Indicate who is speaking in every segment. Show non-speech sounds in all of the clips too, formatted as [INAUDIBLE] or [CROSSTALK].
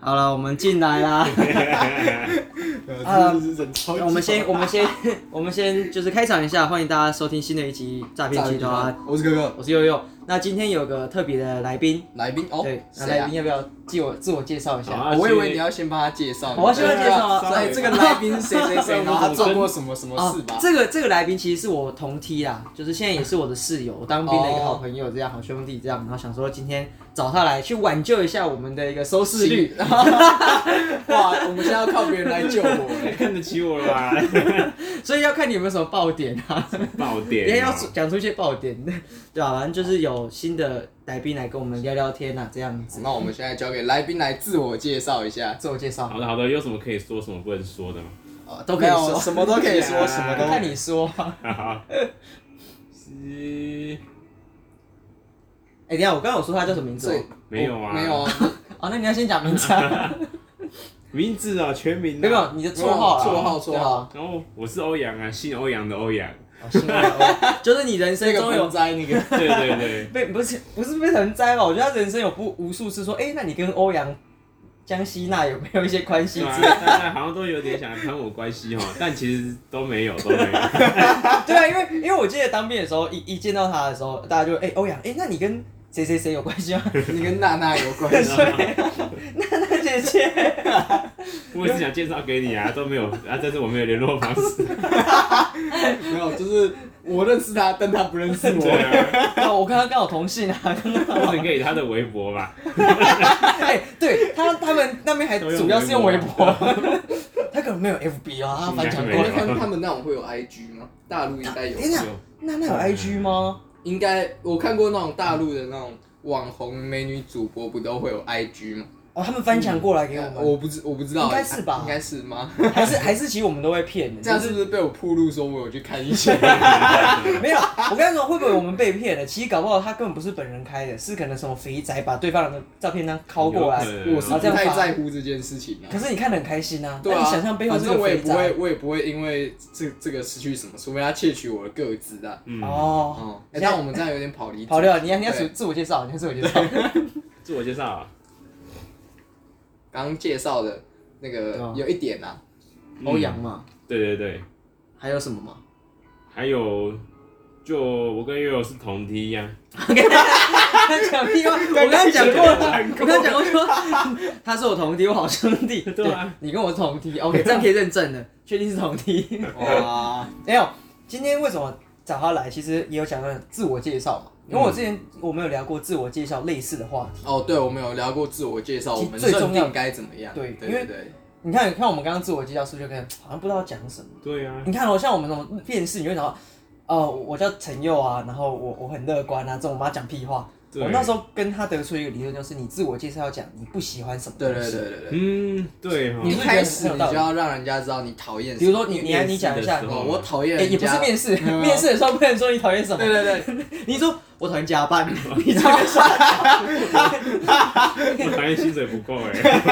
Speaker 1: 好了，我们进来啦。
Speaker 2: 呃嗯
Speaker 3: 啊，是人超级
Speaker 1: 我们先，我们先，我们先就是开场一下，欢迎大家收听新的一集《诈骗集团》，
Speaker 3: 我是哥哥，
Speaker 1: 我是悠悠。那今天有个特别的来宾，
Speaker 2: 来宾哦
Speaker 1: 对，，那
Speaker 2: 谁
Speaker 1: 来
Speaker 2: 啊
Speaker 1: 宾？要不要自我自我介绍一下？
Speaker 2: 啊我以为你要先帮他介绍，
Speaker 1: 我要先帮他介绍啊
Speaker 2: 所以这个来宾谁谁谁，然后他做过什么啊什么
Speaker 1: 哦
Speaker 2: 事吧？
Speaker 1: 这个这个来宾其实是我同梯啦，就是现在也是我的室友，我当兵的一个好朋友，这样好兄弟这样，然后想说今天找他来去挽救一下我们的一个收视率。
Speaker 2: [LAUGHS] 哇，我们现在要靠别人来救我
Speaker 3: 太
Speaker 2: 了。
Speaker 3: 看得起我了吧？ [LAUGHS]
Speaker 1: [LAUGHS] 所以要看你有没有什么爆点啊，
Speaker 3: 爆点，哦
Speaker 1: 也要讲出一些爆点， [LAUGHS] 对吧、反正就是有新的来宾来跟我们聊聊天啊，这样子。
Speaker 2: 那我们现在交给来宾来自我介绍一下，
Speaker 1: 自我介绍，
Speaker 3: 好的好的，有什么可以说，什么不能说的吗？
Speaker 2: 哦
Speaker 1: 都可以说
Speaker 2: 没有啊什么都可以说，什么
Speaker 1: 看
Speaker 2: 都。
Speaker 1: 你说。
Speaker 3: 哈
Speaker 2: [LAUGHS]
Speaker 3: 哈，是
Speaker 1: 哎、等一下我刚刚有说他叫什么名字哦？
Speaker 3: 没有啊
Speaker 2: 没有啊，
Speaker 1: 哦，那你要先讲名字、啊，
Speaker 3: 名字啊，全名啊
Speaker 1: [LAUGHS] 没有，你的绰号啊，
Speaker 2: 没有绰号
Speaker 1: 对啊
Speaker 2: 绰号。
Speaker 3: 然后我是欧阳啊，姓欧阳的欧
Speaker 2: [LAUGHS]
Speaker 3: 阳，
Speaker 1: 哦幸好哦就是你人
Speaker 2: 这
Speaker 1: 生
Speaker 2: 个
Speaker 1: 中有
Speaker 2: 盆栽那 [LAUGHS] 个，
Speaker 3: 对对对，
Speaker 1: 被不是不是被盆栽吧？我觉得他人生有不无数次说，哎、那你跟欧阳江西娜有没有一些关系
Speaker 3: 对
Speaker 1: 之类
Speaker 3: 啊，
Speaker 1: 的？
Speaker 3: 大家好像都有点想来攀我关系哈，但其实都没有都
Speaker 2: [LAUGHS]
Speaker 3: 没有，
Speaker 1: [LAUGHS] 对啊，因为因为我记得当兵的时候，一一见到他的时候，大家就哎欧阳，哎、那你跟谁谁谁有关系吗？ [LAUGHS]
Speaker 2: 你跟娜娜有关系。
Speaker 1: 娜娜姐 [LAUGHS] 姐，
Speaker 3: 我也是想介绍给你啊，都没有啊，但是我没有联络方式，
Speaker 2: 没有，就是我认识他，但他不认识 [LAUGHS] [LAUGHS]
Speaker 3: 对
Speaker 2: 我。
Speaker 3: 啊，
Speaker 1: 哦，我跟他刚好同姓啊，刚刚
Speaker 3: 我只给他的微博
Speaker 2: [LAUGHS]
Speaker 3: 吧，
Speaker 1: [LAUGHS] 哎、对他他们那边还主要是用微博， [LAUGHS] 他可能没有 FB 啊，他翻墙过
Speaker 3: 应
Speaker 1: 来
Speaker 3: 该没
Speaker 1: 看。
Speaker 2: 他
Speaker 3: 有
Speaker 2: 们他们那种会有 IG 吗？大陆应该有嗯
Speaker 1: 等，一下，娜娜有 IG 吗？
Speaker 2: 应该我看过那种大陆的那种网红美女主播，不都会有 IG 吗？
Speaker 1: 哦，他们翻墙过来给我
Speaker 2: 我
Speaker 1: 们，
Speaker 2: 不知我不知道，
Speaker 1: 应该是吧
Speaker 2: 应该是
Speaker 1: [LAUGHS]
Speaker 2: 吗？
Speaker 1: 还是还是其实我们都会骗的，
Speaker 2: 这样
Speaker 1: 就是
Speaker 2: 不是被我铺路说我有去看一些？
Speaker 1: 没有，我跟你说，会不会我们被骗了？其实搞不好他根本不是本人开的，是可能什么肥宅把对方的照片当拷过来
Speaker 3: 有可。能
Speaker 2: 啊 [LAUGHS] 我是不太在乎这件事情啊
Speaker 1: 可。是你看得很开心啊，
Speaker 2: 对啊，
Speaker 1: 那你想象背后
Speaker 2: 反
Speaker 1: 这
Speaker 2: 正
Speaker 1: 个
Speaker 2: 我也
Speaker 1: 肥
Speaker 2: 不会，
Speaker 1: 宅
Speaker 2: 我也不会因为这这个失去什么，除非他窃取我的个资啊。
Speaker 3: 嗯，
Speaker 1: 哦，
Speaker 2: 哦，
Speaker 1: 现在
Speaker 2: 哎但我们这样有点跑离题
Speaker 1: 跑掉，你要你要
Speaker 2: 对
Speaker 1: 自自我介绍，你要自我介
Speaker 2: [LAUGHS]
Speaker 1: 绍，
Speaker 3: 自我介绍啊，
Speaker 2: 刚刚介绍的那个
Speaker 1: 哦
Speaker 2: 有一点啊，
Speaker 3: 嗯
Speaker 1: 欧阳，嘛，
Speaker 3: 对对对，
Speaker 1: 还有什么吗？
Speaker 3: 还有就我跟悠悠是同梯呀、
Speaker 1: 讲屁 [LAUGHS] 话！我刚刚讲过了，我刚刚讲过 [LAUGHS] 说他是我同梯，我好兄 [LAUGHS] 弟。
Speaker 3: 对啊，
Speaker 1: 你跟我是同梯，OK，这样可以认证 [LAUGHS] 的，确定是同梯。
Speaker 2: 哇，
Speaker 1: [LAUGHS] 没有，今天为什么找他来？其实也有讲到自我介绍嘛，因为我之前我们有聊过自我介绍类似的话题。
Speaker 2: 哦，对，我们有聊过自我介绍，
Speaker 1: 其
Speaker 2: 我
Speaker 1: 实
Speaker 2: 们
Speaker 1: 最重要
Speaker 2: 认定该怎么样？
Speaker 1: 对
Speaker 2: 对
Speaker 1: 因为
Speaker 2: 对对，
Speaker 1: 你看，你看我们刚刚自我介绍是不是就跟好像不知道讲什么？
Speaker 3: 对啊，
Speaker 1: 你看哦，像我们那种面试，你会想到，哦，我叫陈佑啊，然后我我很乐观啊，这种我妈讲屁话。
Speaker 3: 对
Speaker 1: 我那时候跟他得出一个理论，就是你自我介绍要讲你不喜欢什么东
Speaker 2: 对
Speaker 1: 西。
Speaker 2: 对对对对。
Speaker 3: 嗯，对哈，
Speaker 1: 你
Speaker 2: 一
Speaker 1: 是
Speaker 2: 开
Speaker 1: 很
Speaker 2: 始
Speaker 1: 有
Speaker 2: 你
Speaker 1: 道理
Speaker 2: 就要让人家知道你讨厌什么。
Speaker 1: 比如说你你你讲一下，
Speaker 3: 面试的时候
Speaker 2: 哦，我讨厌
Speaker 1: 哎、
Speaker 2: 人
Speaker 1: 也不是
Speaker 2: 家
Speaker 1: 面试，
Speaker 2: 没有
Speaker 1: 面试的时候不能说你讨厌什
Speaker 2: 对
Speaker 1: 么，
Speaker 2: 对
Speaker 1: [LAUGHS]
Speaker 2: 对，
Speaker 1: 你说我讨厌加班，你这个傻。
Speaker 3: 我讨厌薪水不够哎，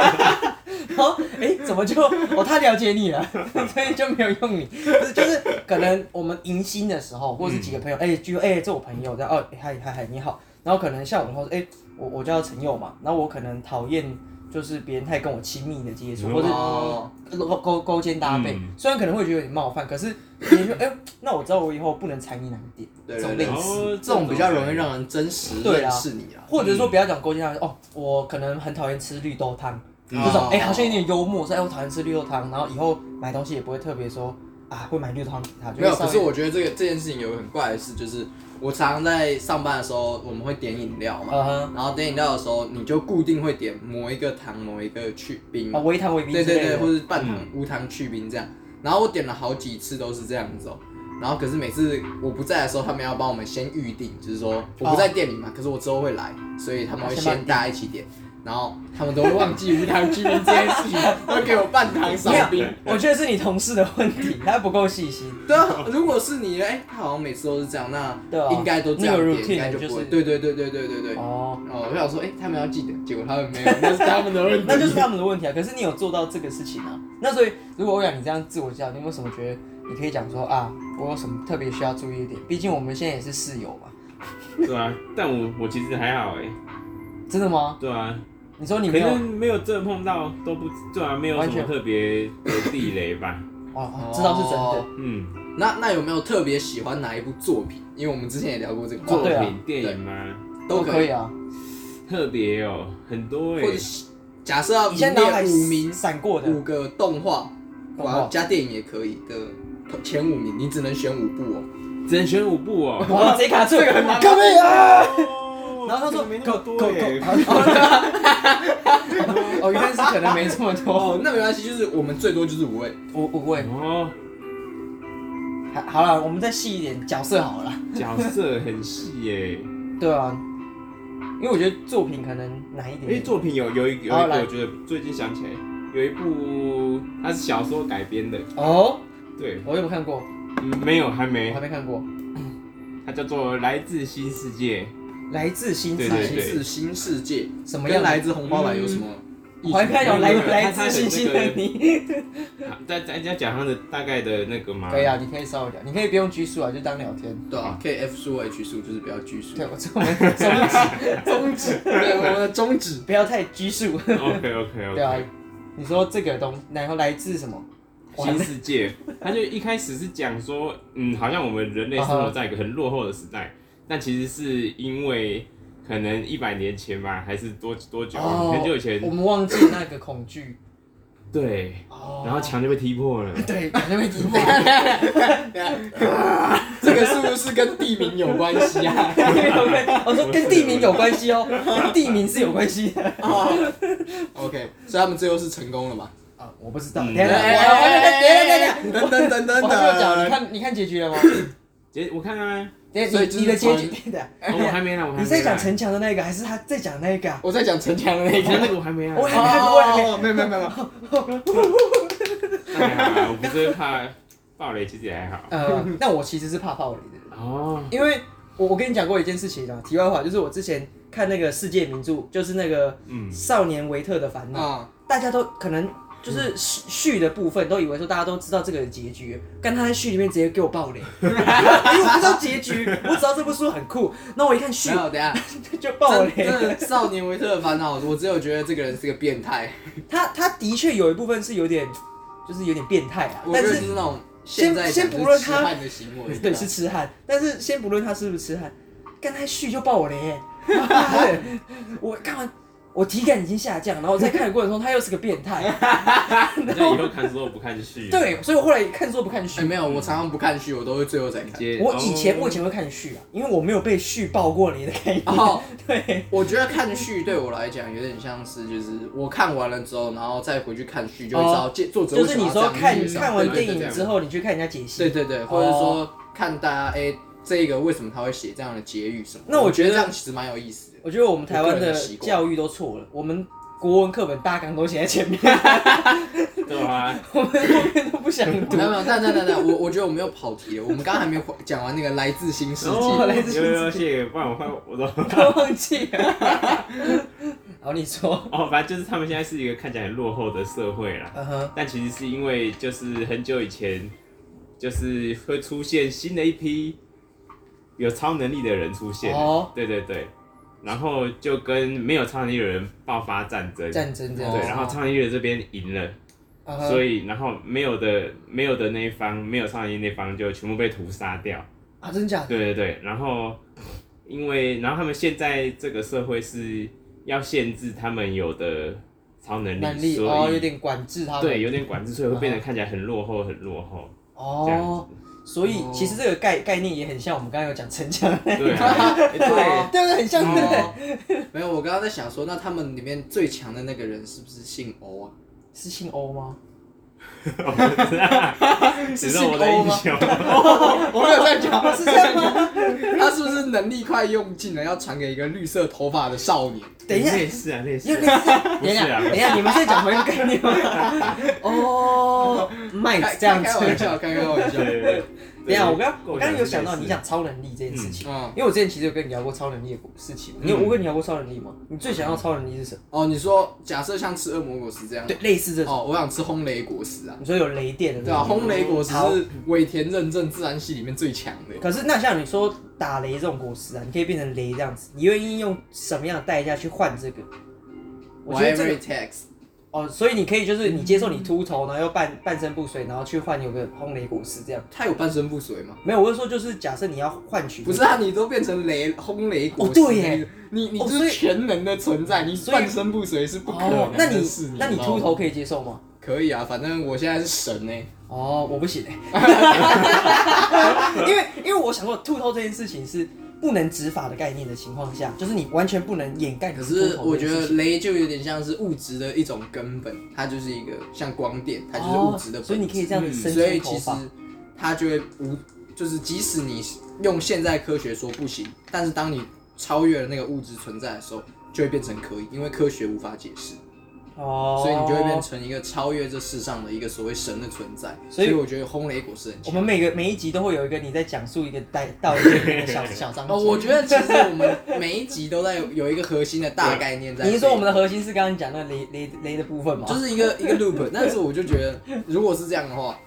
Speaker 1: 然后哎、怎么就哦他了解你了， [LAUGHS] 所以就没有用你，不是就是可能我们迎新的时候，或者是几个朋友，哎、就哎、这我朋友，然后哦嗨嗨嗨你好，然后可能像我的话，哎、我我叫陈佑嘛，然后我可能讨厌就是别人太跟我亲密的接触，或者
Speaker 2: 哦，
Speaker 1: 勾勾勾肩搭背，
Speaker 3: 嗯
Speaker 1: 虽然可能会觉得有点冒犯，可是你就哎、那我知道我以后不能踩你哪一点，
Speaker 2: 对
Speaker 1: 这种
Speaker 2: 对对
Speaker 1: 类似。
Speaker 3: 哦
Speaker 2: 这种比较容易让人真实
Speaker 1: 对啊
Speaker 2: 认识你啊。
Speaker 1: 或者说不要讲勾肩搭背，哦，我可能很讨厌吃绿豆汤，
Speaker 3: 嗯
Speaker 1: 这种
Speaker 2: 哦
Speaker 1: 哎、好像有点幽默，说哎、我讨厌吃绿豆汤，然后以后买东西也不会特别说啊会买绿豆汤给他，就
Speaker 2: 没有，
Speaker 1: 稍
Speaker 2: 可
Speaker 1: 微
Speaker 2: 是我觉得这个这件事情有个很怪的事，就是我常常在上班的时候，我们会点饮料嘛，
Speaker 1: 嗯哼
Speaker 2: 然后点饮料的时候，你就固定会点某一个糖、某一个去冰，
Speaker 1: 啊微糖微冰
Speaker 2: 对
Speaker 1: 之
Speaker 2: 对
Speaker 1: 类
Speaker 2: 对，
Speaker 1: 的，
Speaker 2: 或是半糖、无糖去冰这样。然后我点了好几次都是这样子哦、然后可是每次我不在的时候，他们要帮我们先预定，就是说我不在店里嘛，可是我之后会来，所以他们会
Speaker 1: 先帮你
Speaker 2: 先大家一起点。然后他们都会忘记无糖去冰这件事情，都给我半糖少冰。
Speaker 1: 我觉得是你同事的问题，他不够细心。
Speaker 2: 对啊，如果是你呢，哎、他好像每次都是这样，那
Speaker 1: 对啊
Speaker 2: 应该都这样
Speaker 1: 那个
Speaker 2: 点，
Speaker 1: routine
Speaker 2: 应该就不
Speaker 1: 就
Speaker 2: 会。
Speaker 1: 是
Speaker 2: 对对对对对对对。哦，
Speaker 1: 哦，
Speaker 2: 我想说，哎、他们要记得，结果他们没有，那是 [LAUGHS] 他们的问题。
Speaker 1: 那就是他们的问题啊。可是你有做到这个事情啊？那所以如果欧阳你这样自我介绍，你有没有什么觉得你可以讲说啊，我有什么特别需要注意一点？毕竟我们现在也是室友嘛。
Speaker 3: 对啊，但我我其实还好哎，
Speaker 1: 真的吗？
Speaker 3: 对啊，
Speaker 1: 你说你
Speaker 3: 可
Speaker 1: 没有
Speaker 3: 能没有真的碰到，都不对啊，没有什
Speaker 1: 完
Speaker 3: 么
Speaker 1: 全
Speaker 3: 特别的地雷吧。
Speaker 1: 哦，知道是真的。
Speaker 2: 哦
Speaker 3: 嗯，
Speaker 2: 那那有没有特别喜欢哪一部作品？因为我们之前也聊过这个
Speaker 3: 作
Speaker 2: 话
Speaker 1: 对
Speaker 3: 品、
Speaker 1: 啊
Speaker 3: 电影吗？
Speaker 2: 都
Speaker 1: 可
Speaker 2: 以，
Speaker 1: 啊。
Speaker 3: 特别哦，很多哎、
Speaker 2: 或者是假设要
Speaker 1: 你
Speaker 2: 名
Speaker 1: 现在脑海
Speaker 2: 列五名
Speaker 1: 闪过的
Speaker 2: 五个动画，
Speaker 1: 动
Speaker 2: 我
Speaker 1: 画
Speaker 2: 要加电影也可以的前五名，你只能选五部哦。
Speaker 3: 只能选五部哦。
Speaker 1: 我要直接卡住，
Speaker 2: 个很难
Speaker 1: 革命啊！ [LAUGHS] 然
Speaker 3: 然
Speaker 1: 后他说
Speaker 3: 没那
Speaker 1: 狗
Speaker 3: 么
Speaker 1: 狗
Speaker 3: 多欸
Speaker 1: 狗，
Speaker 3: 耶，
Speaker 1: 哦，原来是可能没这么多，
Speaker 2: 哦，那没关系，就是我们最多就是五位。
Speaker 1: [LAUGHS] 五五位。
Speaker 3: 哦，
Speaker 1: 好好了，我们再细一点角色好了啦。
Speaker 3: 角色很细欸耶。
Speaker 1: 对啊，因为我觉得作品可能难一
Speaker 3: 哎，
Speaker 1: 点。
Speaker 3: 作品有有一有一
Speaker 1: 好
Speaker 3: 个，
Speaker 1: 来
Speaker 3: 我觉得最近想起来有一部，它是小说改编的，
Speaker 1: 哦，
Speaker 3: 对，
Speaker 1: 我有没有看过？
Speaker 3: 嗯没有还
Speaker 1: 我
Speaker 3: 没
Speaker 1: 还，没看过，《
Speaker 3: 它叫做《来自新世
Speaker 1: [LAUGHS]
Speaker 3: 界》，
Speaker 1: 来自星
Speaker 3: 对
Speaker 1: 际
Speaker 3: 对
Speaker 2: 来
Speaker 3: 对
Speaker 2: 自新世界，
Speaker 1: 什么
Speaker 2: 跟
Speaker 1: 样的？
Speaker 2: 来自红花板有什么？
Speaker 1: 我还看有来
Speaker 3: 没有没有
Speaker 1: 来
Speaker 3: 他
Speaker 1: 自星星
Speaker 3: 他
Speaker 1: 的
Speaker 3: 很
Speaker 1: [LAUGHS]
Speaker 3: 那
Speaker 1: 你。
Speaker 3: 啊再再再讲它的大概的那个嘛。
Speaker 1: 可以啊，你可以稍微聊，你可以不用拘束啊，就当聊 [LAUGHS] 天。
Speaker 2: 对啊，可以 F 数 H 数，就是不要拘束
Speaker 1: 对，。我这我们的宗旨，
Speaker 2: 宗旨，对，我们
Speaker 1: [LAUGHS]
Speaker 2: 的宗旨。
Speaker 1: 不要太拘束。
Speaker 3: OK OK
Speaker 1: [LAUGHS] 对啊
Speaker 3: OK，，
Speaker 1: 你说这个东，然后来自什么？我还
Speaker 3: 新世界，它就一开始是讲说，嗯，好像我们人类生活在一个很落后的时代，但其实是因为可能一百年前吧，还是多多久，
Speaker 1: 哦
Speaker 3: 很久以前
Speaker 1: 我，们忘记那个恐惧。
Speaker 3: 对，
Speaker 1: [LAUGHS] 哦
Speaker 3: 然后墙就被踢破了。
Speaker 1: [LAUGHS] 对，感觉被击破。
Speaker 2: 这个是不是跟地名有关系啊？
Speaker 1: [LAUGHS] 我说跟地名有关系哦，跟地名是有关系的。
Speaker 2: 哦 OK，所以他们最后是成功了嘛？
Speaker 1: 啊，我不知道。等
Speaker 3: 嗯
Speaker 1: 一下，等
Speaker 3: 哎
Speaker 1: 一下我还没等，等一下，等一下，
Speaker 2: 等等等
Speaker 1: 哎我
Speaker 2: 等
Speaker 1: 还没有讲。你
Speaker 2: 等，
Speaker 1: 看，你看结局了 [LAUGHS] 吗？
Speaker 3: 结我看啊，
Speaker 1: [LAUGHS] 等一下
Speaker 2: 所以
Speaker 1: 你
Speaker 2: 就是
Speaker 1: 你的结局，
Speaker 2: 传
Speaker 1: 对的。
Speaker 3: 哦我还没呢，我还没呢。
Speaker 1: [LAUGHS] 你在讲城墙的那个，还是他在讲那个啊？
Speaker 2: 我在讲城墙的那
Speaker 3: 你看那
Speaker 2: 个。
Speaker 3: 个我还没啊。
Speaker 1: 我还 [LAUGHS] 没
Speaker 2: [LAUGHS] 哦，没有没有没有，
Speaker 3: 哎呀我不是怕暴雷，其实也还好。
Speaker 1: [LAUGHS] 呃，那我其实是怕暴雷的人。
Speaker 3: 哦，
Speaker 1: 因为我我跟你讲过一件事情啊，题外话就是我之前看那个世界名著，就是那个 [LAUGHS]
Speaker 3: 嗯
Speaker 1: 《少年维特的烦恼》
Speaker 2: 啊，
Speaker 1: 大家都可能
Speaker 2: 嗯
Speaker 1: 就是续续的部分都以为说大家都知道这个的结局，但他在续里面直接给我爆雷， [LAUGHS] 因为我不知道结局，我只知道这部书很酷，那我一看续
Speaker 2: 没有，等一下，
Speaker 1: 就爆
Speaker 2: 啊真
Speaker 1: 雷。
Speaker 2: 真的少年维特的烦恼，我只有觉得这个人是个变态，
Speaker 1: 他他的确有一部分是有点，就是有点变态啊，
Speaker 2: 我觉
Speaker 1: 但
Speaker 2: 得
Speaker 1: 是
Speaker 2: 就是那种现在
Speaker 1: 先先
Speaker 2: 讲就
Speaker 1: 不论
Speaker 2: 是
Speaker 1: 他
Speaker 2: 痴汉的行为，
Speaker 1: 对，是痴汉，但是先不论他是不是痴汉，干他续就爆雷、欸， [LAUGHS] 妈的我看完我体感已经下降，然后我在看的过程中他又是个变
Speaker 2: [LAUGHS]
Speaker 1: 态，
Speaker 3: 那以后看书不看续。
Speaker 1: 对，所以我后来看说不看
Speaker 2: 哎
Speaker 1: 续。
Speaker 2: 没有，我常常不看剧，我都会最后再看。
Speaker 3: 接，哦
Speaker 1: 我以前我以
Speaker 3: 前
Speaker 1: 前会看续啊，因为我没有被续爆过雷的概念。
Speaker 2: 哦，
Speaker 1: [LAUGHS] 对，
Speaker 2: 我觉得看剧对我来讲有点像是，就是我看完了之后，然后再回去看剧，就会知道介作者
Speaker 1: 哦就
Speaker 2: 为
Speaker 1: 是
Speaker 2: 什么
Speaker 1: 你
Speaker 2: 要
Speaker 1: 说
Speaker 2: 这样
Speaker 1: 看
Speaker 2: 介绍
Speaker 1: 看
Speaker 2: 对
Speaker 1: 完
Speaker 2: 对
Speaker 1: 电
Speaker 2: 对
Speaker 1: 影之后，你去看人家解析。
Speaker 2: 对对对，或者说
Speaker 1: 哦
Speaker 2: 看大家哎、这个为什么他会写这样的结语什么？
Speaker 1: 那我
Speaker 2: 我
Speaker 1: 觉得
Speaker 2: 这样其实蛮有意思的。
Speaker 1: 我觉得我们台湾的教育都错了，我们国文课本大纲都写在前面， [LAUGHS]
Speaker 3: 对啊，
Speaker 1: 我们后面都不想读
Speaker 2: 没。有没有，但但但但，我我觉得我们又跑题了。我们刚刚还没回讲完那个来自新世界，
Speaker 1: 哦
Speaker 2: [LAUGHS]
Speaker 1: 来自新世界
Speaker 3: 有有有谢谢，不然我快我都
Speaker 1: 都忘记了。 [LAUGHS] 然后你说，
Speaker 3: [LAUGHS] 哦，反正就是他们现在是一个看起来很落后的社会啦，
Speaker 1: 嗯哼，
Speaker 3: 但其实是因为就是很久以前，就是会出现新的一批有超能力的人出现，
Speaker 1: 哦
Speaker 3: 对对对，然后就跟没有超能力的人爆发战争，
Speaker 1: 战争这样
Speaker 3: 哦对，
Speaker 1: 子，
Speaker 3: 然后超能力的这边赢了，
Speaker 1: 嗯哼
Speaker 3: 所以然后没有的没有的那一方，没有超能力那方就全部被屠杀掉，
Speaker 1: 啊，真假的？
Speaker 3: 对对对，然后因为然后他们现在这个社会是要限制他们有的超能力，
Speaker 1: 能力
Speaker 3: 所以、
Speaker 1: 哦，有点管制他们。
Speaker 3: 对有点管制，所以会变得看起来很落后，很落后这样
Speaker 1: 哦，
Speaker 3: 子。
Speaker 1: 所以其实这个概概念也很像我们刚刚有讲城墙的那个，
Speaker 3: 对啊，
Speaker 1: [LAUGHS]
Speaker 2: 哎
Speaker 1: 对不对？很像对不对？
Speaker 2: 哦没有，我刚刚在想说，那他们里面最强的那个人是不是姓欧啊？
Speaker 1: 是姓欧吗？
Speaker 3: 我不知道，只是我的英雄。
Speaker 2: [LAUGHS] 我没有在讲，
Speaker 1: 是这样吗？
Speaker 2: [LAUGHS] 他是不是能力快用尽了，要传给一个绿色头发的
Speaker 1: [LAUGHS]
Speaker 2: 少年？
Speaker 1: 等一下
Speaker 3: [LAUGHS] 类
Speaker 1: [LAUGHS]
Speaker 3: 似啊，类似
Speaker 1: 因为
Speaker 3: 啊。
Speaker 1: 等一
Speaker 3: 不是
Speaker 1: 下，
Speaker 3: 啊
Speaker 1: 等一下，你们在讲同一个概念吗？哦，麦
Speaker 2: 开
Speaker 1: 这样
Speaker 2: 哦开
Speaker 1: 子。
Speaker 2: 玩笑，开开玩笑。
Speaker 3: 对对对。
Speaker 1: [LAUGHS] 等一下，我刚
Speaker 3: 跟
Speaker 1: 我刚刚有想到你讲超能力这件事情，
Speaker 2: 嗯，
Speaker 1: 因为我之前其实有跟你聊过超能力的事情。你有我跟你聊过超能力吗？你最想要超能力是什么？
Speaker 2: 哦，你说假设像吃恶魔果实这样，
Speaker 1: 对，类似这种。
Speaker 2: 哦，我想吃轰雷果实啊。
Speaker 1: 你说有雷电的
Speaker 2: 对啊，
Speaker 1: 那种。
Speaker 2: 轰雷果实是尾田认证自然系里面最强的。
Speaker 1: 可是那像你说打雷这种果实啊，你可以变成雷这样子，你愿意用什么样的代价去换这个？我觉得这
Speaker 2: Whatever
Speaker 1: 个
Speaker 2: it takes，
Speaker 1: 哦，所以你可以就是你接受你秃头，然后又半半身不遂，然后去换有个烘雷果实这样。
Speaker 2: 他有半身不遂吗？
Speaker 1: 没有，我是说就是假设你要换取
Speaker 2: 不是啊，你都变成雷轰雷果
Speaker 1: 哦
Speaker 2: 实
Speaker 1: 对耶
Speaker 2: 那个你你
Speaker 1: 哦
Speaker 2: 就
Speaker 1: 所以
Speaker 2: 是全能的存在，你
Speaker 1: 所以
Speaker 2: 半身不遂是不可
Speaker 1: 哦
Speaker 2: 能，
Speaker 1: 那
Speaker 2: 的
Speaker 1: 你
Speaker 2: 事。
Speaker 1: 那你
Speaker 2: 知道
Speaker 1: 秃
Speaker 2: 吗
Speaker 1: 头可以接受吗？
Speaker 2: 可以啊，反正我现在是神欸呢。
Speaker 1: 哦，我不行、欸， [LAUGHS] 因为因为我想过秃头这件事情是不能执法的概念的情况下，就是你完全不能掩盖你
Speaker 2: 可
Speaker 1: 秃
Speaker 2: 是
Speaker 1: 头
Speaker 2: 我
Speaker 1: 这件
Speaker 2: 觉
Speaker 1: 事情。
Speaker 2: 得雷就有点像是物质的一种根本，它就是一个像光电，它就是物质的
Speaker 1: 哦
Speaker 2: 本质、
Speaker 1: 所以你可以这样子
Speaker 3: 嗯
Speaker 1: 伸
Speaker 2: 所
Speaker 1: 出
Speaker 2: 以
Speaker 1: 头
Speaker 2: 其实
Speaker 1: 发。
Speaker 2: 它就会无，就是即使你用现在科学说不行，但是当你超越了那个物质存在的时候，就会变成可以，因为科学无法解释，
Speaker 1: 哦，
Speaker 2: 所以你就会变。成一个超越这世上的一个所谓神的存在。
Speaker 1: 所
Speaker 2: 所
Speaker 1: 以
Speaker 2: 以我觉得轰雷果是很
Speaker 1: 我
Speaker 2: 强。
Speaker 1: 们每个每一集都会有一个你在讲述一个带到一个小小章节。
Speaker 2: 哦，我觉得其实我们每一集都在有一个核心的大概念 [LAUGHS] 在。
Speaker 1: 你是说我们的核心是刚刚讲那雷雷雷的部分吗？
Speaker 2: 就是一个一个 loop，但是我就觉得，如果是这样的话，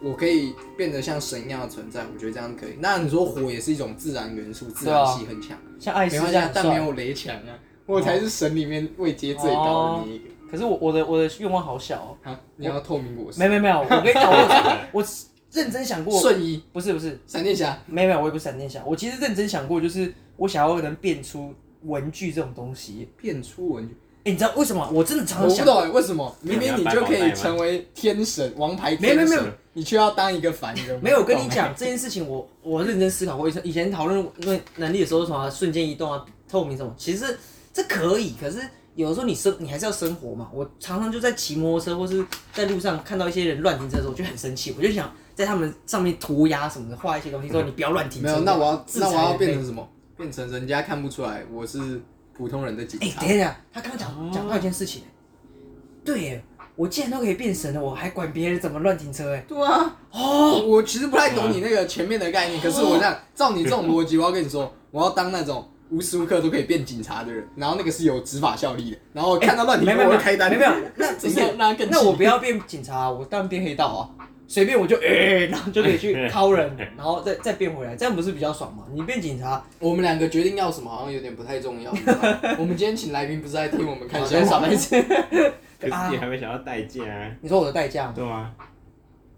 Speaker 2: 我可以变得像神一样的存在，我觉得这样可以。那你说火也是一种自然元素，自然系很强，
Speaker 1: 像艾斯
Speaker 2: 没
Speaker 1: 这
Speaker 2: 关系
Speaker 1: 样
Speaker 2: 啊
Speaker 1: 很，
Speaker 2: 但没
Speaker 1: 帅。
Speaker 2: 有雷强啊，我才是神里面位阶最高的那一个。
Speaker 1: 可是我我的我的愿望好小哦。
Speaker 2: 啊，你要透明果实，
Speaker 1: 没没没有，我跟你讲，
Speaker 2: [LAUGHS]
Speaker 1: 我我认真想过，
Speaker 2: 瞬移、
Speaker 1: 不是不是，
Speaker 2: 闪电侠，
Speaker 1: 没有没有，我也不是闪电侠，我其实认真想过，就是我想要能变出文具这种东西。
Speaker 2: 变出文具，
Speaker 1: 哎、你知道为什么？我真的常
Speaker 2: [LAUGHS] 我
Speaker 1: 常想，
Speaker 2: 不懂欸为什么
Speaker 3: 那
Speaker 2: 明
Speaker 3: 你要
Speaker 2: 明你
Speaker 3: 戴
Speaker 2: 就
Speaker 3: 帽
Speaker 2: 可
Speaker 3: 戴
Speaker 2: 以
Speaker 3: 吗
Speaker 2: 成为天神、王牌
Speaker 1: 没有
Speaker 2: 天
Speaker 1: 没有没
Speaker 2: 神，
Speaker 1: 有
Speaker 2: 你却要当一个凡人。
Speaker 1: 没有我跟
Speaker 2: 懂
Speaker 1: 你
Speaker 2: 吗， [LAUGHS]
Speaker 1: 讲这件事情我，我认真思考过，以前以前讨论论能力的时候，什么瞬间移动啊、透明什么，其实这可以，可是有的时候你生你还是要生活嘛。我常常就在骑摩托车或是在路上看到一些人乱停车的时候，我就很生气，我就想在他们上面涂鸦什么的，画一些东西说你不要乱停车。
Speaker 2: 没有，那我要
Speaker 1: 制裁
Speaker 2: 那我要
Speaker 1: 人类
Speaker 2: 变成什么？ [LAUGHS] 变成人家看不出来我是普通人的警
Speaker 1: 哎、
Speaker 2: 察。
Speaker 1: 等一下，他刚刚讲讲到一件事情、对耶，我既然都可以变神了，我还管别人怎么乱停车哎。
Speaker 2: 对啊，哦，我其实不太懂你那个前面的概念，可是我那照你这种逻辑，我要跟你说，我要当那种无时无刻都可以变警察的人，然后那个是有执法效力的，然后看到乱停
Speaker 1: 没
Speaker 2: 车
Speaker 1: 哎没
Speaker 2: 我
Speaker 1: 没
Speaker 2: 会开单，
Speaker 1: 没有，那不
Speaker 2: [LAUGHS] 怎
Speaker 1: 是
Speaker 2: 么样让他更
Speaker 1: 那我不
Speaker 2: 要
Speaker 1: 要变警察、我当然变黑道啊，随便我就哎、 [LAUGHS] 然后就可以去敲人，然后再再变回来，这样不是比较爽吗？你变警察，
Speaker 2: 我们两个决定要什么好像有点不太重要，你知道吗我们今天请来宾不是在替我们看笑
Speaker 1: 少
Speaker 2: 话，
Speaker 1: 白痴。
Speaker 3: 可是你还没想到代价啊，
Speaker 1: 你说我的代价吗？
Speaker 3: 对啊，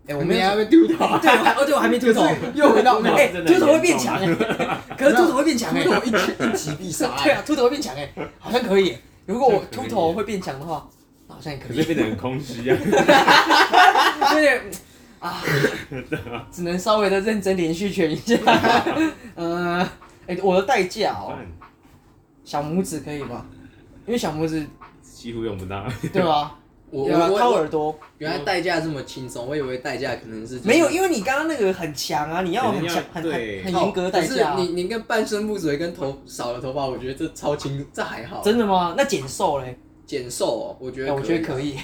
Speaker 1: 哎、
Speaker 2: 我
Speaker 1: 我
Speaker 2: 们
Speaker 1: 没有
Speaker 2: 还，会丢掉，
Speaker 1: [LAUGHS] 对，我还哦对我还没秃头，
Speaker 2: 又回到
Speaker 1: 哎、
Speaker 3: 真的
Speaker 1: 秃头会
Speaker 3: 严
Speaker 1: 变
Speaker 3: 重
Speaker 1: 强
Speaker 3: 啊
Speaker 1: 哎、
Speaker 2: [LAUGHS]
Speaker 1: 可是秃头会 [LAUGHS] 变强哎、
Speaker 2: 秃头一击一击必杀，
Speaker 1: 对啊，秃头会变强哎、好像可以、欸。如果我秃头会变强的话，好像也可
Speaker 3: 可
Speaker 1: 以。
Speaker 3: 是变得很空虚啊。
Speaker 1: 对啊，只能稍微的认真连续拳一下。 [LAUGHS] 嗯、呃，哎、我的代价 [LAUGHS] 哦，
Speaker 3: 哎
Speaker 1: 小拇指可以吗？因为小拇指
Speaker 3: [LAUGHS] 几乎用不到，
Speaker 1: 对吧？
Speaker 2: 我
Speaker 1: 对吧
Speaker 2: 我
Speaker 1: 掏
Speaker 2: 我
Speaker 1: 耳朵
Speaker 2: 原来代价这么轻松，我以为代价可能是就是
Speaker 1: 没有，因为你刚刚那个很强啊，你要很强、很
Speaker 3: 肯定
Speaker 1: 很
Speaker 3: 要
Speaker 1: 很
Speaker 3: 对
Speaker 1: 很严格的代价、
Speaker 2: 可
Speaker 1: 啊
Speaker 2: 是。你你跟半身不遂跟头少了头发，我觉得这超轻，这还好。
Speaker 1: 真的吗？那减瘦嘞？
Speaker 2: 减瘦哦，我觉
Speaker 1: 哎
Speaker 2: 得
Speaker 1: 我觉得
Speaker 2: 以
Speaker 1: 可以。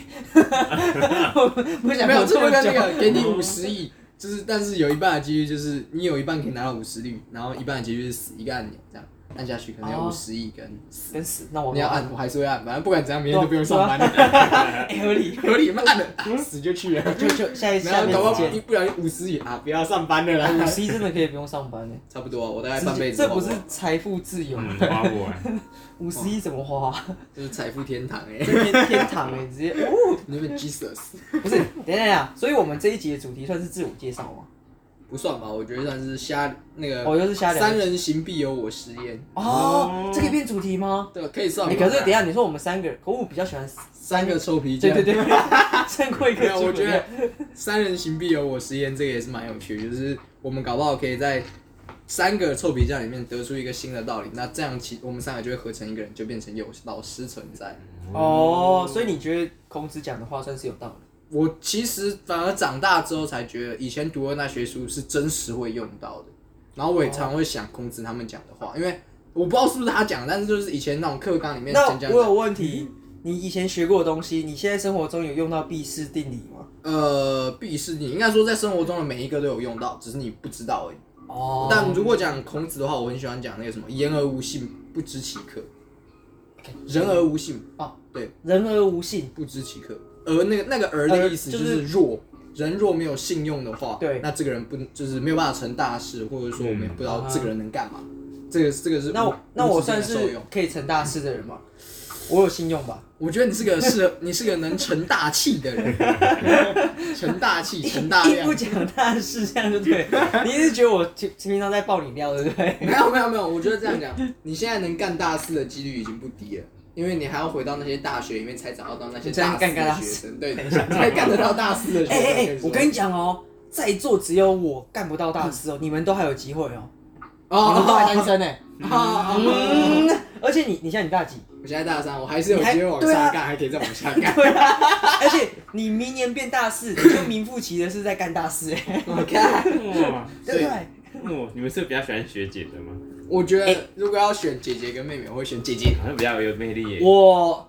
Speaker 1: 我不想
Speaker 2: 没有，
Speaker 1: 活这
Speaker 2: 这就
Speaker 1: 么
Speaker 2: 跟那
Speaker 1: 久。
Speaker 2: 个给你五十亿，就是但是有一半的几率就是你有一半可以拿到五十率，然后一半的几率是死一个按钮这样按下去，可能有
Speaker 1: 哦
Speaker 2: 五十亿跟死。
Speaker 1: 跟死，那我
Speaker 2: 你要按，我还是会按，反正不管怎样，明天就不用
Speaker 1: 对啊
Speaker 2: 上班了，
Speaker 1: 哎合理。
Speaker 2: 合理吗？按了啊死就去了，
Speaker 1: 就就下一 [LAUGHS] 下
Speaker 2: 然后
Speaker 1: 面
Speaker 2: 搞不好
Speaker 1: 见。
Speaker 2: 一不小心五十亿啊，不要上班了
Speaker 1: 五
Speaker 2: 啦。
Speaker 1: C 真的可以不用上班呢、
Speaker 2: 差不多啊，我大概半辈子
Speaker 1: 这
Speaker 2: 花
Speaker 1: 不
Speaker 2: 光，
Speaker 1: 是财富自由，
Speaker 3: 嗯，花不完。
Speaker 1: 五十一怎么花、啊？
Speaker 2: 就是财富天堂哎、
Speaker 1: 这天天堂哎、直接 [LAUGHS] 哦，
Speaker 2: 你们 Jesus
Speaker 1: 不是，等一下等一下，所以我们这一集的主题算是自我介绍吗？
Speaker 2: 不算吧？我觉得算是瞎啊那个
Speaker 1: 哦，又是瞎聊。
Speaker 2: 呃三人行必有我师焉，
Speaker 1: 哦，这可以变主题吗？
Speaker 2: 对，可以算吧。
Speaker 1: 你可是等一下，你说我们三个，可我比较喜欢，
Speaker 2: 三个臭皮
Speaker 1: 对
Speaker 2: 匠，
Speaker 1: 对对，胜过一
Speaker 2: 没
Speaker 1: 个
Speaker 2: 有，
Speaker 1: 主
Speaker 2: 我
Speaker 1: 题
Speaker 2: 觉。得三人行必有我师焉，这个也是蛮有趣的，就是我们搞不好可以在三个臭皮匠里面得出一个新的道理，那这样其我们三个就会合成一个人，就变成有老师存在。
Speaker 1: [LAUGHS] 哦，所以你觉得孔子讲的话算是有道理？
Speaker 2: 我其实反而长大之后才觉得，以前读的那些书是真实会用到的。然后我也常会想孔子他们讲的话，因为我不知道是不是他讲，但是就是以前那种课纲里面
Speaker 1: 那
Speaker 2: 讲讲
Speaker 1: 我有问题，你以前学过的东西，你现在生活中有用到毕氏定理吗？
Speaker 2: 呃，必是你应该说在生活中的每一个都有用到，只是你不知道而已。
Speaker 1: 哦，
Speaker 2: 但如果讲孔子的话，我很喜欢讲那个什么“言而无信，不知其可”，人而无信
Speaker 1: 嗯
Speaker 2: 啊，对，
Speaker 1: 人而无信，
Speaker 2: 不知其可。而那个那个“而”的意思
Speaker 1: 而就
Speaker 2: 就是是弱，人若没有信用的话，
Speaker 1: 对
Speaker 2: 那这个人不就是没有办法成大事，或者说我们也不知道
Speaker 1: 嗯
Speaker 2: 这个人能干嘛。这个这个是
Speaker 1: 那
Speaker 2: 无
Speaker 1: 我那我
Speaker 2: 无止
Speaker 1: 算
Speaker 2: 境的受
Speaker 1: 是
Speaker 2: 用
Speaker 1: 可以成大事的人吗？我有信用吧？
Speaker 2: 我觉得你是个适合，你是个能成大器的人，成大器，成大
Speaker 1: 一不
Speaker 2: 量。
Speaker 1: 讲大事，这样就对 [LAUGHS] 了。你是觉得我平平常在爆你料，对 [LAUGHS] 不对？
Speaker 2: 没有没有没有，我觉得这样讲，你现在能干大事的几率已经不低了，因为你还要回到那些大学里面才找得到那些
Speaker 1: 你真的
Speaker 2: 大
Speaker 1: 干
Speaker 2: 四
Speaker 1: 干
Speaker 2: 的
Speaker 1: 大
Speaker 2: 学
Speaker 1: 事
Speaker 2: 生，对，你才干得到大四的学
Speaker 1: 哎
Speaker 2: 生。
Speaker 1: 哎
Speaker 2: 跟
Speaker 1: 哎
Speaker 2: 你，说
Speaker 1: 我跟你讲哦，在座只有我干不到大事哦，你们都还有机会哦，你们都还单
Speaker 2: 哦
Speaker 1: 身哎。
Speaker 2: 哦哦，
Speaker 1: 嗯，而且你你现在你大几？
Speaker 2: 我现在大三，我还是有
Speaker 1: 你
Speaker 2: 机
Speaker 1: 还
Speaker 2: 会往
Speaker 1: 对啊
Speaker 2: 上干，还可以再往下 [LAUGHS] 干。
Speaker 1: [LAUGHS] 而且你明年变大四，你就名副其实是在干大事哎，
Speaker 2: 我看，
Speaker 3: 哇
Speaker 1: [LAUGHS] 对不对？
Speaker 3: 哇，你们是比较喜欢学姐的吗？
Speaker 2: 我觉得如果要选姐姐跟妹妹，我会选姐 [LAUGHS] 姐。
Speaker 3: 好像比较有魅力耶。
Speaker 1: 我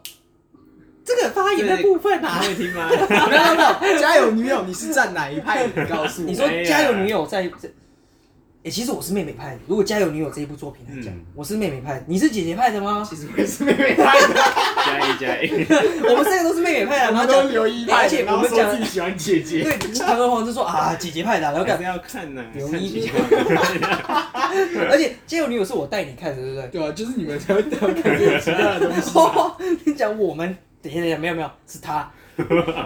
Speaker 1: 这个发言的部分啊
Speaker 3: 你，会听吗？
Speaker 2: 没有没有，家有女友，你是站哪一派？你告诉我。
Speaker 1: [LAUGHS] 你说
Speaker 3: 哎呀
Speaker 1: 家有女友在这，哎、其实我是妹妹派的。如果家有女友这一部作品来讲，
Speaker 3: 嗯
Speaker 1: 我是妹妹派的，你是姐姐派的吗？
Speaker 2: 其实 [LAUGHS] 我也是妹妹派的，
Speaker 3: 加一
Speaker 1: [LAUGHS]
Speaker 3: 加一，
Speaker 1: 我们三个都是妹妹派的，然后
Speaker 2: 都
Speaker 1: 讲
Speaker 2: 是刘一派
Speaker 1: 而且
Speaker 2: 的，然
Speaker 1: 我
Speaker 2: 后
Speaker 1: 们
Speaker 2: 说
Speaker 1: 讲
Speaker 2: 自己喜欢姐姐。 [LAUGHS]
Speaker 1: 对堂而皇之说啊姐姐派的啊，然后
Speaker 3: 还
Speaker 1: 干
Speaker 3: [LAUGHS] 是，要看呢。
Speaker 1: 刘
Speaker 3: 看
Speaker 1: 一
Speaker 3: 情
Speaker 1: 鸣
Speaker 3: 况
Speaker 1: 而且家有女友是我带你看的，对不对？
Speaker 2: 对啊，就是你们才会看这啊种奇怪的东西。
Speaker 1: [LAUGHS] 你讲我们，等一下等一下，没有没有，是他，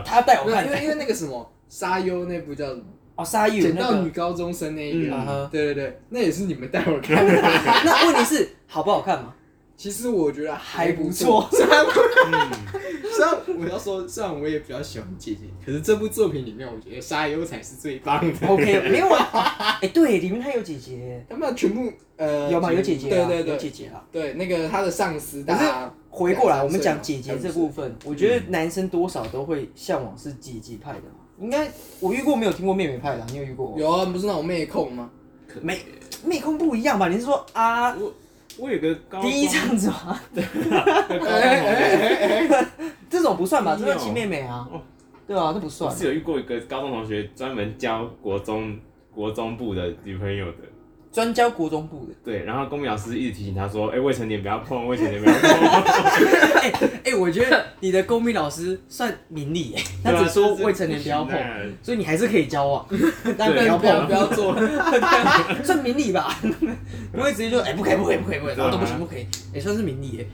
Speaker 1: 他带我
Speaker 2: 没有，
Speaker 1: 看
Speaker 2: 因
Speaker 1: 的
Speaker 2: 为因为那个什么沙优那部叫什么
Speaker 1: 哦，沙溢有
Speaker 2: 捡
Speaker 1: 那
Speaker 2: 到女
Speaker 1: 个。
Speaker 2: 高中生那一
Speaker 3: 嗯
Speaker 1: 啊
Speaker 2: 个，
Speaker 1: 哈
Speaker 2: 对对对，那也是你们带我看的。
Speaker 1: [LAUGHS] 那问题是好不好看嘛？
Speaker 2: 其实我觉得还不
Speaker 1: 还
Speaker 2: 错， [LAUGHS] 虽然
Speaker 3: 嗯
Speaker 2: 虽然我要说，虽然我也比较喜欢姐姐，可是这部作品里面，我觉得沙优才是最棒的。
Speaker 1: OK，没有啊。哎、 [LAUGHS] 对，里面他有姐姐，
Speaker 2: 他们全部呃，
Speaker 1: 有吗？有姐姐
Speaker 2: 对
Speaker 1: 啊，
Speaker 2: 对
Speaker 1: 有
Speaker 2: 对
Speaker 1: 姐姐啊。
Speaker 2: 对，那个他的上司
Speaker 1: 可是
Speaker 2: 大，
Speaker 1: 回过来，我们
Speaker 2: 两三岁啊
Speaker 1: 讲
Speaker 2: 嘛
Speaker 1: 姐姐这部分，我觉得男生多少都会向往是姐姐派的嘛。应该我遇过没有听过妹妹派的啊，你有遇过吗？
Speaker 2: 有啊，不是那种妹控吗？
Speaker 1: 妹妹控不一样吧？你是说啊，
Speaker 3: 我我有个高中
Speaker 1: 第一这样子吗？
Speaker 3: 高中
Speaker 2: 哎哎
Speaker 3: 同
Speaker 2: 哎哎，
Speaker 1: 这种不算吧？这
Speaker 3: 没有
Speaker 1: 叫亲妹妹啊
Speaker 3: 哦，
Speaker 1: 对啊，这不
Speaker 3: 学
Speaker 1: 算。
Speaker 3: 是有遇过一个高中同学专门教国中国中部的女朋友的。
Speaker 1: 专教国中部的。
Speaker 3: 对，然后公民老师一直提醒他说：“哎、未成年不要
Speaker 1: [LAUGHS]
Speaker 3: 碰，未成年不要碰。
Speaker 1: 哎哎，我觉得你的公民老师算明理耶， [LAUGHS] 他
Speaker 3: 对啊
Speaker 1: 只说
Speaker 3: 就是
Speaker 1: 未成年不要
Speaker 3: 不行啊
Speaker 1: 碰，所以你还是可以交 [LAUGHS] 往，但不
Speaker 3: 对
Speaker 1: 要
Speaker 2: 不要
Speaker 1: 碰
Speaker 2: 不。要做，
Speaker 1: [LAUGHS] 算明理吧，不会直接就哎、不可以不可以不可以不可以，
Speaker 3: 对
Speaker 1: 然后
Speaker 3: 啊
Speaker 1: 都不行不可以，也、算是明理 [LAUGHS] 耶。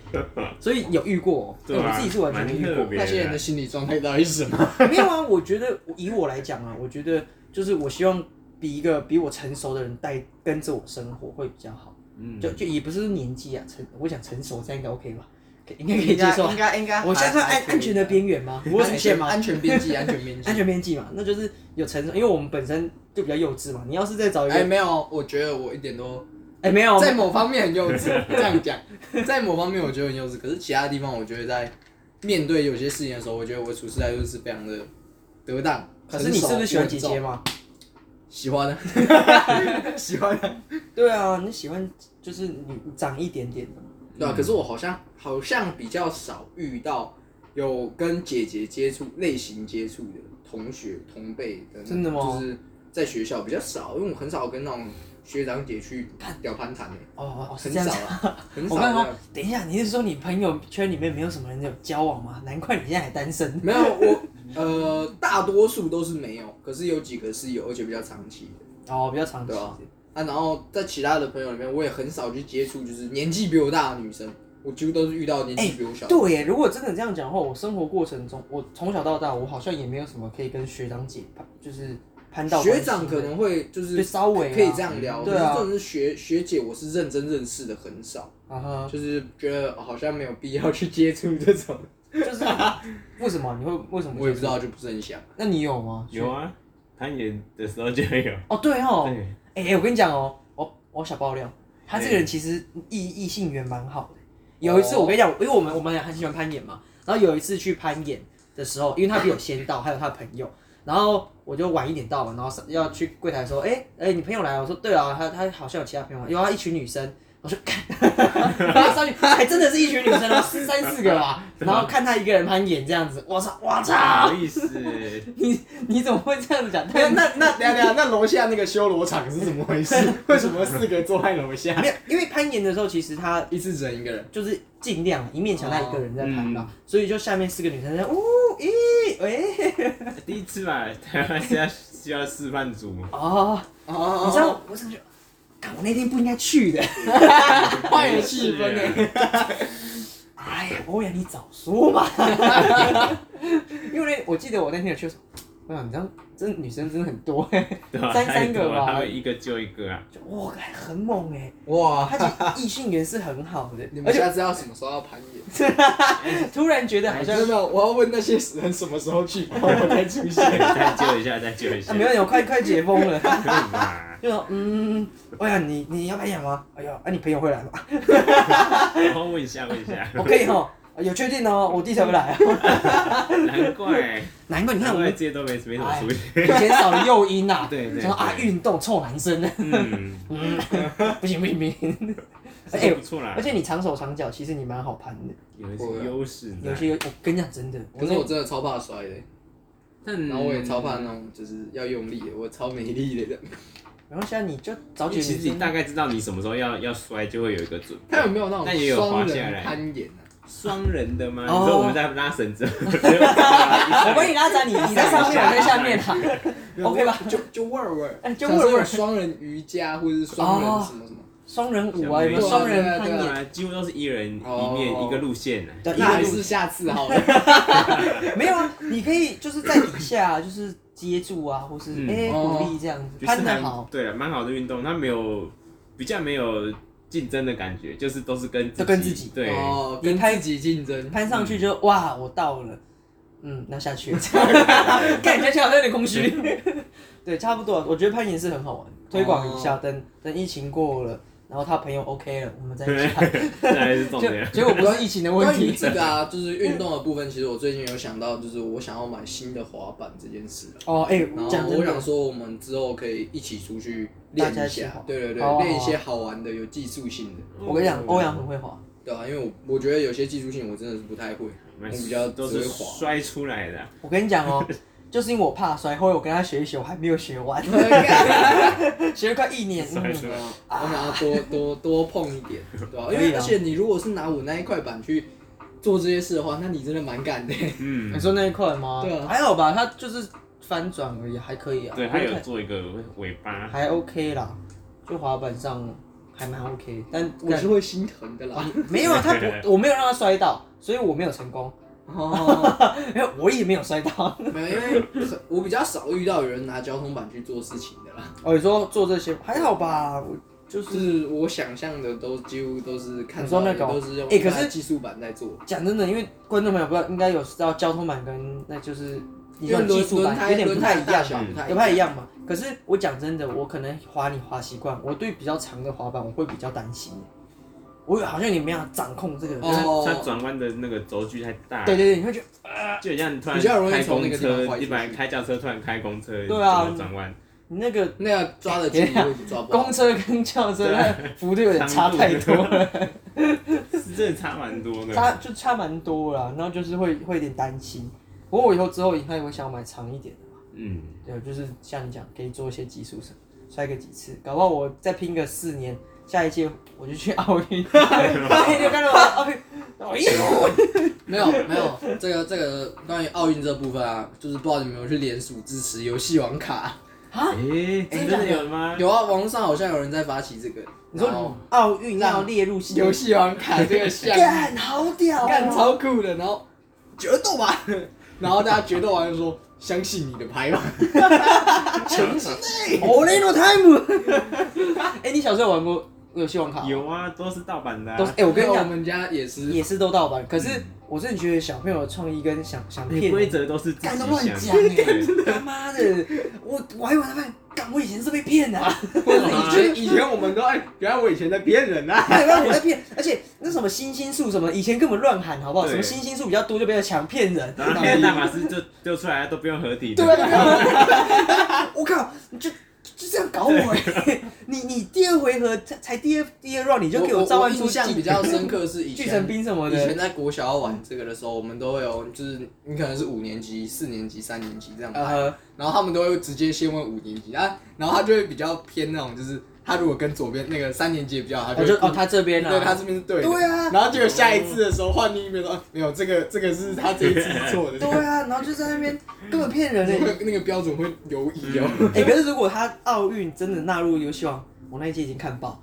Speaker 1: 所以有遇过、哦，
Speaker 3: 对啊
Speaker 1: 哎我自己是完全没遇
Speaker 3: 蛮特
Speaker 1: 过。
Speaker 3: 别
Speaker 2: 那些人的心理状态到底是什么？
Speaker 1: [LAUGHS] 没有啊，我觉得以我来讲啊，我觉得就是我希望比一个比我成熟的人带跟着我生活会比较好。”
Speaker 3: 嗯，
Speaker 1: 就就也不是年纪啊，成我想成熟这样应该 OK 吧，可应该可以接受啊。
Speaker 2: 该应该
Speaker 1: 我现在算安安全的边缘吗？我有
Speaker 2: 安
Speaker 1: 底线
Speaker 2: 全
Speaker 1: 吗？
Speaker 2: 安全边际，安全边际
Speaker 1: 安。全边际嘛，那就是有成熟，因为我们本身就比较幼稚嘛。你要是再找一个，
Speaker 2: 哎，
Speaker 1: 哎、
Speaker 2: 没有，我觉得我一点都
Speaker 1: 没有，
Speaker 2: 在某方面很幼稚， [LAUGHS] 这样讲，在某方面我觉得很幼稚，可是其他地方我觉得在面对有些事情的时候，我觉得我处事态度是非常的得当。
Speaker 1: 可是你是不是喜欢姐
Speaker 2: 成熟
Speaker 1: 姐？嘛？
Speaker 2: 喜欢
Speaker 1: [LAUGHS]
Speaker 2: 的，喜欢
Speaker 1: 嗯
Speaker 2: 的。
Speaker 1: 对啊，你喜欢就是你长一点点的嘛。
Speaker 2: 对啊，可是我好像好像比较少遇到有跟姐姐接触类型接触的同学同辈的那种，
Speaker 1: 真的吗
Speaker 2: 就是在学校比较少，因为我很少跟那种学长姐去屌攀谈的、欸
Speaker 1: 哦哦，是
Speaker 2: 很
Speaker 1: 这样
Speaker 2: 少
Speaker 1: 子。
Speaker 2: 啊，很
Speaker 1: [LAUGHS] 我
Speaker 2: 少
Speaker 1: 看
Speaker 2: 这
Speaker 1: 哦
Speaker 2: 样。，
Speaker 1: 等一下，你是说你朋友圈里面没有什么人有交往吗？难怪你现在还单身。
Speaker 2: 没有我，呃，大多数都是没有，可是有几个是有，而且比较长期的
Speaker 1: 哦，比较长期。
Speaker 2: 对啊啊。然后在其他的朋友里面，我也很少去接触，就是年纪比我大的女生，我几乎都是遇到年纪比我小的。
Speaker 1: 对啊耶，如果真的这样讲的话，我生活过程中，我从小到大，我好像也没有什么可以跟学长姐攀，就是攀到关
Speaker 2: 学
Speaker 1: 系的
Speaker 2: 长可能会就是
Speaker 1: 对稍微啊
Speaker 2: 可以这样聊，
Speaker 1: 嗯
Speaker 2: 可
Speaker 1: 对
Speaker 2: 是
Speaker 1: 啊
Speaker 2: 这种是学学姐，我是认真认识的很少，
Speaker 1: 啊哈，
Speaker 2: 就是觉得好像没有必要去接触这种， [LAUGHS]
Speaker 1: 就是为什么你会为什么？
Speaker 2: 我也不知。道，就不是很想。
Speaker 1: 那你有吗？
Speaker 3: 有啊，攀岩的时候就有。
Speaker 1: 哦，对哦，
Speaker 3: 对，
Speaker 1: 哎、我跟你讲哦，我我想爆料，他这个人其实异异性缘蛮好的。有一次
Speaker 2: 哦
Speaker 1: 我跟你讲，因为我们我们俩很喜欢攀岩嘛，然后有一次去攀岩的时候，因为他比我先到，还有他的朋友，然后我就晚一点到嘛，然后上要去柜台说，哎、哎、你朋友来了，我说对啊，他他好像有其他朋友，有啊，一群女生。我说， [LAUGHS] 然后上去还真的是一群女生哦，三四个吧，然后看他一个人攀岩这样子，我操，我
Speaker 3: 不好
Speaker 1: 操，
Speaker 3: 意思，
Speaker 1: 你你怎么会这样子讲？
Speaker 2: [LAUGHS] 那那那等一下等一下，那楼下那个修罗场是怎么回事？为什么四个坐在楼下
Speaker 1: 没，有，因为攀岩的时候，其实他
Speaker 2: [LAUGHS] 一次只能一个人？
Speaker 1: 就是尽量一面墙他一个人在攀吧，
Speaker 2: 嗯
Speaker 3: 哦
Speaker 1: 所以就下面四个女生在呜咦喂
Speaker 3: 第一次嘛，台湾是要需要示范
Speaker 1: [LAUGHS]
Speaker 3: 组嘛。
Speaker 1: 哦，
Speaker 2: 哦
Speaker 1: 你知道我怎么就，干我那天不应该去的，
Speaker 3: 啊
Speaker 1: 欸
Speaker 2: 坏了气氛呢？
Speaker 1: 哎呀，欧阳你早说嘛！ [LAUGHS] 因为呢，我记得我那天有去说，哇，你这样真女生真的很多哎、
Speaker 3: 对吧？
Speaker 1: 三
Speaker 3: 太
Speaker 1: 三个
Speaker 3: 多了
Speaker 1: 吧
Speaker 3: 他会一个救一个啊。
Speaker 1: 就哇，还很猛哎、
Speaker 2: 哇，
Speaker 1: 他其实异性缘是很好的
Speaker 2: [LAUGHS] 你，
Speaker 1: 而
Speaker 2: 们
Speaker 1: 且
Speaker 2: 下次要什么时候要攀岩？
Speaker 1: 突然觉得好像
Speaker 2: 没有没有，我要哎问那些死人什么时候去，然后我哦再出现。
Speaker 3: [LAUGHS] 再救一下，再救一下。
Speaker 1: 啊，没问题，我快快解封了。
Speaker 3: 可以吧？
Speaker 1: 就说嗯，欧阳你你要攀岩吗？哎呦，啊你朋友会来
Speaker 2: [LAUGHS]
Speaker 1: 吗？
Speaker 3: [LAUGHS] 然后问一下，问一下。
Speaker 1: 我可以哦，有确定哦，我弟才会来哦。
Speaker 3: 难怪，
Speaker 1: 难怪你看
Speaker 3: 难
Speaker 1: 我
Speaker 3: 怪
Speaker 1: 们
Speaker 3: 这些都没没怎么出现。
Speaker 2: 哎
Speaker 1: 以前少了诱因呐，
Speaker 3: [LAUGHS] 对对
Speaker 1: 想说啊
Speaker 3: 对
Speaker 1: 运动臭男
Speaker 3: [LAUGHS]
Speaker 1: 生，
Speaker 3: 嗯，
Speaker 1: 嗯，不行不行不行。而
Speaker 2: 哎
Speaker 3: 这
Speaker 1: 且
Speaker 3: 不错啦，
Speaker 1: 而且你长手长脚，其实你蛮好攀的。
Speaker 3: 有一些优势在。
Speaker 1: 有些我跟你讲真的，
Speaker 2: 可是我真的超怕摔的，
Speaker 3: 但
Speaker 2: 然后我也超怕那种就是要用力的，我超没力的人。
Speaker 1: 然后现在啊你就找
Speaker 3: 因
Speaker 1: 几个女
Speaker 3: 为其实你
Speaker 1: 生，
Speaker 3: 大概知道你什么时候要要摔，就会有一个准备。
Speaker 2: 他有没有那
Speaker 3: 但也有
Speaker 2: 种
Speaker 3: 滑
Speaker 2: 双
Speaker 3: 下
Speaker 2: 人
Speaker 3: 来
Speaker 2: 攀岩啊？
Speaker 3: 双人的吗？你
Speaker 1: 哦
Speaker 3: 说我们在拉绳子，我
Speaker 1: 啊我帮你拉着你，你
Speaker 3: [LAUGHS]
Speaker 1: 在上面，我啊在下
Speaker 3: 啊
Speaker 1: 面哈。OK 吧？
Speaker 2: 就就味儿味儿，
Speaker 1: 哎就
Speaker 2: 想说
Speaker 1: 味儿味儿
Speaker 2: 有双人瑜伽或者是双人什么什么，
Speaker 1: 双人舞啊，有没有
Speaker 3: 对啊
Speaker 1: 双人攀
Speaker 2: 对
Speaker 1: 岩
Speaker 2: 啊？
Speaker 3: 啊，几乎都是一人一
Speaker 2: 哦
Speaker 3: 面一个路线呢。
Speaker 1: 对
Speaker 2: 那还
Speaker 1: 一路
Speaker 2: 是下次好了。
Speaker 1: 没有啊，你可以就是在底下啊就是接住啊，或是
Speaker 3: 嗯
Speaker 1: 哎
Speaker 2: 哦
Speaker 1: 鼓励这样子，
Speaker 3: 就是
Speaker 1: 攀
Speaker 3: 还
Speaker 1: 得好，
Speaker 3: 对啊，蛮好的运动，它没有比较没有竞争的感觉，就是都是跟
Speaker 1: 都跟自己
Speaker 3: 对，
Speaker 2: 哦，
Speaker 1: 你
Speaker 2: 跟
Speaker 1: 拍
Speaker 2: 自己竞争，
Speaker 1: 攀上去就哇，我到了，嗯，那下去了， [LAUGHS] 感觉起来好像有点空虚。 [LAUGHS] 对，差不多，我觉得攀岩是很好玩，推广一下，等等疫情过了，然后他朋友 OK 了，我们再一起攀。
Speaker 3: 这还是重
Speaker 1: 结 [LAUGHS]
Speaker 3: 点。
Speaker 1: 结果不是疫情的问
Speaker 2: 关于 [LAUGHS]
Speaker 1: 题，
Speaker 2: 这个啊，就是运动的部分，其实我最近有想到，就是我想要买新的滑板这件事。
Speaker 1: 哦，哎
Speaker 2: 然，后
Speaker 1: 讲真
Speaker 2: 我
Speaker 1: 的
Speaker 2: 想，说，我们之后可以一起出去
Speaker 1: 大
Speaker 2: 练
Speaker 1: 家一
Speaker 2: 一
Speaker 1: 起
Speaker 2: 下
Speaker 1: 滑，
Speaker 2: 对对
Speaker 1: 哦
Speaker 2: 对，练一些好玩的、有技术性的，
Speaker 1: 我跟你
Speaker 3: [LAUGHS]
Speaker 1: 讲，欧阳很会滑，
Speaker 2: 对啊，因为我我觉得有些技术性我真的是不太
Speaker 1: [LAUGHS]
Speaker 2: 会，我
Speaker 3: 蛮
Speaker 2: 比较
Speaker 3: 都
Speaker 2: 只
Speaker 3: 是
Speaker 2: 会滑。
Speaker 3: 摔出来的啊，
Speaker 1: 我跟你讲哦。就是因为我怕摔，后来我跟他学一学，我还没有学完，学了快一
Speaker 3: [LAUGHS]
Speaker 1: 年。
Speaker 3: 摔
Speaker 1: 嗯
Speaker 3: 出来。
Speaker 2: 啊我想要多多多碰一点，对吧、
Speaker 1: 可以啊
Speaker 2: 因为而且你如果是拿我那一块板去做这些事的话，那你真的蛮
Speaker 1: [LAUGHS]
Speaker 2: 敢的。
Speaker 3: 嗯
Speaker 1: 你，说那一块吗？
Speaker 2: 对啊
Speaker 1: 还好吧，它就是翻转而已，还可以啊。
Speaker 3: 对，
Speaker 1: 不
Speaker 3: 它
Speaker 1: 会
Speaker 3: 有
Speaker 1: 太
Speaker 3: 做一个尾巴，
Speaker 1: 还 OK 啦，就滑板上还蛮 OK，但
Speaker 2: 我是会心疼
Speaker 1: [LAUGHS]
Speaker 2: 的啦。
Speaker 1: 没有啊，他不，我没有让他摔倒，所以我没有成功，
Speaker 2: 哦，
Speaker 1: 没有，我也没有摔倒。
Speaker 2: 没有，因为很我比较少遇到有人拿交通板去做事情的啦。
Speaker 1: 哦，你说做这些还好吧？我就
Speaker 2: 就是是我想象的都几乎都是看
Speaker 1: 你说
Speaker 2: 到
Speaker 1: 那
Speaker 2: 的
Speaker 1: 个哦
Speaker 2: 都是用
Speaker 1: 欸可是
Speaker 2: 它的技术板在做，
Speaker 1: 讲真的，因为观众朋友不知道，应该有知道交通版跟那就是你
Speaker 2: 因
Speaker 1: 说
Speaker 2: 为
Speaker 1: 技
Speaker 2: 轮
Speaker 1: 术
Speaker 2: 轮
Speaker 1: 版
Speaker 2: 胎
Speaker 1: 有点
Speaker 2: 轮
Speaker 1: 不
Speaker 2: 胎
Speaker 1: 太
Speaker 2: 的
Speaker 1: 一
Speaker 2: 大 [LAUGHS]
Speaker 1: 样
Speaker 2: 小
Speaker 1: 嘛，
Speaker 2: 不太
Speaker 1: 有不太一
Speaker 2: 样。
Speaker 1: 样嘛。可是我讲真的，我可能滑你滑习惯，我对比较长的滑板我会比较担心，我有好像你没有掌控这个。
Speaker 2: 哦
Speaker 3: 它转弯的那个轴距太大，
Speaker 1: 对对对，你会觉得
Speaker 3: 就很像突然
Speaker 2: 比较容易
Speaker 3: 开
Speaker 2: 从那
Speaker 3: 公
Speaker 2: 个地方
Speaker 3: 车，
Speaker 2: 滑
Speaker 3: 一
Speaker 2: 进去
Speaker 3: 般开轿车突然开公车，
Speaker 1: 对啊
Speaker 3: 怎么转弯，
Speaker 1: 你那个
Speaker 2: 那个抓的距离会抓不 [LAUGHS] 好
Speaker 1: 公，车跟轿车那幅度有点差太多了，
Speaker 3: 是真的差蛮多的。
Speaker 1: 差就差蛮多了，然后就是会会有点担心。不过我以后之后应该会想要买长一点的，
Speaker 3: 嗯，
Speaker 1: 对，就是像你讲，可以做一些技术什么，摔个几次，搞不好我再拼个四年，下一届我就去奥运，你有看到吗？奥运，哎呦，
Speaker 2: 没有没有，这个这个关于奥运这部分啊，就是不知道你们有没有去联署支持游戏王卡？啊
Speaker 3: 诶，真
Speaker 1: 啊真的
Speaker 3: 的有吗？
Speaker 2: 有啊，网络上好像有人在发起这个，
Speaker 1: 你说奥运要列入新
Speaker 2: 游戏王卡这个项目，
Speaker 1: 干好屌、
Speaker 2: 干超酷的，然后决斗吧，然后大家决斗完就说相信你的牌 [LAUGHS] 吧，全职内，
Speaker 1: o l e no time。哎、你小时候有玩过游戏王卡吗？
Speaker 3: 有啊，都是盗版的啊，
Speaker 1: 都是哎、我跟你
Speaker 2: 我
Speaker 1: 讲，
Speaker 2: 们家也是
Speaker 1: 也是都盗版。可是
Speaker 3: 嗯
Speaker 1: 我真的觉得小朋友的创意跟想想
Speaker 3: 哎
Speaker 1: 骗
Speaker 3: 规
Speaker 1: 人，
Speaker 3: 则都是自己
Speaker 1: 干都
Speaker 3: 想
Speaker 1: 乱 [LAUGHS] 讲
Speaker 3: 的。对
Speaker 1: 哎！他妈的，我玩一玩他发现，干我以前是被骗的、啊，
Speaker 2: [LAUGHS] 以前以前我们都哎，原来我以前在骗人啊。
Speaker 1: 对吧？我在骗，而且那什么星星数什么，以前根本乱喊好不好？
Speaker 3: 对
Speaker 1: 什么星星数比较多就被他抢骗人。
Speaker 3: 然后现在大法师就丢出来都不用合体的，
Speaker 1: 对啊，我靠， [LAUGHS] 你就就这样搞我、哎！ [LAUGHS] 你你第二回合才才第二第二 round 你就给
Speaker 2: 我
Speaker 1: 召唤出
Speaker 2: 印象
Speaker 1: 巨
Speaker 2: 比较深刻是以 [LAUGHS]
Speaker 1: 巨神
Speaker 2: 前
Speaker 1: 兵什么
Speaker 2: 以前
Speaker 1: 的，
Speaker 2: 在国小玩这个的时候，我们都会有，就是你可能是五年级、四年级、三年级这样，
Speaker 1: 呃，
Speaker 2: 然后他们都会直接先问五年级啊，然后他就会比较偏那种，就是他如果跟左边那个三年级比较好，
Speaker 1: 我
Speaker 2: 他
Speaker 1: 就
Speaker 2: 就
Speaker 1: 哦他这边
Speaker 2: 对他
Speaker 1: 啊，
Speaker 2: 这边是对的，
Speaker 1: 对啊，
Speaker 2: 然后结果下一次的时候换另一边说啊没有这个这个是他这一次是错的，
Speaker 1: 对啊，然后就在那边根本骗人哎、
Speaker 2: 那个那个标准会犹疑
Speaker 1: [LAUGHS]
Speaker 2: 哦，
Speaker 1: 哎、可是如果他奥运真的纳入游戏王，我那一届已经看爆。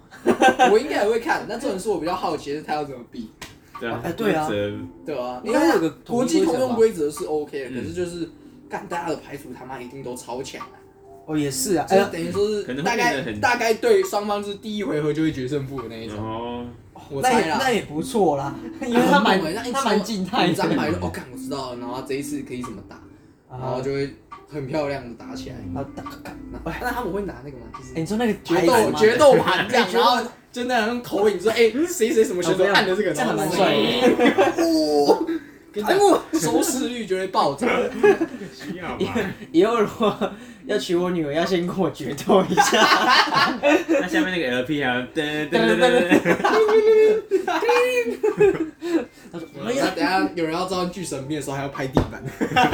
Speaker 2: 我应该也会看，但重点是我比较好奇的是他要怎么比，
Speaker 3: 对啊，
Speaker 1: 哎对啊
Speaker 3: 规则
Speaker 2: 对啊，
Speaker 1: 应该有个
Speaker 2: 国际
Speaker 1: 统
Speaker 2: 通
Speaker 1: 一规则吧
Speaker 2: 用规则是 OK 的，可
Speaker 3: 嗯
Speaker 2: 是就是干大家的排除他妈一定都超强啊，
Speaker 1: 哦，也是啊，
Speaker 2: 就
Speaker 1: 哎
Speaker 2: 是
Speaker 1: 呀，
Speaker 2: 等于说是
Speaker 3: 可能会
Speaker 2: 大概
Speaker 3: 变得很
Speaker 2: 大概对双方是第一回合就会决胜负的那一
Speaker 3: 然
Speaker 2: 种，
Speaker 3: 后
Speaker 2: 我
Speaker 1: 那
Speaker 2: 猜
Speaker 1: 也
Speaker 2: 啦
Speaker 1: 那。也不错啦，因为他蛮他蛮静态
Speaker 2: 一张
Speaker 1: 的，
Speaker 2: 牌说哦，看我知道了，然后这一次可以怎么打，然后
Speaker 1: 啊，
Speaker 2: 就会很漂亮的打起来。
Speaker 1: 啊大
Speaker 2: 那那他们会拿那个吗？就是
Speaker 1: 哎你说那个
Speaker 2: 决
Speaker 1: 牌子
Speaker 2: 斗
Speaker 1: 吗
Speaker 2: 决斗盘这样，
Speaker 1: 哎
Speaker 2: 然后真的用投影说，哎，谁谁什么选
Speaker 1: 哦
Speaker 2: 手
Speaker 1: 这样
Speaker 2: 按的这个，
Speaker 1: 这样还蛮
Speaker 2: 然后
Speaker 1: 帅的，
Speaker 2: 哇，跟你讲收视率就会暴涨。
Speaker 3: 需要嘛？
Speaker 1: 以后如果要娶我女儿，要先跟我决斗一下，
Speaker 3: 那下面那个 LP 啊，噔噔噔噔噔，
Speaker 1: 他说
Speaker 2: 那
Speaker 1: 没有
Speaker 2: 等下有人要召唤巨神兵的时候，还要拍地板。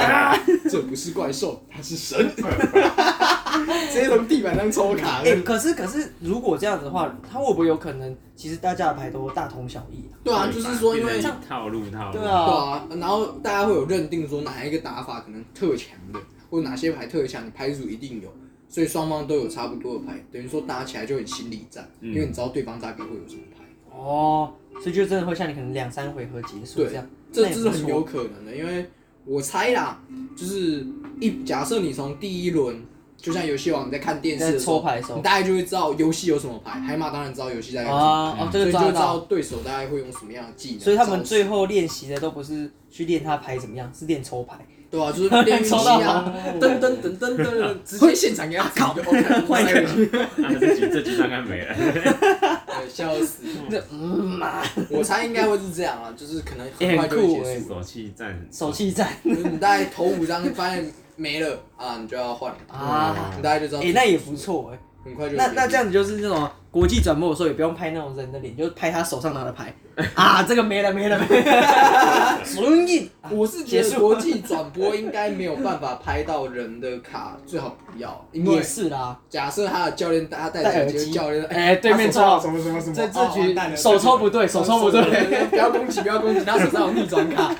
Speaker 1: [LAUGHS]
Speaker 2: 这不是怪兽，它是神。直接从地板上抽卡。
Speaker 1: 哎、可是可是，如果这样子的话，他会不会有可能，其实大家的牌都大同小异啊？
Speaker 2: 对啊，就是说，因为
Speaker 3: 变成套路套路，
Speaker 1: 对
Speaker 2: 对
Speaker 1: 啊，
Speaker 2: 啊，然后大家会有认定说哪一个打法可能特强的，或哪些牌特强，你牌组一定有，所以双方都有差不多的牌，等于说打起来就很心理战，
Speaker 3: 嗯
Speaker 2: 因为你知道对方大概会有什么牌，
Speaker 1: 哦，所以就真的会像你可能两三回合结束
Speaker 2: 对
Speaker 1: 这样，
Speaker 2: 这
Speaker 1: 那也
Speaker 2: 这
Speaker 1: 不
Speaker 2: 是很有
Speaker 1: 错
Speaker 2: 可能的，因为我猜啦，就是一假设你从第一轮，就像游戏王你在看电视
Speaker 1: 在
Speaker 2: 的时候
Speaker 1: 抽，牌的时候
Speaker 2: 你大概就会知道游戏有什么牌，海马当然知道游戏在用什么
Speaker 1: 啊，哦，
Speaker 2: 牌，
Speaker 1: 这
Speaker 2: 所
Speaker 1: 个抓
Speaker 2: 以就知
Speaker 1: 得到
Speaker 2: 道。对手大概会用什么样的技能，
Speaker 1: 所以他们
Speaker 2: 招式
Speaker 1: 最后练习的都不是去练他牌怎么样，是练抽牌。
Speaker 2: 对啊，就是
Speaker 1: [LAUGHS]
Speaker 2: 练运气
Speaker 1: 抽到
Speaker 2: 啊
Speaker 1: 吗，
Speaker 2: 噔噔噔噔噔，直接现场给他搞个 OK，
Speaker 1: 啊换一个
Speaker 2: 个，
Speaker 3: 啊，这局这局大概没了，
Speaker 2: 对笑死！
Speaker 1: 那嗯嘛，
Speaker 2: 我猜应该会是这样啊，就是可能很
Speaker 1: 也
Speaker 2: 快
Speaker 1: 很
Speaker 2: 就会
Speaker 1: 酷
Speaker 2: 结
Speaker 1: 欸
Speaker 2: 束，
Speaker 3: 手气战，
Speaker 1: 手气战。
Speaker 2: 就是你大概头五张发现没了啊，你就要换了
Speaker 1: 啊
Speaker 2: 你大概就知道
Speaker 1: 哎、，那也不错哎、
Speaker 2: 很快就
Speaker 1: 那那这
Speaker 2: 样
Speaker 1: 样子就是那种国际转播的时候，也不用拍那种人的脸，就是拍他手上拿的 [LAUGHS] 牌。啊，这个没了没了没 [LAUGHS] 了，顺应。
Speaker 2: 我是觉得国际转播应该没有办法拍到人的卡，最好不要，因为
Speaker 1: 也是啦，
Speaker 2: 假设他的教练他戴
Speaker 1: 戴
Speaker 2: 着
Speaker 1: 耳
Speaker 2: 耳机，
Speaker 1: 机
Speaker 2: 教练
Speaker 1: 哎、对面抽
Speaker 4: 抽什么什么什么，
Speaker 1: 这这
Speaker 4: 哦完
Speaker 1: 局
Speaker 4: 蛋了
Speaker 1: 手抽不对，手抽不 [LAUGHS] 对，，
Speaker 2: 不要攻击，不要攻击，他手上有逆转卡。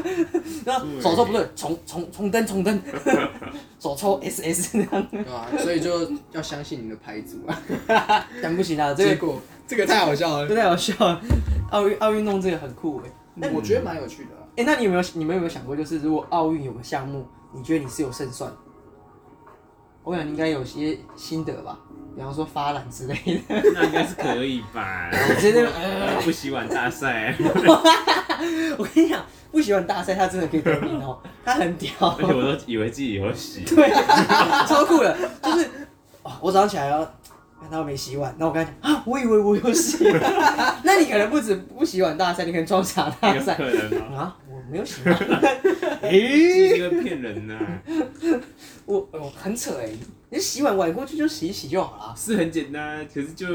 Speaker 1: 然后手抽不对，重重重登重 [LAUGHS] 登，手抽 SS 那样，
Speaker 2: [LAUGHS]
Speaker 1: [LAUGHS]
Speaker 2: 对啊，所以就要相信你的牌组啊。
Speaker 1: 但不行啊，这
Speaker 2: 结
Speaker 1: 个
Speaker 2: 果这个太好笑了，
Speaker 1: 真太好笑了。奥运奥运弄这个很酷哎、
Speaker 2: 我觉得蛮有趣的啊、
Speaker 1: 哎、那你有没有你们有没有想过，就是如果奥运有个项目，你觉得你是有胜算的？我想你应该有些心得吧，比方说发懒之类
Speaker 3: [LAUGHS]
Speaker 1: 的。
Speaker 3: 那应该是可以吧？
Speaker 1: 我觉得呃
Speaker 3: 不洗碗大赛，
Speaker 1: 我跟你讲，不喜欢大赛，他真的可以得名哦，他很屌，
Speaker 3: 而且我都以为自己有洗，
Speaker 1: 对， [LAUGHS] 超酷的，就是哇，我早上起来要。看到没洗碗，那我跟他讲啊，我以为我有洗碗， [LAUGHS] 那你可能不止不洗碗大赛，你可能装傻大
Speaker 3: 有
Speaker 1: 赛
Speaker 3: 可能吗？
Speaker 1: 啊，我没有 [LAUGHS] 洗碗，
Speaker 3: 这
Speaker 1: 诶、
Speaker 3: 是一个骗人呐，
Speaker 1: 我我很扯哎、你洗碗碗过去就洗一洗就好了。
Speaker 3: 是很简单，可是就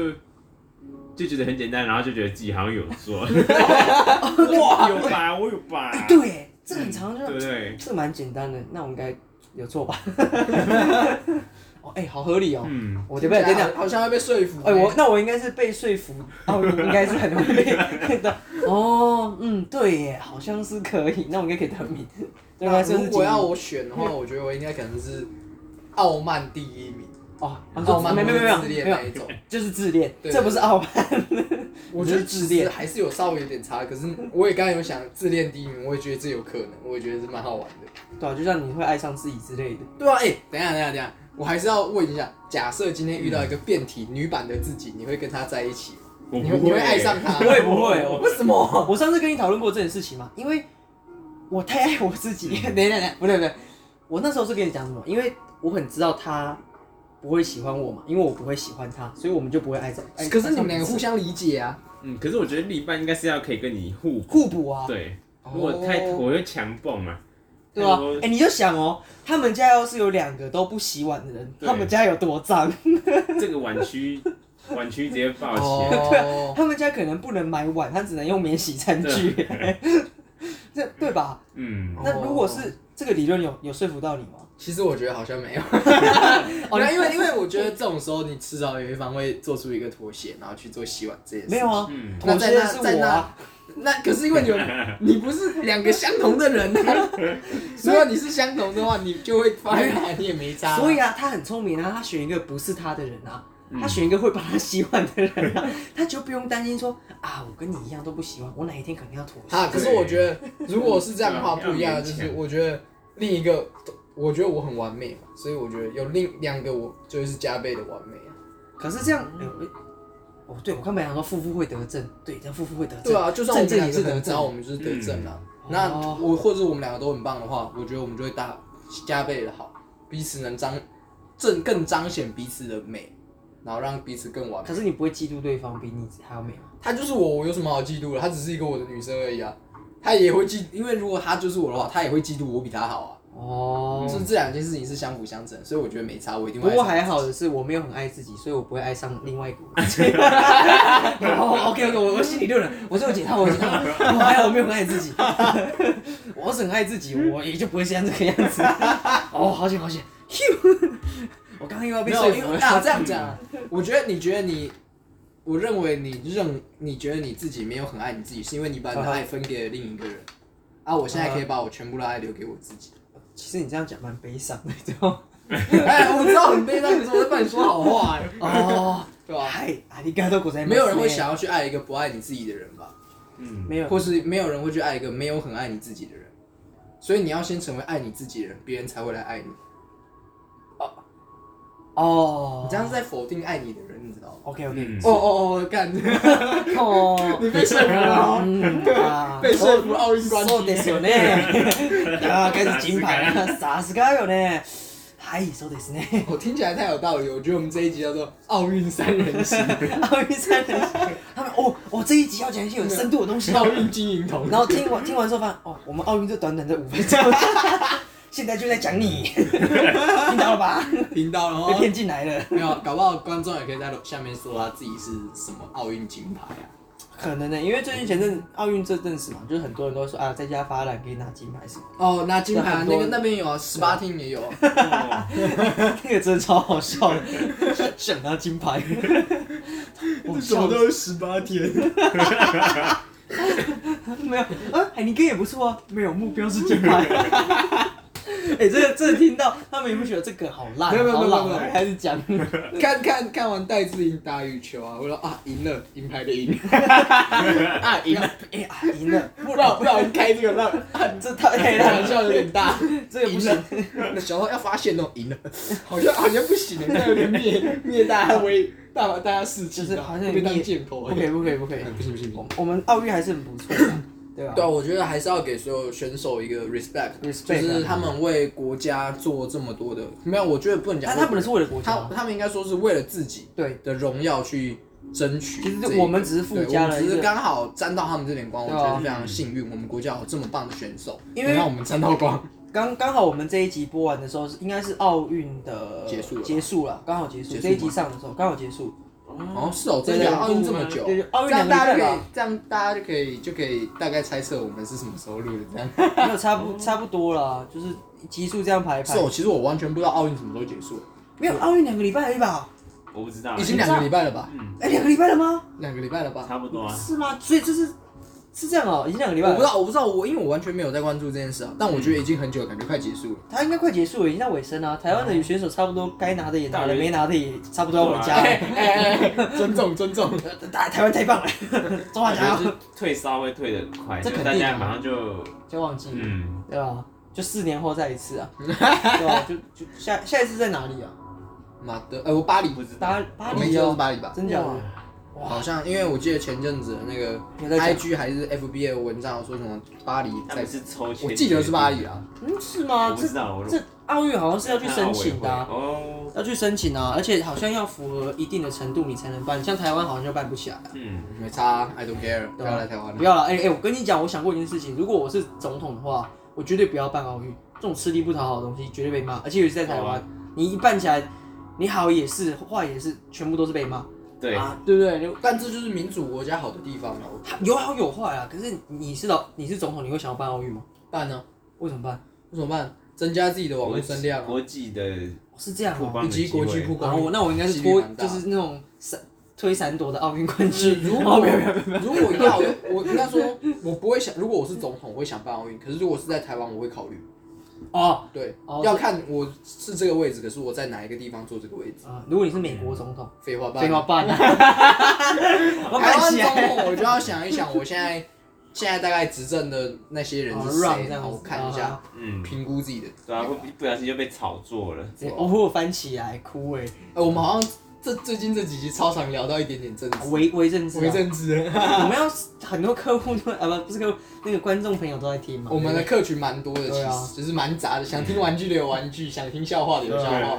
Speaker 3: 就觉得很简单，然后就觉得自己好像有做，哇，有吧，我有吧，
Speaker 1: 哎，对，这个很常就
Speaker 3: 嗯对不对？
Speaker 1: 这蛮简单的，那我应该有错吧？哦，哎、好合理哦。
Speaker 3: 嗯，
Speaker 1: 我对不对？等等，
Speaker 2: 好像会被说服、
Speaker 1: 哎、我那我应该是被说服，哦，我应该是很容易被的。哦，嗯，对耶，好像是可以，那我应该可以得名。对吧？
Speaker 2: 那
Speaker 1: 是不
Speaker 2: 如
Speaker 1: 是
Speaker 2: 果要我选的话，我觉得我应该可能是傲慢第一名，
Speaker 1: 哦，
Speaker 2: 傲慢
Speaker 1: 没没没没有
Speaker 2: 自
Speaker 1: 没
Speaker 2: 恋
Speaker 1: 有
Speaker 2: 那，一种。
Speaker 1: 就是自恋，
Speaker 2: 对
Speaker 1: 这不是傲慢。
Speaker 2: 我觉得其实还是有稍微有点差，可是我也刚才有想自恋第一名，我也觉得这有可能，我也觉得是蛮好玩的。
Speaker 1: 对啊，就像你会爱上自己之类的。
Speaker 2: 对啊，哎、等一下等一下等一下，我还是要问一下，假设今天遇到一个变体女版的自己，你会跟她在一起吗？
Speaker 3: 我
Speaker 2: 你
Speaker 3: 不
Speaker 2: 你
Speaker 3: 会
Speaker 2: 会爱上她？
Speaker 1: 我也不会，我
Speaker 2: 为什么？
Speaker 1: 我上次跟你讨论过这件事情嘛，因为我太爱我自
Speaker 2: 嗯
Speaker 1: 己。 [LAUGHS] 等一下等一下，不对不对，我那时候是跟你讲什么？因为我很知道他不会喜欢我嘛，因为我不会喜欢他，所以我们就不会爱上。爱
Speaker 2: 可是你们两
Speaker 1: 爱上彼
Speaker 2: 个
Speaker 1: 此
Speaker 2: 互相理解啊。
Speaker 3: 嗯，可是我觉得另一半应该是要可以跟你互补，
Speaker 1: 互补啊，
Speaker 3: 对，如果太
Speaker 2: 哦
Speaker 3: 我会强蹦嘛，
Speaker 1: 对吧、啊
Speaker 3: 太多？
Speaker 1: 哎、你就想哦，他们家要是有两个都不洗碗的人，
Speaker 3: 对
Speaker 1: 他们家有多
Speaker 2: [LAUGHS]
Speaker 1: 脏？
Speaker 3: 这个晚 [LAUGHS] 区晚区直接爆起来，
Speaker 1: [LAUGHS]
Speaker 2: 哦，
Speaker 1: 他们家可能不能买碗，他只能用免洗餐具，
Speaker 2: [LAUGHS]
Speaker 1: 这对吧？
Speaker 3: 嗯，
Speaker 1: 那如果
Speaker 2: 哦
Speaker 1: 是这个理论有有说服到你吗？
Speaker 2: 其实我觉得好像
Speaker 1: [LAUGHS]
Speaker 2: 没有，
Speaker 1: 哦
Speaker 2: 哦，因为因为我觉得这种时候你迟早有一方会做出一个妥协，然后去做洗碗这件事。
Speaker 1: 没有，啊，
Speaker 3: 嗯，
Speaker 1: 妥
Speaker 2: 那在
Speaker 1: 协的
Speaker 2: 那
Speaker 1: 是
Speaker 2: 在
Speaker 1: 我啊
Speaker 2: 那。那可是因为你们
Speaker 1: [LAUGHS]
Speaker 2: 你不是两个相同的人啊，如果你是相同的话，你就会发现你也没差。
Speaker 1: 啊所以啊，他很聪明啊，他选一个不是他的人啊，
Speaker 2: 嗯
Speaker 3: 嗯
Speaker 1: 他选一个会把他洗碗的人、啊， [LAUGHS] 他就不用担心说啊，我跟你一样都不洗碗，我哪一天肯定要妥协。
Speaker 2: 啊，可是我觉得如果是这样的话，
Speaker 3: 对啊要
Speaker 2: 不一样的
Speaker 3: 勉
Speaker 2: 就是
Speaker 3: 强
Speaker 2: 我觉得另一个，我觉得我很完美嘛，所以我觉得有另两个我就是加倍的完美啊。
Speaker 1: 可是这样，哎、我哦，对我刚本来想说夫妇会得症，对，这夫妇会得症，
Speaker 2: 对啊，就算我
Speaker 1: 正
Speaker 2: 们
Speaker 1: 正
Speaker 2: 两
Speaker 1: 也
Speaker 2: 个
Speaker 1: 是得
Speaker 2: 很糟，我
Speaker 1: 症，
Speaker 2: 们就是得正啊。
Speaker 1: 嗯
Speaker 2: 那
Speaker 1: 哦
Speaker 2: 我或者我们两个都很棒的话，我觉得我们就会大加倍的好，彼此能彰正更彰显彼此的美，然后让彼此更完美
Speaker 1: 可。是你不会嫉妒对方比你还要美吗？
Speaker 2: 她就是我，我有什么好嫉妒的？她只是一个我的女生而已啊。她也会嫉，因为如果她就是我的话，她也会嫉妒我比她好啊。
Speaker 1: 哦，
Speaker 2: 所以这两件事情是相辅相成，所以我觉得没差，我一定会
Speaker 1: 不
Speaker 2: 爱
Speaker 1: 过
Speaker 2: 上自己。
Speaker 1: 还好的是，我没有很爱自己，所以我不会爱上另外一个我自己。
Speaker 2: [LAUGHS]
Speaker 1: 然后 OK OK，我我心里六人，我是有解套，我有解套。我还好我没有很爱自己， [LAUGHS] 我是很爱自己，我也就不会现在这个样子。 [LAUGHS] 哦，好险好险！咻，我刚刚又要被
Speaker 2: 没
Speaker 1: 说
Speaker 2: 有，
Speaker 1: 服
Speaker 2: 因为
Speaker 1: 了。
Speaker 2: 啊，这样讲啊，我觉得你觉得你，我认为你认，你觉得你自己没有很爱你自己，是因为你把
Speaker 1: 啊
Speaker 2: 你的爱分给了另一个人。啊，我现在可以把我全部的爱留给我自己。 [LAUGHS]
Speaker 1: 其实你这样讲蛮悲伤的，你知道吗？
Speaker 2: 哎，我知道很悲伤，可是我在帮你说好话、哎，
Speaker 1: 哦，
Speaker 2: 对吧、
Speaker 1: [LAUGHS] 嗨，ありがとうございます
Speaker 2: 没有人会，想要去爱一个不爱你自己的人吧？
Speaker 3: 嗯，
Speaker 1: 没有，
Speaker 2: 或是没有人会去爱一个没有很爱你自己的人。所以你要先成为爱你自己的人，别人才会来爱你。
Speaker 1: 哦，
Speaker 2: 你这样是在否定爱你的人，你知道吗？
Speaker 1: OK OK，
Speaker 3: 嗯
Speaker 2: 哦哦哦，
Speaker 1: [LAUGHS]
Speaker 2: 干！
Speaker 1: 哦，
Speaker 2: [LAUGHS] 你被说服了哦
Speaker 1: 嗯啊
Speaker 2: [LAUGHS] 被说服奥运冠军
Speaker 1: そうですよね。啊，开始金牌了，さすがよね。はい、そうです [LAUGHS] ね。
Speaker 2: 我听起来太有道理，我觉得我们这一集叫做“奥运三人行
Speaker 1: 奥运三人行，他们哦，我这一集要讲一些有深度的东”，西。
Speaker 2: 奥运金
Speaker 1: [LAUGHS]
Speaker 2: 银铜。
Speaker 1: 然后听完听完之后发现，哦，我们奥运就短短的五分 [LAUGHS] 钟，现在就在讲 [LAUGHS] 你，听到了吧？
Speaker 2: 听到了
Speaker 1: 被
Speaker 2: 哦，
Speaker 1: 骗进来了，
Speaker 2: 没有，搞不好观众也可以在下面说啊他自己是什么奥运金牌啊。
Speaker 1: 可能呢，因为最近前阵奥运这阵子嘛，就是很多人都说啊，在家发懒可以拿金牌什么，
Speaker 2: 哦，拿金牌啊
Speaker 1: 很
Speaker 2: 那
Speaker 1: 多
Speaker 2: 个那边有啊，十八厅也有 [LAUGHS] 啊。
Speaker 1: [LAUGHS] 那个真的超好笑的， [LAUGHS] 想拿金牌，我笑死
Speaker 2: 是十八天？
Speaker 1: [LAUGHS] 没有，啊，海尼哥也不错啊，没有目标是金牌。 [LAUGHS] 哎、这个这个听到他们也不觉得这个好烂，
Speaker 2: 没有没有
Speaker 1: 好老
Speaker 2: 没有
Speaker 1: 啊
Speaker 2: 没有
Speaker 1: 还是
Speaker 2: [LAUGHS]
Speaker 1: 讲
Speaker 2: [LAUGHS] 看看看完戴志颖打羽球啊，我说啊，赢了，银牌的 [LAUGHS] 赢，
Speaker 1: 啊赢了，哎啊赢 [LAUGHS] 了，
Speaker 2: 不然不然开这个让
Speaker 1: 这
Speaker 2: [LAUGHS]
Speaker 1: 太烂
Speaker 2: 玩
Speaker 1: 了，
Speaker 2: 笑有点大。
Speaker 1: 这个不行
Speaker 2: 赢。那小时候要发现哦，赢了，好像好像不行了，欸那有点灭灭大家威大大家士气，
Speaker 1: 就是好像有
Speaker 2: 被
Speaker 1: 点
Speaker 2: 当
Speaker 1: 灭
Speaker 2: 箭头。
Speaker 1: 不可以不可以不可以
Speaker 2: 哎，不行不行
Speaker 1: 我
Speaker 2: 不行。
Speaker 1: 我们奥运还是很不错的，对吧？
Speaker 2: 对啊，我觉得还是要给所有选手一个 respect，, 啊
Speaker 1: Respect
Speaker 2: 就是他们为国家做这么多的，没有，我觉得不能讲
Speaker 1: 但
Speaker 2: 为，
Speaker 1: 他们是为了国
Speaker 2: 他
Speaker 1: 家，
Speaker 2: 他们应该说是为了自己
Speaker 1: 对
Speaker 2: 的荣耀去争取这
Speaker 1: 其
Speaker 2: 一
Speaker 1: 实
Speaker 2: 个。
Speaker 1: 我们只是附加了一个
Speaker 2: 对我们只是刚好沾到他们这点光，我
Speaker 1: 对
Speaker 2: 觉
Speaker 1: 啊
Speaker 2: 得是非常幸运，我们国家有这么棒的选手，
Speaker 1: 因为
Speaker 2: 能让我们沾到光。
Speaker 1: 刚刚好我们这一集播完的时候，是应该是奥运的
Speaker 2: 结束了吧
Speaker 1: 结束了，刚好结束
Speaker 2: 结束吗
Speaker 1: 这一集上的时候刚好结束，
Speaker 2: 哦，是哦，
Speaker 1: 对
Speaker 2: 真
Speaker 1: 对对
Speaker 2: 的奥运这么久，
Speaker 1: 对奥运
Speaker 2: 这样
Speaker 1: 两个月
Speaker 2: 大家就可
Speaker 1: 吧
Speaker 2: 以，这样大家就可以就可以大概猜测我们是什么时候录的这样。
Speaker 1: 没有差不差不多啦，就是集数这样排一排
Speaker 2: [LAUGHS] 哦是，哦，其实我完全不知道奥运什么时候结束，
Speaker 1: 没有奥运两个礼拜而已吧？
Speaker 3: 我不知道，啊
Speaker 2: 已经两个礼拜了吧？
Speaker 3: 嗯，
Speaker 1: 哎、两个礼拜了吗？
Speaker 2: 两个礼拜了吧？
Speaker 3: 差不多啊，
Speaker 1: 是吗？所以这是是这样哦、已经两个礼拜
Speaker 2: 我
Speaker 1: 了。
Speaker 2: 不知道，我不知道，我因为我完全没有在关注这件事啊，但我觉得已经很久了，感觉快结束了。
Speaker 1: 他应该快结束了，已经到尾声了。啊台
Speaker 3: 哦
Speaker 1: 湾的选手差不多该拿的也拿了，没拿的也差不多要回家了。
Speaker 2: 哎 [LAUGHS] 哎，尊重尊重，
Speaker 1: [LAUGHS] 台台湾太棒了，中华
Speaker 3: 我觉
Speaker 1: 加油！
Speaker 3: 得是退烧会退的快，
Speaker 1: 这
Speaker 3: 就
Speaker 1: 肯定
Speaker 3: 大
Speaker 1: 啊
Speaker 3: 家马上就
Speaker 1: 就忘记了，
Speaker 3: 嗯，
Speaker 1: 对吧？就四年后再一次啊，对吧？就就下下一次在哪里啊？
Speaker 2: 妈的，哎，我巴黎
Speaker 3: 嗯不，知道
Speaker 1: 巴巴
Speaker 2: 我没
Speaker 1: 黎
Speaker 2: 记错
Speaker 1: 哦
Speaker 2: 是，巴黎吧？
Speaker 1: 真假的？
Speaker 3: 啊
Speaker 2: 好像因为我记得前阵子那个
Speaker 1: 有在讲
Speaker 2: IG 还是 FB 的文章有说什么巴黎
Speaker 3: 他
Speaker 2: 在
Speaker 3: 们，是抽签，
Speaker 2: 我记得是巴黎，啊，
Speaker 1: 嗯，是吗
Speaker 3: 我？不
Speaker 1: 这
Speaker 3: 知道，我
Speaker 1: 这奥运好像是要去申请的啊、
Speaker 3: 哦，
Speaker 1: 要去申请啊，而且好像要符合一定的程度你才能办，像台湾好像就办不起来啊。
Speaker 3: 嗯，
Speaker 2: 没差啊，I don't care，不要来台湾
Speaker 1: 不
Speaker 2: 了。
Speaker 1: 要了，哎、哎、我跟你讲，我想过一件事情，如果我是总统的话，我绝对不要办奥运，这种吃力不讨好的东西绝对被骂，而且尤其在台湾，
Speaker 2: 啊
Speaker 3: 好
Speaker 1: 你一办起来，你好也是，坏也是，全部都是被骂，
Speaker 3: 对，
Speaker 1: 啊，对不对？就
Speaker 2: 但这就是民主国家好的地方啊！我
Speaker 1: 有好有坏啊，可是你是老你是总统，你会想要办奥运吗？
Speaker 2: 办呢？
Speaker 1: 为什么办？
Speaker 2: 为什么办？增加自己的网络
Speaker 3: 国
Speaker 2: 声量啊，
Speaker 3: 国际的
Speaker 1: 哦是这样
Speaker 3: 曝
Speaker 1: 啊、
Speaker 3: 光
Speaker 2: 以
Speaker 3: 的
Speaker 2: 及
Speaker 3: 机
Speaker 2: 国
Speaker 3: 会
Speaker 2: 际曝
Speaker 1: 然后
Speaker 2: 光。
Speaker 1: 我那我应该是
Speaker 2: 几率
Speaker 1: 脱
Speaker 2: 蛮，大
Speaker 1: 就是那种闪推闪躲的奥运冠
Speaker 2: 是
Speaker 1: 军。
Speaker 2: 如
Speaker 1: [LAUGHS] 哦
Speaker 2: 果
Speaker 1: 没有没有
Speaker 2: 如果要我应该说，我不会想，如果我是总统，我会想办奥运。可是如果是在台湾，我会考虑。
Speaker 1: 哦
Speaker 2: 对，
Speaker 1: 哦
Speaker 2: 要看我是这个位置，可是我在哪一个地方坐这个位置。
Speaker 1: 啊，如果你是美国总统，
Speaker 2: 废话吧，
Speaker 1: 废话办
Speaker 2: [LAUGHS]
Speaker 1: 啊，我
Speaker 2: 台
Speaker 1: 看
Speaker 2: 湾
Speaker 1: 起来
Speaker 2: 总统我就要想一想，我现在现在大概执政的那些人是
Speaker 1: 哦，run
Speaker 2: 谁，
Speaker 1: 这样子
Speaker 2: 然后我看一下，
Speaker 3: 嗯，
Speaker 2: 评估自己的。
Speaker 3: 对啊，会不不小心就被炒作了。
Speaker 1: 直接哦翻起来哭哎，
Speaker 2: 哎，我们好像这最近这几集超常聊到一点点政治，
Speaker 1: 为为政治啊，
Speaker 2: 为政治。
Speaker 1: 我们要很多客户都 [LAUGHS] 啊不不是客户，那个观众朋友都在听嘛，
Speaker 2: 我们的
Speaker 1: 对
Speaker 2: 客群蛮多的，其
Speaker 1: 对啊
Speaker 2: 实就是蛮杂的，想听玩具的有玩具，想听笑话的有笑
Speaker 3: 对
Speaker 2: 话，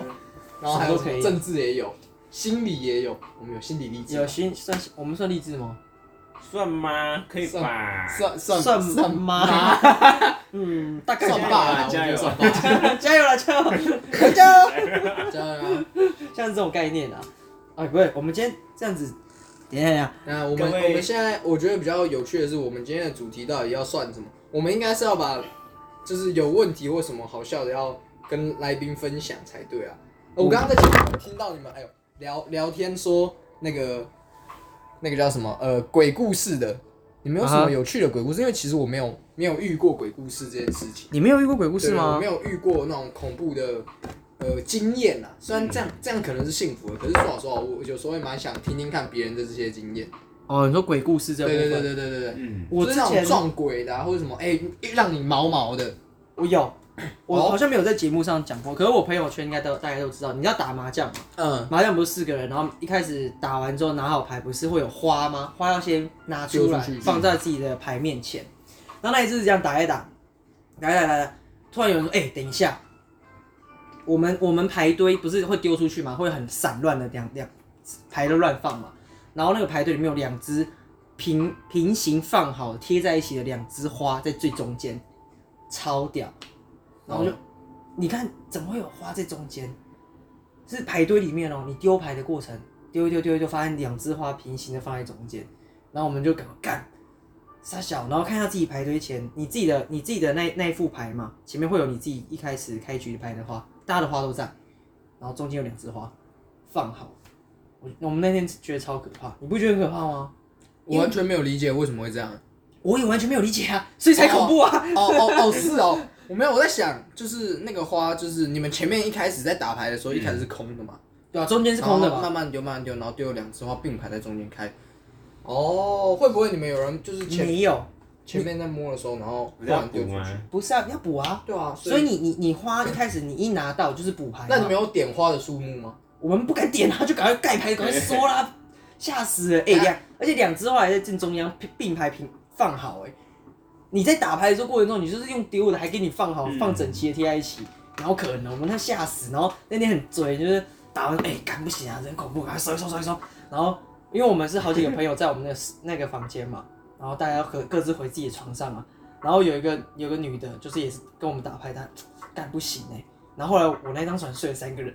Speaker 2: 然后还
Speaker 1: 什么都
Speaker 2: 有
Speaker 1: 可以
Speaker 2: 政治也有，心理也有，我们有心理励
Speaker 1: 不
Speaker 2: 志
Speaker 1: 对有，新算我们算励志吗？
Speaker 3: 算吗？可以吧？
Speaker 2: 算算
Speaker 1: 算
Speaker 2: 算
Speaker 1: 吗
Speaker 2: 吧
Speaker 1: 嗯，大概
Speaker 2: 算
Speaker 1: 这
Speaker 2: 吧
Speaker 1: 样
Speaker 2: 啦，我觉
Speaker 3: 加
Speaker 2: 得
Speaker 3: 油
Speaker 2: 算吧，
Speaker 1: 加油啦，加油， [LAUGHS] 加油！
Speaker 2: [LAUGHS] 加油啊！
Speaker 1: 像这种概念啊，哎，不对，我们今天这样子，等一下，等一下，
Speaker 2: 那我
Speaker 3: 各
Speaker 2: 们
Speaker 3: 位
Speaker 2: 我们现在我觉得比较有趣的是，我们今天的主题到底要算什么？我们应该是要把就是有问题或什么好笑的要跟来宾分享才对啊。呃我刚刚在前面听到你们哎呦聊聊天说那个那个叫什么呃鬼故事的，你们有什
Speaker 1: 啊
Speaker 2: 么
Speaker 1: 哈
Speaker 2: 有趣的鬼故事？因为其实我没有没有遇过鬼故事这件事情，
Speaker 1: 你没有遇过鬼故
Speaker 2: 对我没？有遇过那种恐怖的。呃，经验啊，虽然这样这样可能是幸福的，可是说老实话，我有时候也蛮想听听看别人的这些经验。
Speaker 1: 哦，你说鬼故事这部
Speaker 2: 对对对
Speaker 1: 分，
Speaker 2: 对对对对，
Speaker 3: 嗯，
Speaker 1: 我之
Speaker 2: 就是那种
Speaker 1: 前
Speaker 2: 撞鬼的、啊、或者什么，哎、让你毛毛的，
Speaker 1: 我有，我
Speaker 2: 哦
Speaker 1: 好像没有在节目上讲过，可是我朋友圈应该都大家都知道，你知道打麻将吗？
Speaker 2: 嗯，
Speaker 1: 麻将不是四个人，然后一开始打完之后拿好牌，不是会有花吗？花要先拿出来
Speaker 2: 丢出去
Speaker 1: 放在自己的牌面前。然后那一次这样打一打，打一打打一打，突然有人说：“哎、等一下，我们我们排堆不是会丢出去吗？会很散乱的两两牌都乱放嘛。然后那个排队里面有两只平平行放好贴在一起的两只花在最中间，超屌。然后我就、
Speaker 2: 哦
Speaker 1: 你看怎么会有花在中间？是排堆里面哦，你丢牌的过程，丢一丢丢一丢，发现两只花平行的放在中间，然后我们就赶快干，傻小，然后看一下自己排堆前，你自己的你自己的那那一副牌嘛，前面会有你自己一开始开局牌的花，大家的花都在，然后中间有两只花放好，我我们那天觉得超可怕，你不觉得很可怕吗？
Speaker 2: 我完全没有理解为什么会这样。
Speaker 1: 我也完全没有理解啊，所以才恐怖啊！
Speaker 2: 哦哦
Speaker 1: [LAUGHS]
Speaker 2: 哦，是哦，我没有，我在想，就是那个花，就是你们前面一开始在打牌的时候，一开始是空的嘛，
Speaker 1: 对啊，中间是空的
Speaker 2: 然后
Speaker 1: 嘛，
Speaker 2: 慢慢丢，慢慢丢，然后丢两只花并排在中间开。哦，会不会你们有人就是前
Speaker 1: 没有，
Speaker 2: 前面在摸的时候，然后忽
Speaker 3: 不是要
Speaker 2: 然
Speaker 3: 补
Speaker 2: 丢出
Speaker 3: 吗
Speaker 2: 去？？
Speaker 1: 不是啊，你要补啊。
Speaker 2: 对啊，
Speaker 1: 所
Speaker 2: 所
Speaker 1: 以
Speaker 2: 以
Speaker 1: 你你你花一开始你一拿到就是补牌嘛，
Speaker 2: 那你们有点花的数
Speaker 1: [LAUGHS]
Speaker 2: 目吗？
Speaker 1: 我们不敢点啊，就赶快盖牌，赶快缩啦，吓死了！哎、两、而且两只花还在正中央并并排平放好、哎，你在打牌的时候过程中，你就是用丢的，还给你放好，
Speaker 3: 嗯
Speaker 1: 放整齐的贴在一起，然后可能我们那吓死，然后那天很追，就是打完哎，干、不行啊，真恐怖，赶快收一收收一收，然后因为我们是好几个朋友在我们的那个房间嘛，然后大家各各自回自己的床上嘛，然后有一个有个女的，就是也是跟我们打牌，她干不行哎、然后后来我那张床睡了三个人，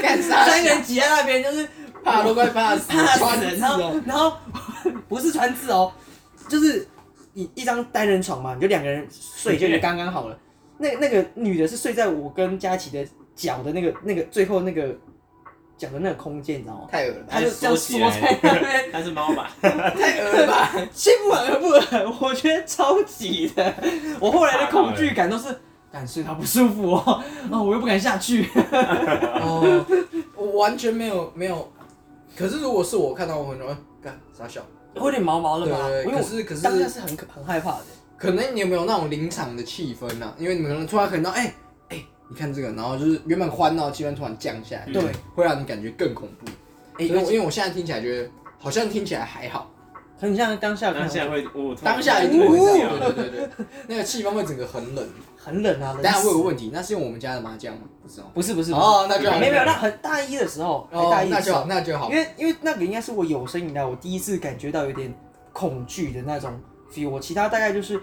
Speaker 2: 干啥？
Speaker 1: 三个人挤在那边， [LAUGHS] 就是
Speaker 2: 怕都快怕死
Speaker 1: [LAUGHS]
Speaker 2: 了，
Speaker 1: 怕
Speaker 2: 穿
Speaker 1: 死人，
Speaker 2: 字
Speaker 1: 然
Speaker 2: 哦
Speaker 1: 后。然后不是传字哦，就是一一张单人床嘛，你就两个人睡 [LAUGHS] 就刚刚好了。那那个女的是睡在我跟佳琪的脚的那个那个最后那个脚的那个空间，你知道吗？
Speaker 2: 太恶了吧，
Speaker 1: 她就这样缩在那边，
Speaker 3: 但是猫
Speaker 2: [LAUGHS]
Speaker 3: 吧，
Speaker 2: 太恶了吧！
Speaker 1: 心不恶不恶，我觉得超级的。我后来的恐惧感都是，感睡她不舒服哦，啊我又不敢下 [LAUGHS] 去。
Speaker 2: 哦，我完全没有没有。可是如果是我看到我很容易干傻笑，
Speaker 1: 会有点毛毛的嘛，
Speaker 2: 对对对
Speaker 1: 因为我
Speaker 2: 可是可是
Speaker 1: 当下是很可很害怕的。
Speaker 2: 可能你有没有那种临场的气氛呢、啊？因为你们可能突然看到，哎、哎、你看这个，然后就是原本欢闹的气氛突然降下来，
Speaker 3: 嗯
Speaker 1: 对，
Speaker 2: 会让你感觉更恐怖。
Speaker 1: 哎、
Speaker 2: 所以我因为我现在听起来觉得好像听起来还好，
Speaker 1: 可你像当下看
Speaker 3: 当，下会，我
Speaker 2: 当下一定会这样，对对对，那个气氛会整个很冷。
Speaker 1: 很冷啊。冷
Speaker 2: 大家
Speaker 1: 死
Speaker 2: 会有个问题，那是用我们家的麻将吗？不知道。
Speaker 1: 不是不是，
Speaker 2: 哦，那就好。
Speaker 1: 没有没有，那很大一的时候，还大
Speaker 2: 哦，
Speaker 1: 一
Speaker 2: 那
Speaker 1: 的时
Speaker 2: 就
Speaker 1: 候，
Speaker 2: 好，那就好
Speaker 1: 因。为因为那个应该是我有生以来我第一次感觉到有点恐惧的那种 feel，我其他大概就是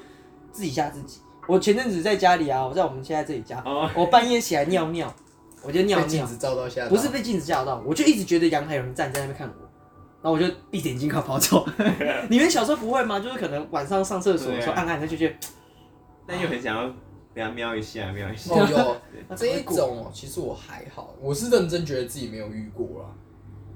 Speaker 1: 自己吓自己。我前阵子在家里啊，我在我们现在这里家，
Speaker 3: 哦，
Speaker 1: 我半夜起来尿尿，我就尿
Speaker 2: 被镜
Speaker 1: 尿，
Speaker 2: 子照到下，
Speaker 1: 不是被镜子吓到，我就一直觉得阳台有人站在那边看我。然后我就闭着眼睛快跑
Speaker 2: [LAUGHS]
Speaker 1: 走。你们小时候不会吗？就是可能晚上上厕所的时候
Speaker 3: 对啊
Speaker 1: 暗暗的就觉得
Speaker 3: 但又很想要给它瞄一下，瞄一下。
Speaker 2: 哦，有
Speaker 1: 那
Speaker 2: 这
Speaker 1: 啊怎么
Speaker 2: 一
Speaker 1: 会过
Speaker 2: 种哦，其实我还好，我是认真觉得自己没有遇过啦。啊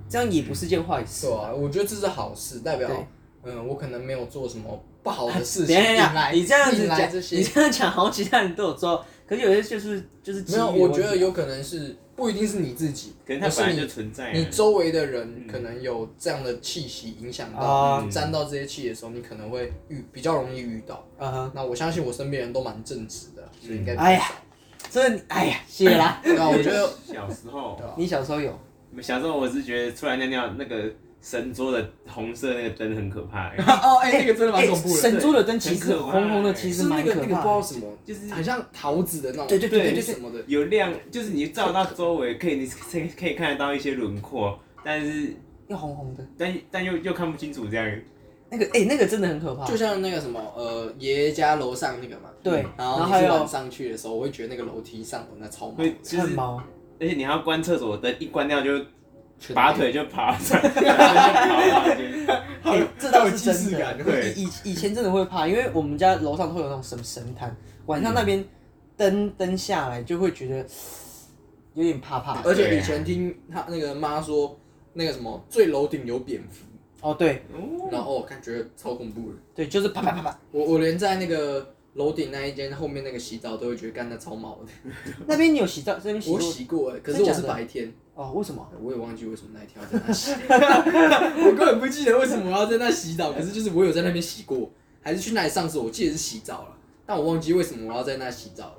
Speaker 1: 这样也不是件坏事
Speaker 2: 对。啊，我觉得这是好事，代表
Speaker 1: 对
Speaker 2: 嗯，我可能没有做什么不好
Speaker 1: [LAUGHS]
Speaker 2: 的事
Speaker 1: 等
Speaker 2: 情
Speaker 1: 一下等一
Speaker 2: 引
Speaker 1: 下，
Speaker 2: 来
Speaker 1: 哎你这样子
Speaker 2: 引来
Speaker 1: 讲
Speaker 2: 这，些
Speaker 1: 你这样讲，好像其他人都有做，可是有些就是就是机
Speaker 2: 没
Speaker 1: 遇的
Speaker 2: 有，
Speaker 1: 问题啊
Speaker 2: 我觉得有可能是不一定是你自己，
Speaker 3: 可能
Speaker 2: 而
Speaker 3: 它
Speaker 2: 是
Speaker 3: 本来就
Speaker 2: 你
Speaker 3: 存在啊。
Speaker 2: 你周围的人
Speaker 3: 嗯
Speaker 2: 可能有这样的气息影响到，
Speaker 1: 啊
Speaker 2: 你沾到这些气的时候，你可能会遇比较容易遇到。
Speaker 1: 啊哈，
Speaker 2: 那我相信我身边人都蛮正直的，所以应该
Speaker 1: 哎呀，真的，哎呀，谢啦。
Speaker 2: 对啊，我觉得
Speaker 3: 小时候，
Speaker 2: 对啊
Speaker 1: [CLEARS THROAT] 你小时候有
Speaker 3: 小时候我是觉得出来尿尿那个神桌的红色那个灯很可
Speaker 2: [LAUGHS]
Speaker 3: 怕欸，
Speaker 2: 哦，哎，那个真的蛮
Speaker 1: 哎
Speaker 2: 恐怖的，
Speaker 1: 神珠的灯其实
Speaker 3: 很可怕
Speaker 1: 红红的，其实
Speaker 2: 欸是那
Speaker 1: 蛮
Speaker 2: 个
Speaker 1: 可
Speaker 2: 那个不知
Speaker 1: 怕
Speaker 2: 道
Speaker 1: 的。
Speaker 2: 什么，
Speaker 3: 就是
Speaker 2: 很像桃子的那种，
Speaker 1: 对对
Speaker 3: 对对对
Speaker 2: 什么的，
Speaker 3: 有亮，就是你照到周围可以你可以可以看得到一些轮廓，但是
Speaker 1: 又红红的，
Speaker 3: 但但又又看不清楚这样。
Speaker 1: 那个哎、那个真的很可怕。
Speaker 2: 就像那个什么呃爷爷家楼上那个嘛，
Speaker 1: 对，
Speaker 2: 然
Speaker 1: 后
Speaker 2: 后你
Speaker 1: 还
Speaker 2: 是晚
Speaker 1: 有
Speaker 2: 上去的时候，我会觉得那个楼梯上有那超毛的，
Speaker 3: 会就是
Speaker 1: 看猫，
Speaker 3: 而且你还要关厕所灯，一关掉就
Speaker 2: 全
Speaker 3: 拔
Speaker 2: 黑
Speaker 3: 腿就
Speaker 1: [LAUGHS]
Speaker 3: 爬上，拔腿就爬上去。
Speaker 1: 哎、这倒是
Speaker 2: 好有既
Speaker 1: 真
Speaker 2: 视感
Speaker 1: 的。
Speaker 3: 对
Speaker 1: 以以以前真的会怕，因为我们家楼上会有那种什么神坛，晚
Speaker 2: 嗯
Speaker 1: 上那边灯灯下来就会觉得有点怕怕。
Speaker 2: 而且
Speaker 3: 对
Speaker 2: 以
Speaker 3: 啊
Speaker 2: 前听他那个妈说，那个什么最楼顶有蝙蝠，
Speaker 1: 哦，对
Speaker 2: 然后我看觉得超恐怖的。
Speaker 1: 对，就是啪啪啪啪，
Speaker 2: 我我连在那个楼顶那一间后面那个洗澡都会觉得干的超毛的。
Speaker 1: 那边你有洗澡，这边洗
Speaker 2: 我
Speaker 1: 过
Speaker 2: 洗过哎、可
Speaker 1: 真
Speaker 2: 是我
Speaker 1: 假
Speaker 2: 是
Speaker 1: 的
Speaker 2: 白天，
Speaker 1: 哦？为什么？
Speaker 2: 我也忘记为什么那一天要在那洗， [LAUGHS] 我根本不记得为什么我要在那洗澡，可是就是我有在那边洗过，还是去那里上厕所，我记得是洗澡了，但我忘记为什么我要在那洗澡了。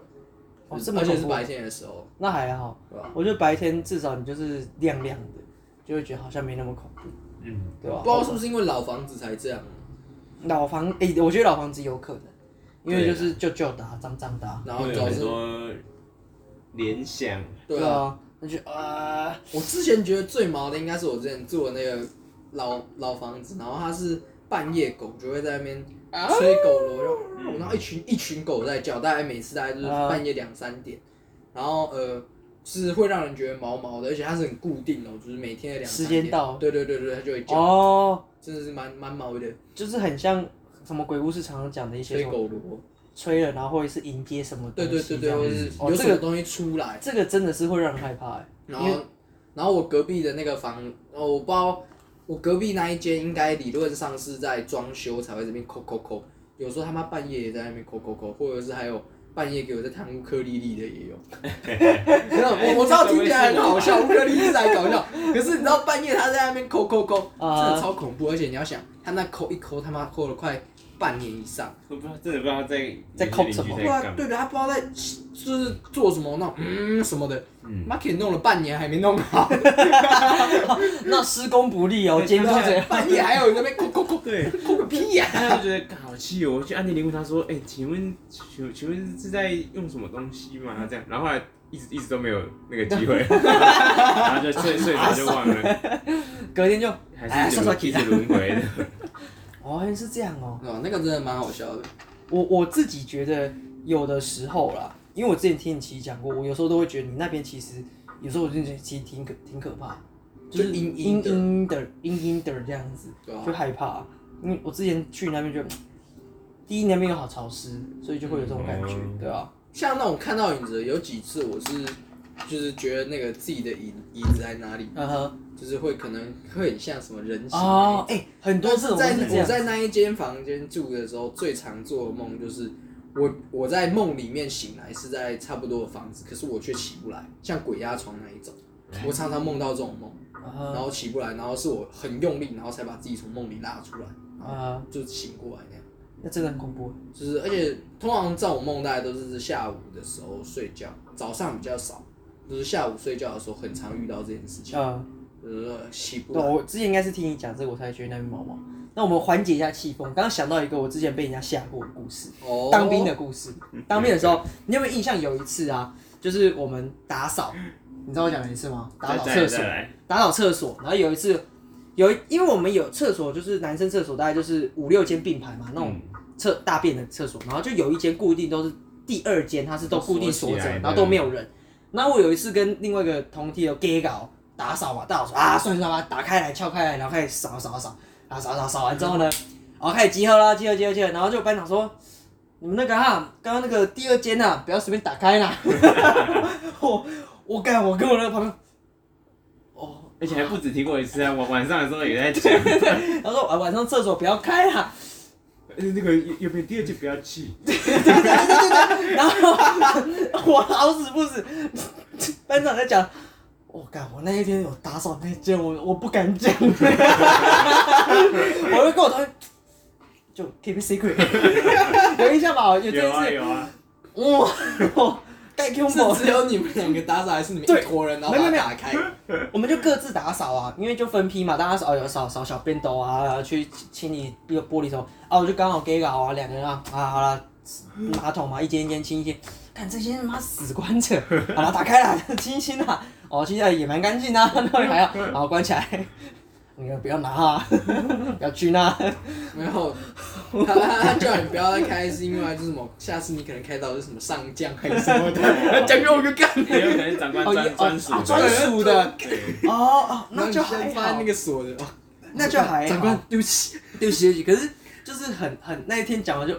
Speaker 1: 哦
Speaker 2: 就是
Speaker 1: 这么
Speaker 2: 而且
Speaker 1: 恐
Speaker 2: 是
Speaker 1: 怖
Speaker 2: 白天的时候，
Speaker 1: 那还好
Speaker 2: 对吧，
Speaker 1: 我觉得白天至少你就是亮亮的，就会觉得好像没那么恐怖，
Speaker 3: 嗯，
Speaker 1: 对
Speaker 2: 不
Speaker 1: 吧
Speaker 2: 知？道是不是因为老房子才这样，
Speaker 1: 老房，哎、我觉得老房子有可能，因为
Speaker 3: 对
Speaker 1: 就
Speaker 3: 啊
Speaker 1: 是旧旧的啊、脏脏的啊、
Speaker 2: 然后
Speaker 3: 会有
Speaker 2: 导
Speaker 3: 很
Speaker 2: 致
Speaker 3: 多联想，
Speaker 2: 对啊，
Speaker 1: 啊，那就啊，
Speaker 2: 我之前觉得最毛的应该是我之前住的那个老老房子，然后它是半夜狗就会在那边吹狗锣，然后然后一群一群狗在叫，大概每次大概就是
Speaker 1: 啊
Speaker 2: 半夜两三点，然后呃是会让人觉得毛毛的，而且它是很固定的，哦就是每天的两三
Speaker 1: 时间到
Speaker 2: 对对对对，它就会叫，
Speaker 1: 哦，
Speaker 2: 真的是蛮蛮毛的，
Speaker 1: 就是很像什么鬼故事常常讲的一些
Speaker 2: 吹
Speaker 1: 什么
Speaker 2: 狗锣，
Speaker 1: 吹了，然后会是迎接什么东
Speaker 2: 对
Speaker 1: 西
Speaker 2: 对对对，
Speaker 1: 这样
Speaker 2: 或者是
Speaker 1: 哦
Speaker 2: 有
Speaker 1: 这
Speaker 2: 什
Speaker 1: 个
Speaker 2: 么东西出来，
Speaker 1: 这个真的是会让人害怕哎、
Speaker 2: 然后然后我隔壁的那个房，哦，我不知道，我隔壁那一间应该理论上是在装修才会这边抠抠抠，有时候他妈半夜也在那边抠抠抠，或者是还有半夜给我在弹乌克丽丽的也有。
Speaker 3: [LAUGHS]
Speaker 2: 没有，
Speaker 3: 哎
Speaker 2: 我我知道听起来很好笑，乌克丽丽是还搞笑，可是你知道半夜他在那边抠抠抠，真
Speaker 3: 哦
Speaker 1: 啊
Speaker 2: 的超恐怖，而且你要想，他那抠一抠，他妈抠了快半年以上。
Speaker 3: 我不知道真的不知道在
Speaker 1: 在抠什么
Speaker 3: 邻
Speaker 2: 对
Speaker 3: 居在
Speaker 2: 啊，
Speaker 3: 干嘛。
Speaker 2: 对的，他不知道在就是做什么那种嗯什么的，
Speaker 3: 嗯
Speaker 2: 妈给弄了半年还没弄好，
Speaker 1: 那施工不力哦，监督
Speaker 2: [LAUGHS]
Speaker 1: 者
Speaker 2: 半夜还有人在那边抠抠抠，
Speaker 3: 对，
Speaker 2: 抠个屁呀、
Speaker 3: 他就觉得干好气哦，我去按电铃问他说，哎、请问请请问是在用什么东西吗？这样，然后后来一直一直都没有那个机会，然后就睡睡着就忘了，
Speaker 1: 隔天就
Speaker 3: 还
Speaker 1: 哎
Speaker 3: 是
Speaker 1: 刷
Speaker 3: 轮
Speaker 1: 刷
Speaker 3: 一
Speaker 1: 题
Speaker 3: 直轮回的。
Speaker 1: 哦，原来是这样哦。
Speaker 2: 哦，那个真的蛮好笑的。
Speaker 1: 我我自己觉得有的时候啦，因为我之前听你其实讲过，我有时候都会觉得你那边其实有时候我就觉得其实挺可挺可怕，
Speaker 2: 就是
Speaker 1: 阴
Speaker 2: 阴阴的
Speaker 1: 阴的阴阴的这样子，
Speaker 2: 对啊
Speaker 1: 就害怕。因为我之前去那边就，第一那边又好潮湿，所以就会有这种感觉，
Speaker 3: 嗯
Speaker 1: 对啊。
Speaker 2: 像那种看到影子，有几次我是就是觉得那个自己的椅椅子在哪里，
Speaker 1: 嗯哼，
Speaker 2: 就是会可能会很像什么人形。
Speaker 1: 哦，哎、很多
Speaker 2: 但
Speaker 1: 这种
Speaker 2: 在
Speaker 1: 都是这
Speaker 2: 我
Speaker 1: 样，
Speaker 2: 在那一间房间住的时候，最常做的梦就是我我在梦里面醒来是在差不多的房子，可是我却起不来，像鬼压床那一种。我常常梦到这种梦，
Speaker 1: 嗯
Speaker 2: 然
Speaker 1: 哼
Speaker 2: 后起不来，然后是我很用力，然后才把自己从梦里拉出来，然后
Speaker 1: 啊，
Speaker 2: 就醒过来那样。
Speaker 1: 那真的很恐怖。
Speaker 2: 就是而且通常这种梦大概都是下午的时候睡觉，早上比较少，就是下午睡觉的时候很常遇到这件事情，
Speaker 1: 嗯，
Speaker 2: 呃，起不
Speaker 1: 对，啊
Speaker 2: 来。
Speaker 1: 我之前应该是听你讲这个，我才觉得那边毛毛。那我们缓解一下气氛，刚刚想到一个我之前被人家吓过的故事。
Speaker 2: 哦，
Speaker 1: 当兵的故事。当兵的时候，你有没有印象？有一次啊，就是我们打扫，你知道我讲哪一次吗？打扫
Speaker 3: 再
Speaker 1: 厕
Speaker 3: 再
Speaker 1: 所，
Speaker 3: 来
Speaker 1: 打扫厕所。然后有一次，有一因为我们有厕所，就是男生厕所大概就是五六间并排嘛，那
Speaker 3: 嗯
Speaker 1: 种厕大便的厕所，然后就有一间固定都是第二间，它是都固定锁
Speaker 3: 都锁
Speaker 1: 着
Speaker 3: 起来，的
Speaker 1: 然后都没有人。然后我有一次跟另外一个同梯的 gay 搞打扫嘛，打扫啊，算了算了，把它打开来，撬开来，然后开始扫扫扫，啊扫扫扫完之后呢，然后开始集合啦，集合集合集合，然后就班长说。你们那个哈，刚刚那个第二间呐、啊，不要随便打开啦。 [LAUGHS] 我我干，我跟我那个旁边，哦，
Speaker 3: 而且还
Speaker 1: [LAUGHS]
Speaker 3: 不止提过一次啊，我晚上的时候也在讲，
Speaker 2: [LAUGHS]
Speaker 1: 他说啊，晚上厕所不要开啦。
Speaker 3: 呃那个有有没有第二季不要气？
Speaker 1: 然后我好死不死，班长在讲，我、干，我那一天有打扫那间，我我不敢讲， [LAUGHS] 我就跟我同学就 keep it secret，有印象吧？有这
Speaker 3: 有
Speaker 1: 件
Speaker 3: 啊
Speaker 1: 事，
Speaker 3: 有啊，
Speaker 1: 哇， [LAUGHS] 哇盖 Q 我
Speaker 2: 是，只有你们两个打扫，还是你们
Speaker 1: 对
Speaker 2: 一坨人然后
Speaker 1: 没
Speaker 2: 把
Speaker 1: 有
Speaker 2: 它
Speaker 1: 没有
Speaker 2: 打开？
Speaker 1: 我们就各自打扫啊，因为就分批嘛，大家扫有扫扫小便斗啊，去清理玻玻璃什么啊，我就刚好给搞啊，两个人啊，啊好了，马桶嘛，一间一间清一间，看这些他妈死关着，好了，打开了，清一清啊，哦，现在也蛮干净 [LAUGHS] 啊，那还要，然后关起来，你们不要拿啊，不要去那，
Speaker 2: 没有，他他他叫你不要再开，是因为就是什么？下次你可能开到是什么上将还是什么的，讲给我个干。
Speaker 3: 也有可能长官
Speaker 1: 哦
Speaker 3: 专
Speaker 1: 也
Speaker 3: 专属
Speaker 1: 哦啊
Speaker 3: 的。
Speaker 1: 专属的，
Speaker 3: 对
Speaker 1: 哦哦，
Speaker 2: 然
Speaker 1: 那
Speaker 2: 后你
Speaker 1: 就还
Speaker 2: 先
Speaker 1: 好
Speaker 2: 翻那。个锁的，哦
Speaker 1: 那就 [LAUGHS] 还好
Speaker 2: 长官，对不起，
Speaker 1: 对不起，对不起，可是就是很很那一天讲完就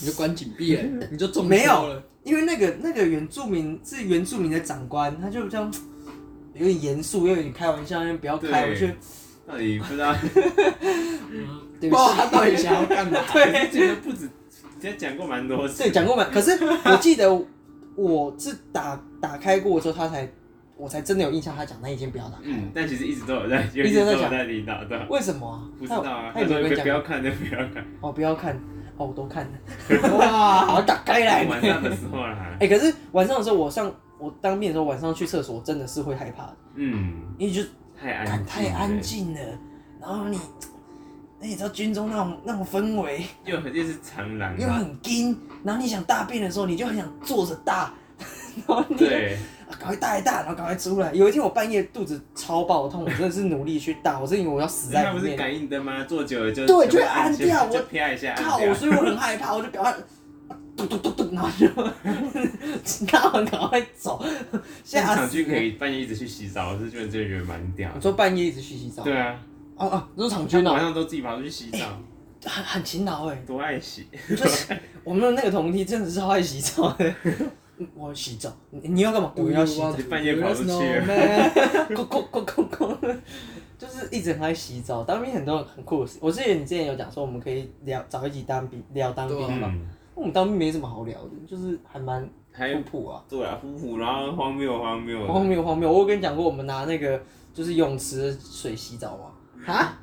Speaker 2: 你就关紧闭了，你就中
Speaker 1: 没
Speaker 2: 招
Speaker 1: 有
Speaker 2: 了。，
Speaker 1: 因为那个那个原住民是原住民的长官，他就这样有点严肃，又有点开玩笑，不要开，
Speaker 3: 对
Speaker 1: 我就
Speaker 3: 到底不知道，
Speaker 1: 对
Speaker 2: 不知
Speaker 1: 不
Speaker 2: 道
Speaker 1: 起。
Speaker 2: 他到底想要干 [LAUGHS] 嘛？
Speaker 1: [LAUGHS] 对
Speaker 3: 这个不止，人家讲过蛮多次。
Speaker 1: 对，讲过嘛。可是我记得我是打打开过之后，他才我才真的有印象，他讲那一间不要打。
Speaker 3: 嗯，但其实一直都有在，
Speaker 1: 直都在
Speaker 3: 有
Speaker 1: 讲
Speaker 3: 在领导的。
Speaker 1: 为什么啊？
Speaker 3: 不知道啊，
Speaker 1: 他有
Speaker 3: 他
Speaker 1: 他有没有
Speaker 3: 说
Speaker 1: 跟
Speaker 3: 不
Speaker 1: 你
Speaker 3: 不要
Speaker 1: 讲？
Speaker 3: 看，就不要看。
Speaker 1: 哦，不要看，哦，我都看了。
Speaker 2: 哇，
Speaker 1: 好，打开
Speaker 3: 晚
Speaker 1: 来。
Speaker 3: 上的时候啦，
Speaker 1: [LAUGHS] 哎，可是晚上的时候，我上我当面的时候，晚上去厕所真的是会害怕的，
Speaker 3: 嗯，
Speaker 1: 因为就
Speaker 3: 太
Speaker 1: 感
Speaker 3: 安
Speaker 1: 太安，静了，然后你，那你知道军中那种那种氛围，
Speaker 3: 又很又是长廊，
Speaker 1: 又很紧，然后你想大便的时候，你就很想坐着大， [LAUGHS] 然后你就
Speaker 3: 对，
Speaker 1: 啊赶快大一大，然后赶快出来。有一天我半夜肚子超爆痛，我真的是努力去大，我是以为我要死在
Speaker 3: 那不
Speaker 1: 里
Speaker 3: 是
Speaker 1: 面。
Speaker 3: 感应灯吗？坐久了就
Speaker 1: 对就会
Speaker 3: 全部按
Speaker 1: 按掉
Speaker 3: 就
Speaker 1: 我
Speaker 3: 啪一下
Speaker 1: 靠
Speaker 3: 按！掉，
Speaker 1: 所以我很害怕，我就赶快。嘟嘟嘟嘟，然后就， [LAUGHS] 然后赶快走，
Speaker 3: 现
Speaker 1: 吓
Speaker 3: 场
Speaker 1: 死
Speaker 3: 剧可
Speaker 1: 人！
Speaker 3: 以半夜一直去洗澡，我是觉得这个人蛮屌
Speaker 1: 你。说半夜一直去洗澡？
Speaker 3: 对啊，
Speaker 1: 哦哦，你说场
Speaker 3: 他
Speaker 1: 军
Speaker 3: 们晚
Speaker 1: 哦，
Speaker 3: 上都自己跑出去洗
Speaker 1: [LAUGHS]
Speaker 3: 澡，
Speaker 1: 很很勤劳哎，
Speaker 3: 多爱洗。
Speaker 1: [LAUGHS] 就是我们的那个同梯真的是爱洗澡的。 [LAUGHS] 嗯我要洗澡，你你要干嘛？我要洗澡。
Speaker 3: 半夜跑出去
Speaker 1: [LAUGHS] 咕咕咕咕咕， [LAUGHS] 就是一直很爱洗澡。当兵很多很酷的事，我记得你之前有讲说我们可以聊找一集当兵聊当兵
Speaker 2: 对
Speaker 1: 嘛，
Speaker 3: 嗯，
Speaker 1: 我们当兵没什么好聊的，就是还蛮
Speaker 3: 还有
Speaker 1: 普普啊，
Speaker 3: 对啊，呼呼，然后荒谬荒谬
Speaker 1: [LAUGHS]
Speaker 3: 的，
Speaker 1: 荒谬荒谬。我有跟你讲过，我们拿那个就是泳池的水洗澡嘛。啊？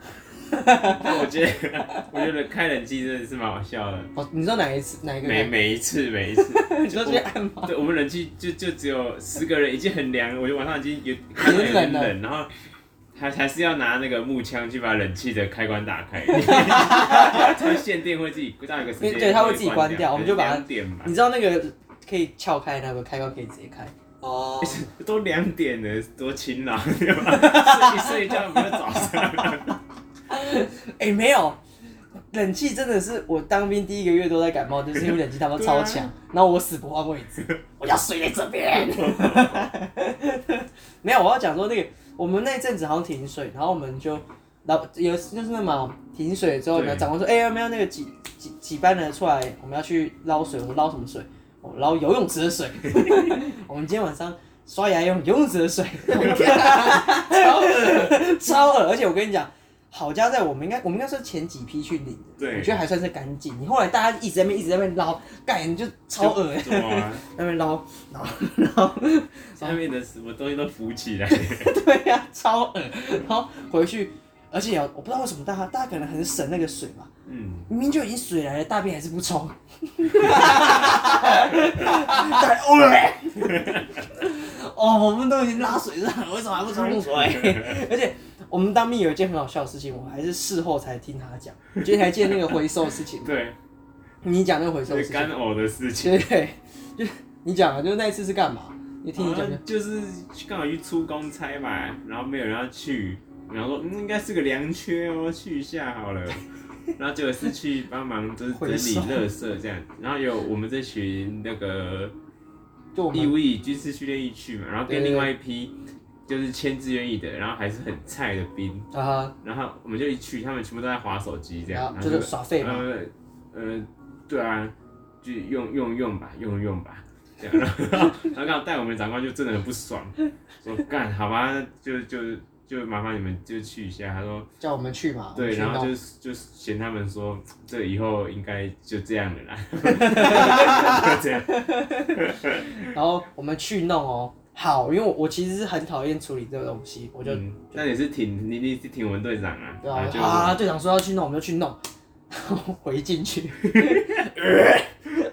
Speaker 3: 我觉得，我觉得开冷气真的是蛮好笑的。
Speaker 1: 哦，你知道哪一次哪一个？
Speaker 3: 每每一次，每
Speaker 1: [LAUGHS]
Speaker 3: 一次，
Speaker 1: 你知道这边按吗？
Speaker 3: 对，我们冷气就就只有十个人，已经很凉了。我觉得晚上已经有
Speaker 1: 有点冷了
Speaker 3: 冷，然后还还是要拿那个木枪去把冷气的开关打
Speaker 1: [LAUGHS]
Speaker 3: 开，它限电会自己到一个时间，
Speaker 1: 对它会自己关
Speaker 3: 关
Speaker 1: 掉我们就把它
Speaker 3: 两点
Speaker 1: [LAUGHS]
Speaker 3: 嘛
Speaker 1: 你，知道那个可以撬开那个开关可以直接开，
Speaker 2: 哦，
Speaker 3: 都两点了，多勤劳，对吧？
Speaker 1: [LAUGHS]
Speaker 3: 睡一睡一觉不就早上了？
Speaker 1: 哎、没有，冷气真的是我当兵第一个月都在感冒，就是因为冷气他
Speaker 3: [LAUGHS]
Speaker 1: 妈
Speaker 3: 对啊
Speaker 1: 超强，然后我死不换位置，我要睡在这边。 [LAUGHS] 没有，我要讲说那个，我们那阵子好像停水，然后我们就老有就是那嘛停水之后呢，
Speaker 3: 对
Speaker 1: 长官说，哎、有没有那个几几几班人出来，我们要去捞水，我说捞什么水？我捞游泳池的水。 [LAUGHS] 我们今天晚上刷牙用游泳池的水。超恶，而且我跟你讲，好家在我们应该我们应该算前几批去领的，
Speaker 3: 对
Speaker 1: 我觉得还算是干净。你后来大家一直在那边一直在那边捞，干你就超恶
Speaker 3: 怎么啊？
Speaker 1: 那边捞， [LAUGHS] 然后然后
Speaker 3: 下面的什么东西都浮起
Speaker 1: [LAUGHS]
Speaker 3: 来，
Speaker 1: 对呀、超恶，然后回去，而且我不知道为什么大家大家可能很省那个水吧，
Speaker 3: 嗯，
Speaker 1: 明明就已经水来了，大便还是不冲， [LAUGHS] 哦，我们都已经拉水上了，为什么还不冲 [LAUGHS] 水？而且我们当兵有一件很好笑的事情，我还是事后才听他讲，今天还记得那个回收的事情吗，
Speaker 3: 对，
Speaker 1: 你讲那个回收
Speaker 3: 就
Speaker 1: 的
Speaker 3: 是
Speaker 1: 事情
Speaker 3: 干，呕的
Speaker 1: [LAUGHS]
Speaker 3: 事情。
Speaker 1: 对对，就是你讲啊，就是那一次是干嘛？你听你讲
Speaker 3: 啊
Speaker 1: 讲。
Speaker 3: 就是刚好去出公差嘛，然后没有人要去，然后说嗯应该是个良缺哦，去一下
Speaker 1: [LAUGHS]
Speaker 3: 好了。然后结果是去帮忙就是整
Speaker 1: 回收
Speaker 3: 理垃圾这样子，然后有我们这群那个
Speaker 1: 就我
Speaker 3: 义
Speaker 1: 们
Speaker 3: 务役军事训练役去嘛，然后跟
Speaker 1: 对
Speaker 3: 另外一批就是签志愿役的，然后还是很菜的兵，
Speaker 1: 啊，
Speaker 3: 然后我们就一去，他们全部都在划手机这样，
Speaker 1: 然
Speaker 3: 然
Speaker 1: 后啊就
Speaker 3: 后
Speaker 1: 是啊耍废嘛，
Speaker 3: 呃呃，对啊，就用用用吧，用用吧，这样。然后然后刚好带我们的长官就真的很不爽，说干好吧，就就就麻烦你们就去一下。他说
Speaker 1: 叫我们去嘛，哦我
Speaker 3: 对，
Speaker 1: 们去
Speaker 3: 然
Speaker 1: 弄
Speaker 3: 后就是就是嫌他们说这以后应该就这样了啦，嗯就这样。
Speaker 1: 然后我们去弄哦。好，因为我我其实是很讨厌处理这个东西，我就、
Speaker 3: 嗯那也是挺你你是挺我们队长啊，
Speaker 1: 对
Speaker 3: 啊就
Speaker 1: 啊啊，队长说要去弄，我们就去弄，回进去，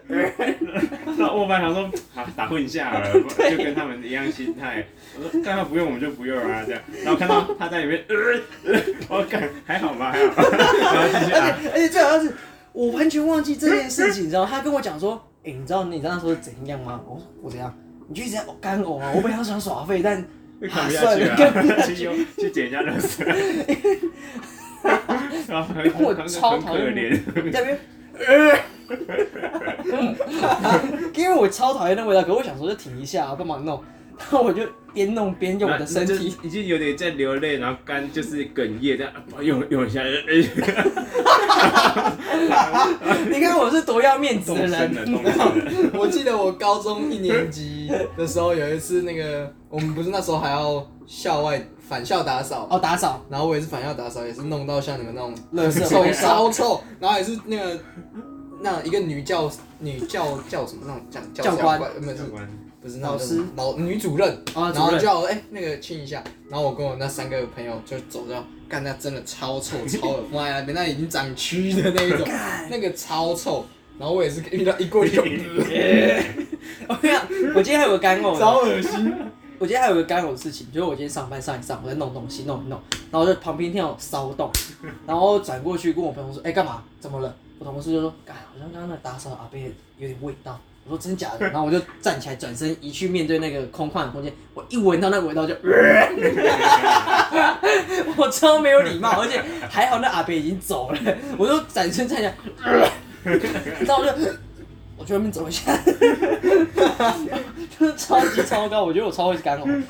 Speaker 3: 那我本来想说啊打混一下好了，就跟他们一样心态。我说干嘛不用我们就不用啊这样，然后看到他在里面，呃，呃我干还好吧还好吧，然后继续啊。
Speaker 1: 而且最好像是我完全忘记这件事情，你知道吗？他跟我讲说，哎、你知道你那时候怎样吗？我说我怎样？你就一直在干呕啊！我本来想耍废，但
Speaker 3: 就看不下去
Speaker 1: 啊算了
Speaker 3: 了，去用去捡人家垃圾，然后很
Speaker 1: 我
Speaker 3: 很
Speaker 1: 超
Speaker 3: 很
Speaker 1: 讨
Speaker 3: 可
Speaker 1: 厌
Speaker 3: 怜，
Speaker 1: 你在那边，呃， [LAUGHS] 因为我超讨厌那味道，可我想说就停一下、啊，干嘛弄？然后我就边弄边用我的身体，
Speaker 3: 就已经有点在流泪，然后干就是哽咽这样，啊用用一下，呃呃
Speaker 1: [LAUGHS] 你看我是多要面子
Speaker 3: 动
Speaker 1: 的
Speaker 3: 身了，
Speaker 1: 人，
Speaker 3: 动身了，
Speaker 2: [LAUGHS] 我记得我高中一年级的时候，有一次那个我们不是那时候还要校外返校打扫嘛，
Speaker 1: 哦，打扫， [LAUGHS]
Speaker 2: 然后我也是返校打扫，也是弄到像你们那种
Speaker 1: 垃 [LAUGHS] 圾
Speaker 2: 臭
Speaker 1: 味道
Speaker 2: 超臭，然后也是那个那一个女教女教叫什么那种讲
Speaker 1: 教官
Speaker 2: 不是
Speaker 3: 教官
Speaker 2: 不是那种
Speaker 1: 老师
Speaker 2: 老女主任，
Speaker 1: 啊，主
Speaker 2: 然后
Speaker 1: 任，
Speaker 2: 叫我哎、那个亲一下，然后我跟我那三个朋友就走掉，干那真的超臭，超恶心妈呀，那边那已经长蛆的那一种，那个超臭，然后我也是遇到一过
Speaker 3: [LAUGHS]
Speaker 2: 去就
Speaker 1: 我跟你讲，我今天还有个干呕的，
Speaker 2: 超恶心。
Speaker 1: 我今天还有个干呕的事情，就是我今天上班上一上，我在弄东西弄一弄，然后就旁边听到骚动，然后转过去跟我朋友说：“哎、干嘛？怎么了？”我同事就说：“哎，好像刚刚那打扫的阿伯有点味道。”我说：“真假的？”然后我就站起来转身一去面对那个空旷的空间，我一闻到那个味道就， [LAUGHS] 我超没有礼貌，而且还好那阿伯已经走了，我就转身站起来， [LAUGHS] 然后我就。我去外面走一下， [LAUGHS] 就是超级超高，我觉得我超会干呕。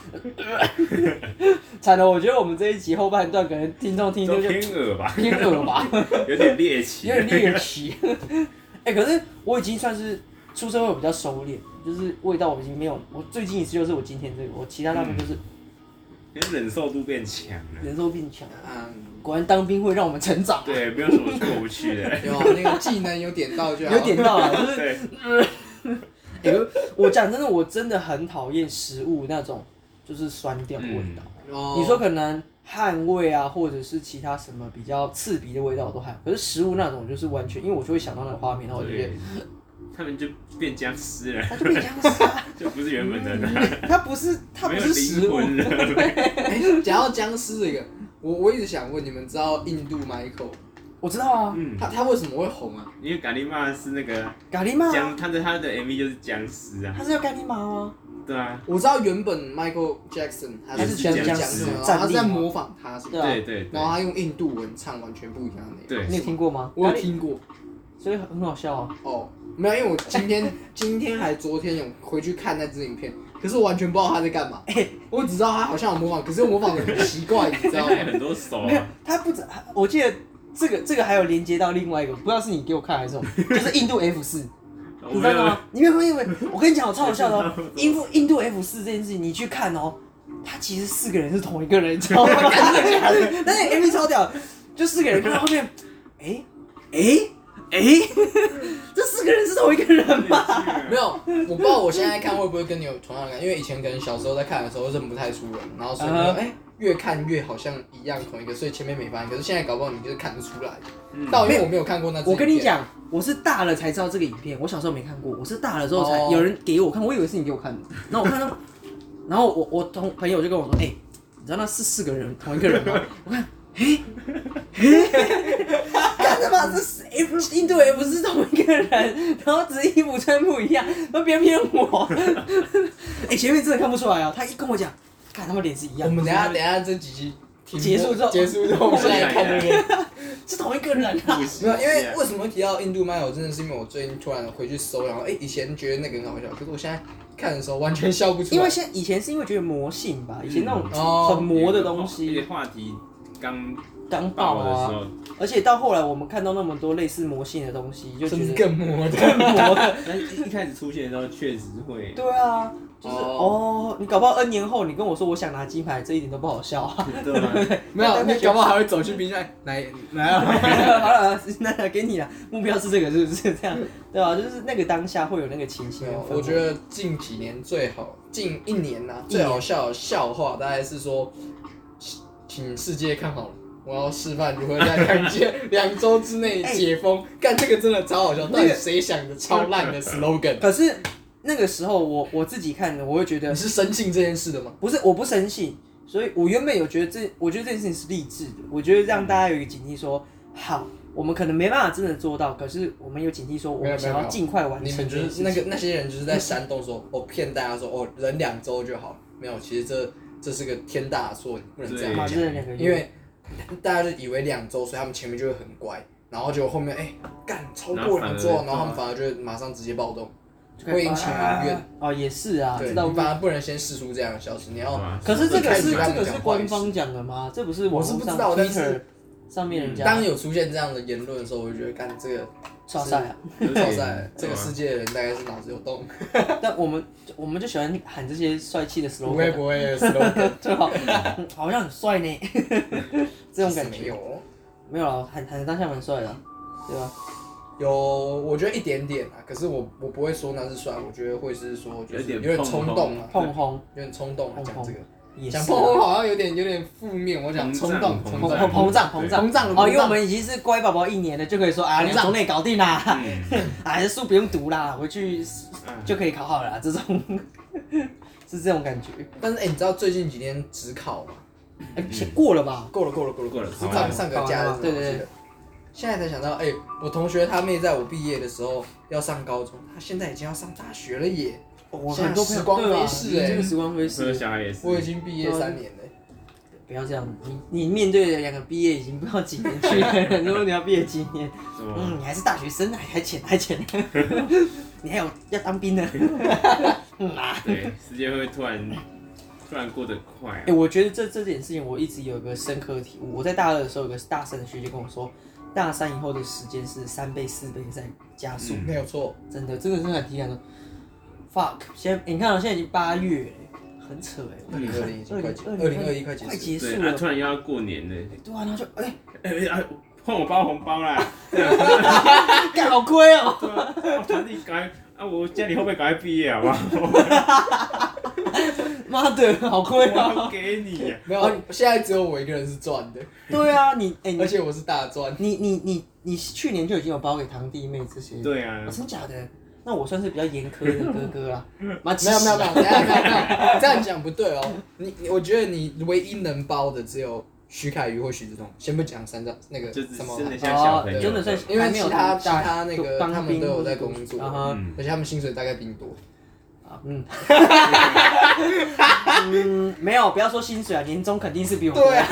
Speaker 1: [LAUGHS] 惨了，我觉得我们这一集后半段可能听众听一
Speaker 3: 都
Speaker 1: 听就
Speaker 3: 偏恶吧，
Speaker 1: 偏恶吧， [LAUGHS]
Speaker 3: 有点猎奇，
Speaker 1: 有点猎奇。 [LAUGHS] 哎、可是我已经算是出社会比较收敛，就是味道我已经没有。我最近一次就是我今天这个，我其他大部分就是
Speaker 3: 有点忍受度变强了。
Speaker 1: 忍受变强。
Speaker 2: 嗯，
Speaker 1: 果然当兵会让我们成长，
Speaker 3: 对，没有什么过不去的。
Speaker 2: 有啊那个技能有点到
Speaker 3: 啊
Speaker 2: 就好，
Speaker 1: 有点到了，就是
Speaker 3: 对，
Speaker 1: 哎、可是我讲真的，我真的很讨厌食物那种就是酸掉的味道。
Speaker 2: 哦
Speaker 3: 嗯
Speaker 1: 你说可能汗味啊，或者是其他什么比较刺鼻的味道我都还好，可是食物那种就是完全，因为我就会想到那个画面，然后我就觉得
Speaker 3: 对，他们就变僵尸了，
Speaker 1: 它就变僵尸啊，
Speaker 3: 就不是原本的人，
Speaker 1: 它不是它不
Speaker 3: 没有
Speaker 1: 是食
Speaker 3: 灵
Speaker 1: 物，
Speaker 3: 魂了。
Speaker 2: 哎，讲到僵尸这个，我我一直想问你们，知道印度 Michael
Speaker 1: 我知道啊，
Speaker 3: 嗯，
Speaker 2: 他他为什么会红啊？
Speaker 3: 因为咖喱妈是那个
Speaker 1: 咖喱嘛，
Speaker 3: 僵，他的他的 MV 就是僵尸啊，
Speaker 1: 它是叫咖喱嘛吗？
Speaker 3: 对啊，
Speaker 2: 我知道原本 Michael Jackson 他
Speaker 1: 也
Speaker 2: 是
Speaker 1: 是
Speaker 2: 讲
Speaker 1: 僵
Speaker 2: 僵
Speaker 1: 尸
Speaker 2: 尸嘛，然
Speaker 1: 战
Speaker 2: 后他是
Speaker 1: 力
Speaker 2: 在
Speaker 1: 嘛
Speaker 2: 模仿他是吧
Speaker 1: 对啊
Speaker 3: 对对
Speaker 2: 然
Speaker 3: 对
Speaker 2: 后他用印度文唱完全不一样的内容。
Speaker 3: 对
Speaker 1: 你有听过吗？
Speaker 2: 我有
Speaker 1: 咖喱，
Speaker 2: 听过
Speaker 1: 所以很好笑啊。
Speaker 2: 哦，没有，因为我
Speaker 1: [LAUGHS]
Speaker 2: 今天今天还昨天有回去看那支影片，可是我完全不知道他在干
Speaker 1: [LAUGHS]
Speaker 2: 嘛。
Speaker 1: 哎
Speaker 2: 我只知道他好像有模仿，可是模仿的很奇怪，你知道
Speaker 1: [LAUGHS]
Speaker 3: 他有
Speaker 2: 吗？
Speaker 3: 很多手
Speaker 1: 没有
Speaker 3: 啊，，
Speaker 1: 它不止，我记得这个这个还有连接到另外一个，不知道是你给我看还是什么，就是印度 F 四。
Speaker 3: 我
Speaker 1: 你知
Speaker 3: 没
Speaker 1: 道
Speaker 3: 有
Speaker 1: 吗？你没有发现吗？我跟你讲，我超好笑的哦。印度印度 F 四这件事情，你去看哦，他其实四个人是同一个人，你知道吗？但是 MV 超屌，就四个人看到后面，哎哎哎，这四个人是同一个人吗？
Speaker 3: 啊
Speaker 1: [LAUGHS]
Speaker 2: 没有，我不知道我现在看会不会跟你有同样的感觉，因为以前可能小时候在看的时候认不太出人，然后所以哎、
Speaker 1: 嗯哼
Speaker 2: 越看越好像一样同一个，所以前面没发现，可是现在搞不好你就是看得出来。
Speaker 3: 嗯
Speaker 2: 但因为我没有看过那支
Speaker 1: 我跟你
Speaker 2: 影片，
Speaker 1: 讲，我是大了才知道这个影片，我小时候没看过，我是大了之后才
Speaker 2: 哦
Speaker 1: 有人给我看，我以为是你给我看的，然后我看到，然后我我同朋友就跟我说，哎、你知道那是四个人同一个人吗？我看，哎、欸，干、什么？这是 F 印度也不是同一个人，然后只是衣服穿不一样，那别骗我。哎、前面真的看不出来啊，他一跟我讲，看他们脸是一样，
Speaker 2: 我们等一下等一下这几集停播
Speaker 1: 结束之后
Speaker 2: 结束之后，我们再来看这个。
Speaker 1: 是同一个人啊。
Speaker 3: 嗯不行
Speaker 2: 没有，因为为什么会提到印度漫友，真的是因为我最近突然回去搜，然后哎、以前觉得那个很好笑，可是我现在看的时候完全笑不出来。
Speaker 1: 因为现在以前是因为觉得魔性吧，以前那种
Speaker 2: 哦
Speaker 1: 很魔的东
Speaker 3: 而且
Speaker 1: 西，
Speaker 3: 话题刚
Speaker 1: 刚爆
Speaker 3: 爆的时
Speaker 1: 啊，
Speaker 3: 候，
Speaker 1: 而且到后来我们看到那么多类似魔性的东西，就
Speaker 2: 甚
Speaker 1: 觉
Speaker 2: 至
Speaker 1: 得
Speaker 2: 更魔的， [LAUGHS]
Speaker 3: 哎
Speaker 1: 魔的，
Speaker 3: 但一开始出现的时候确实会，
Speaker 1: 对啊，就是
Speaker 2: 哦
Speaker 1: 哦，你搞不好 N 年后你跟我说我想拿鸡排，这一点都不好笑
Speaker 2: [LAUGHS]
Speaker 1: 啊。
Speaker 3: 对啊，
Speaker 2: 没 [LAUGHS] 有，你搞不好还会走去冰箱来来啊。
Speaker 1: 好了，那给你了，目标是这个是不是这样？对吧、就是那个当下会有那个情形
Speaker 2: 没
Speaker 1: 跟氛
Speaker 2: 有
Speaker 1: 围。
Speaker 2: [LAUGHS] 啊我觉得近几年最好，近一年呐、
Speaker 1: 一年
Speaker 2: 最好笑的笑话大概是说，请世界看好了，我要示范如何在两届 [LAUGHS] 两周之内解封。干、这个真的超好笑，
Speaker 1: 那个
Speaker 2: 到底谁想的超烂的 slogan？
Speaker 1: 可是那个时候我我自己看的，我会觉得
Speaker 2: 你是深信这件事的吗？
Speaker 1: 不是，我不生气，所以我原本有觉得这，我觉得这件事情是励志的，我觉得让大家有一个警惕说，好，我们可能没办法真的做到，可是我们有警惕说，我
Speaker 2: 没有
Speaker 1: 们
Speaker 2: 没有
Speaker 1: 想要尽快完
Speaker 2: 你们
Speaker 1: 成这
Speaker 2: 就
Speaker 1: 件
Speaker 2: 是
Speaker 1: 事
Speaker 2: 那个
Speaker 1: 情。
Speaker 2: 那些人就是在煽动说，哦骗大家说哦忍两周就好，没有，其实这这是个天大的错，你不能这样
Speaker 3: 对
Speaker 1: 好，
Speaker 2: 讲。
Speaker 1: 这是两个月，
Speaker 2: 因为大家就以为两周，所以他们前面就会很乖，然后结果后面哎干、超过两周，啊然后他们反而就马上直接暴动，
Speaker 1: 就开始
Speaker 2: 会引起民怨。
Speaker 1: 啊哦，也是啊，
Speaker 2: 对，
Speaker 1: 知
Speaker 2: 你
Speaker 1: 道吧？
Speaker 2: 反而不能先试出这样的消息，你要
Speaker 3: 对啊
Speaker 1: 可是这个是
Speaker 2: 不能开
Speaker 1: 这
Speaker 2: 始
Speaker 1: 个
Speaker 2: 让
Speaker 1: 是
Speaker 2: 人
Speaker 1: 官
Speaker 2: 讲坏事
Speaker 1: 方讲的吗？这不是
Speaker 2: 我
Speaker 1: 网
Speaker 2: 是
Speaker 1: 络
Speaker 2: 不知
Speaker 1: 上
Speaker 2: 道但
Speaker 1: Twitter
Speaker 2: 是
Speaker 1: 上面人家
Speaker 2: 当有出现这样的言论的时候，我就觉得干这个
Speaker 1: 刷赛啊？
Speaker 3: 有
Speaker 2: 超
Speaker 3: 点
Speaker 2: 在这个世界的人大概是脑子有洞，
Speaker 1: 但我们我们就喜欢喊这些帅气的
Speaker 2: 不会
Speaker 1: slogan，
Speaker 2: 不会 [LAUGHS] slogan
Speaker 1: 对吧？嗯好像很帅呢，这种感
Speaker 2: 没
Speaker 1: 觉
Speaker 2: 有哦。
Speaker 1: 没有了，喊喊得当下蛮帅的啊，对吧？
Speaker 2: 有，我觉得一点点啊，可是我我不会说那是帅，我觉得会是说就是
Speaker 3: 有
Speaker 2: 点
Speaker 3: 点碰
Speaker 2: 冲动啊，
Speaker 1: 碰红
Speaker 2: 有点冲动啊，讲这个
Speaker 1: 也是
Speaker 2: 讲
Speaker 1: 啊
Speaker 2: 碰红好像有点有点负面，我讲
Speaker 3: 膨
Speaker 2: 冲
Speaker 3: 胀
Speaker 2: 动
Speaker 3: 膨
Speaker 2: 冲
Speaker 1: 膨膨膨
Speaker 2: 动
Speaker 3: 胀
Speaker 1: 胀膨胀
Speaker 2: 膨胀了膨胀
Speaker 1: 哦，因为我们已经是乖宝宝一年了，就可以说啊，你总得搞定啦， [LAUGHS]
Speaker 3: 嗯啊
Speaker 1: 啊，这书不用读啦，回去 [LAUGHS] 就可以考好了啦，这种 [LAUGHS] 是这种感觉。
Speaker 2: 但是哎、欸你知道最近几天只考吗？
Speaker 1: 哎，过了吧？
Speaker 2: 够了，够了，够了，
Speaker 3: 够了
Speaker 2: 只
Speaker 3: 考
Speaker 2: 考
Speaker 3: 完
Speaker 2: 上个
Speaker 1: 考完了
Speaker 2: 假日
Speaker 1: 吗
Speaker 2: 嘛，
Speaker 1: 对
Speaker 2: 我
Speaker 1: 对
Speaker 2: 记
Speaker 1: 对
Speaker 2: 得。现在才想到，哎、我同学他妹在我毕业的时候要上高中，她现在已经要上大学了耶！
Speaker 1: 我
Speaker 2: 现在
Speaker 1: 很多朋
Speaker 2: 时
Speaker 1: 友
Speaker 2: 光
Speaker 1: 对啊
Speaker 2: 飞逝欸
Speaker 1: 这个时光飞
Speaker 3: 是
Speaker 1: 逝，
Speaker 3: 小孩也是，
Speaker 2: 我已经毕业三年了耶，
Speaker 1: 嗯不要这样，你你面对两个毕业已经不知道几年去了， [LAUGHS] 如果你要毕业几年，
Speaker 3: 是吗
Speaker 1: 嗯，你还是大学生，还还浅还浅， [LAUGHS] 你还有要当兵呢。
Speaker 3: 对，时间会突然突然过得快啊
Speaker 1: 哎、。我觉得这这件事情我一直有一个深刻的体悟。我在大二的时候，有个大三的学姐跟我说，大三以后的时间是三倍、四倍在加速，
Speaker 3: 嗯
Speaker 2: 没有错。
Speaker 1: 真的，真的是很体感的。Fuck，现在、欸你看、啊，现在已经八月了，很扯哎、
Speaker 2: 二
Speaker 1: 欸。
Speaker 2: 零二零已经快结，
Speaker 1: 2021
Speaker 2: 二零二一嗯快结
Speaker 1: 快
Speaker 2: 束。
Speaker 1: 结
Speaker 3: 对
Speaker 1: 束
Speaker 3: 啊，
Speaker 1: 了，
Speaker 3: 突然又要过年了，
Speaker 1: 对啊，然后就哎，
Speaker 3: 哎啊，换我包红包啦！
Speaker 1: 啊干、好亏哦、
Speaker 3: 对啊，我堂弟赶快啊，我家里会不会赶快毕业好不好？
Speaker 1: 妈的，好亏
Speaker 3: 我
Speaker 1: 哦、
Speaker 3: 要给你啊，
Speaker 2: 没有，现在只有我一个人是赚的，
Speaker 1: 对啊，你哎、
Speaker 2: 而且我是大赚。
Speaker 1: 你你你你你去年就已经有包给堂弟妹这些，
Speaker 3: 对啊
Speaker 1: 哦，真假的？那我算是比较严苛的哥哥
Speaker 2: [LAUGHS]
Speaker 1: 啦，妈
Speaker 2: 没有没有 [LAUGHS] 没有，等一下没有没有，这样讲不对哦。你你我觉得你唯一能包的只有徐凯宇或许志忠，先不讲三张那个
Speaker 3: 就是
Speaker 2: 什么，啊
Speaker 3: 真的像小
Speaker 1: 哦，
Speaker 3: 朋友，
Speaker 1: 真的算，
Speaker 2: 因为
Speaker 1: 还没有
Speaker 2: 其他
Speaker 1: 当
Speaker 2: 其他那个
Speaker 1: 当
Speaker 2: 他们
Speaker 1: 兵
Speaker 2: 都有
Speaker 1: 或者
Speaker 2: 在
Speaker 1: 读
Speaker 2: 工作
Speaker 1: 啊哈
Speaker 3: 嗯
Speaker 2: 而且他们薪水大概比你多。
Speaker 1: 啊 [LAUGHS] 嗯，嗯，没有，不要说薪水啊，年终肯定是比我多
Speaker 2: 对啊，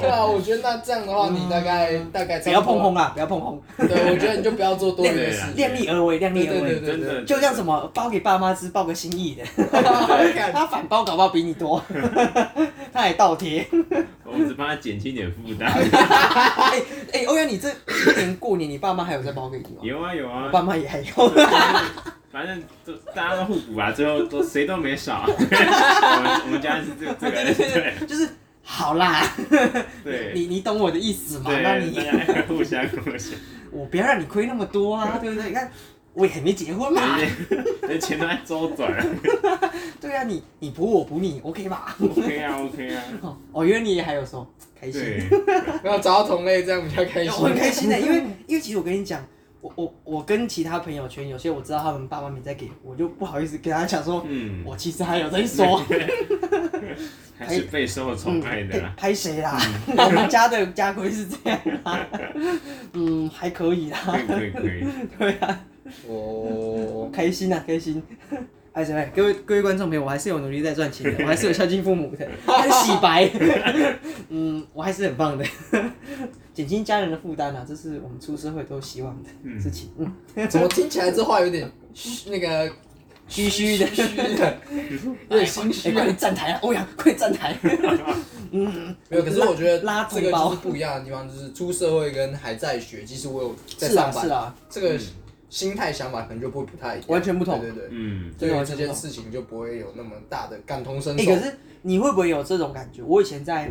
Speaker 2: 对
Speaker 3: 哦
Speaker 2: 啊，我觉得那这样的话，你大概大概
Speaker 1: 不
Speaker 2: 差
Speaker 1: 要
Speaker 2: 多
Speaker 1: 碰。红啊，不要碰红，
Speaker 2: 嗯对，我觉得你就不要做多余的
Speaker 3: 对
Speaker 2: 事
Speaker 3: 啊。
Speaker 1: 量力而为，量力而为，
Speaker 2: 对对
Speaker 3: 真的
Speaker 1: 就像什么包给爸妈吃，报个心意的，
Speaker 2: 看
Speaker 1: 他反包搞不好比你多，他还倒
Speaker 2: [LAUGHS]
Speaker 1: 贴。
Speaker 3: 我们只帮他减轻点负担。
Speaker 1: 哎哎，欧阳，你这今年过年你爸妈还有在包给你吗？
Speaker 3: 有啊有
Speaker 1: 我
Speaker 3: 啊，
Speaker 1: 爸妈也还有， [LAUGHS]
Speaker 3: 反正都大家都互补啊，最后都谁都没少。我们我们家是这个这个对
Speaker 1: 就是好啦，
Speaker 3: 对
Speaker 1: 你你懂我的意思嘛？那你
Speaker 3: 对，大家互相互相，
Speaker 1: 我不要让你亏那么多啊，对不对？你看我也还没结婚嘛，
Speaker 3: [LAUGHS] 那钱都在周转。
Speaker 1: 对啊，你你补我补你，OK 吧？ [LAUGHS]
Speaker 3: OK 啊 OK 啊，
Speaker 1: 哦，哦，原来你也还有说开心，
Speaker 3: 对，
Speaker 2: [LAUGHS] 没有找到同类，这样比较
Speaker 1: [LAUGHS]
Speaker 2: 开
Speaker 1: 我很
Speaker 2: 心。
Speaker 1: 开心的，因
Speaker 3: [LAUGHS]
Speaker 1: 为因为其实我跟你讲，我我我跟其他朋友圈有些我知道他们爸妈没在给，我就不好意思跟他讲说，
Speaker 3: 嗯，
Speaker 1: 我其实还有在
Speaker 3: [LAUGHS]
Speaker 1: 说，
Speaker 3: 还是备受宠爱的
Speaker 1: 拍
Speaker 3: 啦。
Speaker 1: [LAUGHS] 拍谁
Speaker 3: [LAUGHS]
Speaker 1: 啦？我们家的家规是这样啦， [LAUGHS] 嗯，还可以啦，
Speaker 3: 可以可以可以，
Speaker 1: 对啊，
Speaker 2: 哦，
Speaker 1: 开心啊，开心。哎，什么？各位各位观众朋友，我还是有努力在赚钱的，我还是有孝敬父母
Speaker 2: [LAUGHS]
Speaker 1: 的，还是洗白，嗯，我还是很棒的，减轻家人的负担啊，这是我们出社会都希望的事
Speaker 2: [LAUGHS]
Speaker 1: 情。嗯，
Speaker 2: 怎么听起来这话有点虚那个
Speaker 1: 虚虚的，
Speaker 2: 虚的，有点心
Speaker 1: 哎
Speaker 2: 虚
Speaker 1: 快
Speaker 2: 啊。
Speaker 1: 点站台啊，欧阳，快点站台。
Speaker 2: 没有，可是我觉得
Speaker 1: 拉拉
Speaker 2: 这
Speaker 1: 同
Speaker 2: 个
Speaker 1: 胞
Speaker 2: 就是不一样的地方，就是出社会跟还在学，其实我有在
Speaker 1: 是啊，
Speaker 2: 上班，
Speaker 1: 是啊，
Speaker 2: 这个
Speaker 3: 嗯
Speaker 2: 心态想法可能就不会不太一样，
Speaker 1: 完全不同
Speaker 2: 对对对，
Speaker 3: 嗯，
Speaker 1: 真
Speaker 2: 对
Speaker 1: 的
Speaker 2: 于
Speaker 1: 完
Speaker 2: 这
Speaker 1: 全不
Speaker 2: 件
Speaker 1: 同
Speaker 2: 事情就不会有那么大的感同身
Speaker 1: 哎、
Speaker 2: 受。
Speaker 1: 可是你会不会有这种感觉？我以前在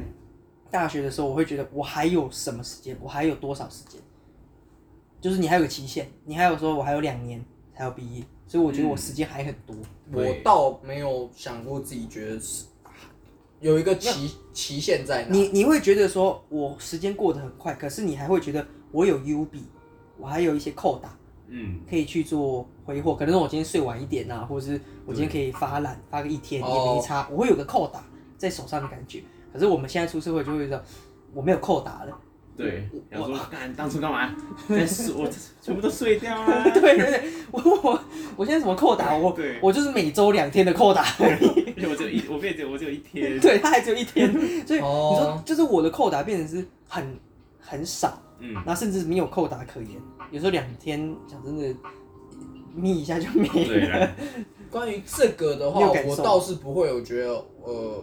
Speaker 1: 大学的时候，我会觉得我还有什么时间，我还有多少时间，就是你还有个期限，你还有说我还有两年才要毕业，所以我觉得我时间还很多。
Speaker 2: 我倒没有想过自己觉得是有一个期期限在哪，
Speaker 1: 你你会觉得说我时间过得很快，可是你还会觉得我有 U B，我还有一些扣打
Speaker 3: 嗯，
Speaker 1: 可以去做挥霍，可能我今天睡晚一点啊，或者是我今天可以发懒发个一天也
Speaker 2: 哦
Speaker 1: 没差，我会有个扣打在手上的感觉。可是我们现在出社会就会说我没有扣打了。
Speaker 3: 对，然后说干当初干嘛？但是我全部都碎掉了。
Speaker 1: 对对对，我我我现在什么扣打，我
Speaker 3: 对
Speaker 1: 我就是每周两天的扣打，
Speaker 3: 而且我只有一，我变成我只有一
Speaker 1: [LAUGHS]
Speaker 3: 天。
Speaker 1: 对，它还只有一天，所以你
Speaker 2: 哦
Speaker 1: 说就是我的扣打变成是很很少， [LAUGHS]
Speaker 3: 嗯，
Speaker 1: 然后甚至没有扣打可言，有时候两天讲真的，眯一下就没
Speaker 3: 对啊
Speaker 1: 了。
Speaker 3: 啦，
Speaker 2: 关于这个的话
Speaker 1: 你有感，受
Speaker 2: 我倒是不会有觉得，呃，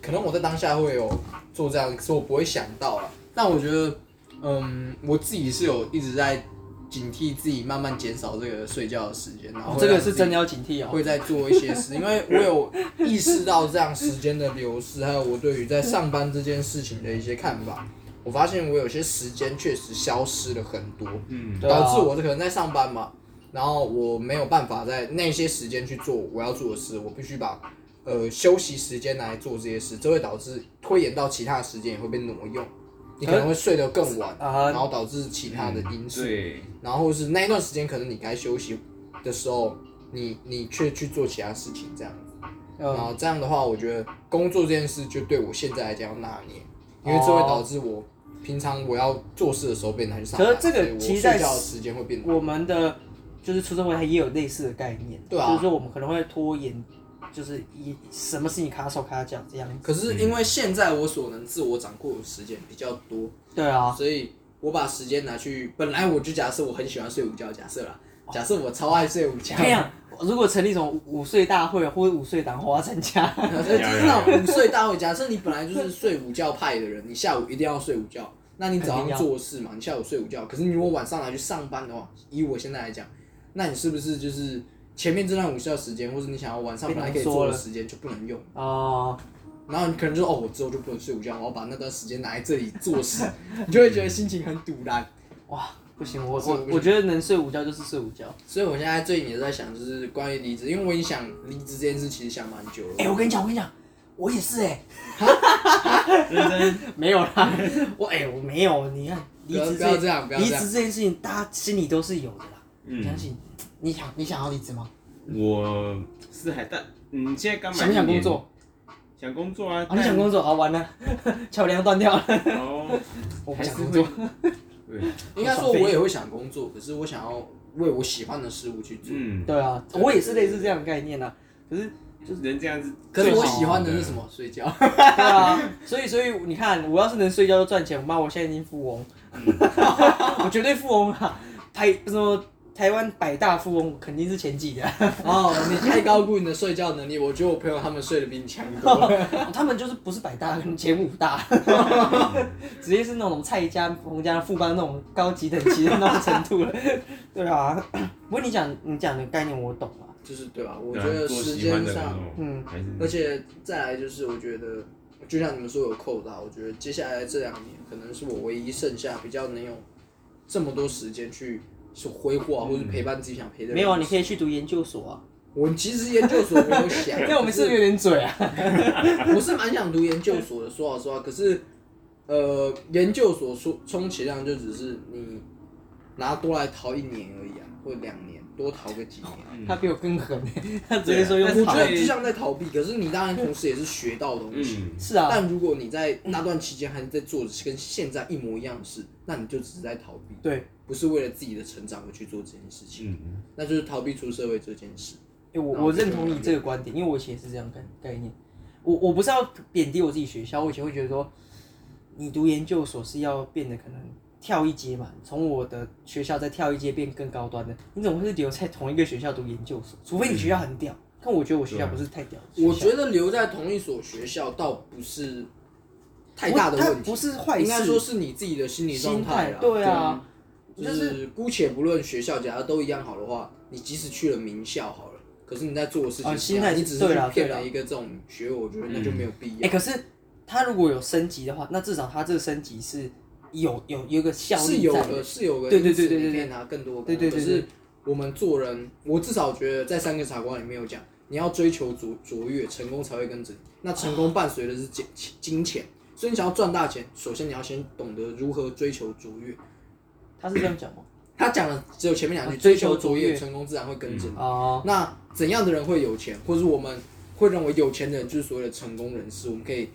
Speaker 2: 可能我在当下会有做这样的，可是我不会想到了。但我觉得，嗯，我自己是有一直在警惕自己，慢慢减少这个睡觉的时间，然后
Speaker 1: 哦
Speaker 2: 啊会
Speaker 1: 这个
Speaker 2: 让自
Speaker 1: 是
Speaker 2: 己
Speaker 1: 真的要警惕哦。
Speaker 2: 会在做一些事，因 [LAUGHS] 为我有意识到这样时间的流逝，还有我对于在上班这件事情的一些看法。我发现我有些时间确实消失了很多，
Speaker 3: 嗯，
Speaker 1: 对啊
Speaker 2: 导致我可能在上班嘛，然后我没有办法在那些时间去做我要做的事，我必须把呃休息时间拿来做这些事，这会导致拖延到其他时间也会被挪用，你可能会睡得更晚，
Speaker 1: 啊
Speaker 2: 然后导致其他的因素，
Speaker 3: 对，
Speaker 2: 然后是那一段时间可能你该休息的时候，你你却去做其他事情这样子，然
Speaker 1: 嗯，
Speaker 2: 后这样的话，我觉得工作这件事就对我现在来讲要拿捏，因为这会导致我平常我要做事的时候被拿去上班，
Speaker 1: 可是这个
Speaker 2: 所以我
Speaker 1: 其实在
Speaker 2: 睡觉的时间会变多。
Speaker 1: 我们的就是出社会，它也有类似的概念，
Speaker 2: 对啊
Speaker 1: 就是说我们可能会拖延，就是一什么事情卡手卡脚这样子。
Speaker 2: 可是因为现在我所能自我掌控的时间比较多，
Speaker 1: 对啊，
Speaker 2: 所以我把时间拿去，本来我就假设我很喜欢睡午觉，假设啦，假设我超爱睡午觉，
Speaker 1: 我跟你讲，如果成立什么午午睡大会或者午睡党，我要参加。
Speaker 2: 对，就是那种午睡大会。假设你本来就是睡午觉派的人，你下午一定要睡午觉，那你早上做事嘛，你下午睡午觉。可是你如果晚上拿去上班的话，以我现在来讲，那你是不是就是前面这段午觉时间，或者你想要晚上本来可以做的时间就不能用？
Speaker 1: 哦，
Speaker 2: 然后你可能就说哦，我之后就不能睡午觉，我要把那段时间拿来这里做事，你就会觉得心情很堵然。
Speaker 1: 哇，不行，我
Speaker 2: 是
Speaker 1: 我
Speaker 2: 不行
Speaker 1: 我觉得能睡午觉就是睡午觉。
Speaker 2: 所以我现在最近也在想，就是关于离职，因为我已经想离职这件事，其实想蛮久了。
Speaker 1: 哎、我跟你讲，我跟你讲，我也是哎、
Speaker 3: 认真，
Speaker 1: [LAUGHS] 没有啦，我哎、我没有，你看离职
Speaker 2: 不要这样不要
Speaker 1: 离
Speaker 2: 这样
Speaker 1: 职这件事情，大家心里都是有的啦。
Speaker 3: 嗯
Speaker 1: 相信你想你想要离职吗？
Speaker 3: 我是还但你现在刚满
Speaker 1: 想不想
Speaker 3: 一
Speaker 1: 工？
Speaker 3: 年
Speaker 1: 作？
Speaker 3: 想工作啊，
Speaker 1: 啊，你想工作啊？完了， [LAUGHS] 桥梁断掉了。
Speaker 3: 作？哦，
Speaker 1: 我不
Speaker 3: 还是
Speaker 1: 想
Speaker 3: 会
Speaker 1: 工作。
Speaker 3: 对，
Speaker 2: 应该说我也会想工作，可是我想要为我喜欢的事物去做。
Speaker 3: 嗯，
Speaker 1: 对啊，我也是类似这样的概念啊。可是
Speaker 3: 就是人这样子。
Speaker 2: 可是我
Speaker 1: 最好
Speaker 2: 喜欢的是什？么？睡觉。
Speaker 1: 对啊，所以所以你看，我要是能睡觉就赚钱，我妈我现在已经富 [LAUGHS] 翁，我绝对富翁啊！台什么台湾百大富翁我肯定是前几的，
Speaker 2: 哦，你太高估你的睡觉能力。我觉得我朋友他们睡得比你强多。
Speaker 1: 哦他们就是不是百大，可能前五大， [LAUGHS] 直接是那种蔡家、洪家、富邦那种高级等级的那种程度了。对啊，不过你讲你讲的概念我懂啊，
Speaker 2: 就是对吧？我
Speaker 3: 对
Speaker 2: 觉
Speaker 3: 啊
Speaker 2: 得
Speaker 3: 做
Speaker 2: 时
Speaker 3: 喜欢
Speaker 2: 间
Speaker 3: 的
Speaker 2: 上，
Speaker 3: 那种
Speaker 1: 嗯，
Speaker 3: 还是
Speaker 2: 而且再来就是我觉得，就像你们说有扣打，我觉得接下来这两年可能是我唯一剩下比较能有这么多时间去去挥霍啊，或者陪伴自己想陪的人。
Speaker 1: 嗯没有啊，你可以去读研究 [LAUGHS] 所啊。
Speaker 2: 我其实研究所我
Speaker 1: [LAUGHS]
Speaker 2: 有想，
Speaker 1: 这样我们是不是有点嘴啊？
Speaker 2: 我是蛮想读研究所的，说老实话，可是，呃，研究所充充其量就只是你拿多来逃一年而已啊，或两年，多逃个几年。
Speaker 3: 嗯
Speaker 1: 他比我更狠、他直接说用
Speaker 3: 但
Speaker 2: 我
Speaker 3: 是
Speaker 1: 跑
Speaker 2: 觉
Speaker 3: 对
Speaker 2: 得就像在逃避，可是你当然同时也是学到东西。
Speaker 3: 嗯，
Speaker 1: 是啊，
Speaker 2: 但如果你在那段期间还是在做跟现在一模一样的事，那你就只是在逃避，
Speaker 1: 对。
Speaker 2: 不是为了自己的成长而去做这件事情，
Speaker 3: 嗯，
Speaker 2: 那就是逃避出社会这件事。
Speaker 1: 欸、我
Speaker 2: 然后
Speaker 1: 我
Speaker 2: 就
Speaker 1: 认
Speaker 2: 觉得
Speaker 1: 同你这个观点，因为我以前也是这样概概念。我我不是要贬低我自己学校，我以前会觉得说，你读研究所是要变得可能跳一阶嘛，从我的学校再跳一阶变更高端的，你怎么会是留在同一个学校读研究所？除非你学校很屌，但我觉得我学校不是太屌的学校。
Speaker 2: 啊我觉得留在同一所学校倒不是太大的
Speaker 1: 我它
Speaker 2: 问题，
Speaker 1: 不是坏事
Speaker 2: 应该说是你自己的心理状
Speaker 1: 心
Speaker 2: 态
Speaker 1: 态
Speaker 2: 啦。
Speaker 1: 对啊，
Speaker 2: 就
Speaker 1: 就是
Speaker 2: 姑且不论学校，假如都一样好的话，你即使去了名校好了，可是你在做的事情
Speaker 1: 啊
Speaker 2: 是一样
Speaker 1: 心态
Speaker 2: 你只是
Speaker 1: 对
Speaker 2: 去
Speaker 1: 啦
Speaker 2: 骗
Speaker 1: 对啦
Speaker 2: 了一个这种学位，我觉得那就没有必
Speaker 1: 哎、
Speaker 2: 要。
Speaker 1: 可是他如果有升级的话，那至少他这个升级是有有有一个效
Speaker 2: 是
Speaker 1: 力
Speaker 2: 有
Speaker 1: 在
Speaker 2: 的，
Speaker 1: 的。
Speaker 2: 是有个
Speaker 1: 对对
Speaker 2: 因
Speaker 1: 对
Speaker 2: 此
Speaker 1: 对
Speaker 2: 你
Speaker 1: 对
Speaker 2: 可以拿更多的
Speaker 1: 对对对
Speaker 2: 可
Speaker 1: 对
Speaker 2: 是我们做人，我至少觉得在三个傻瓜里面有讲，你要追求卓卓越，成功才会跟着你。那成功伴随的是金金钱，所以你想要赚大钱，首先你要先懂得如何追求卓越。
Speaker 1: 他是这样讲吗？
Speaker 2: 他讲的只有前面两句，
Speaker 1: 啊追求
Speaker 2: 求卓
Speaker 1: 卓越
Speaker 2: 越，成功自然会跟着你。
Speaker 1: 哦，
Speaker 2: 那怎样的人会有钱，或是我们会认为有钱的人就是所谓的成功人士，我们可以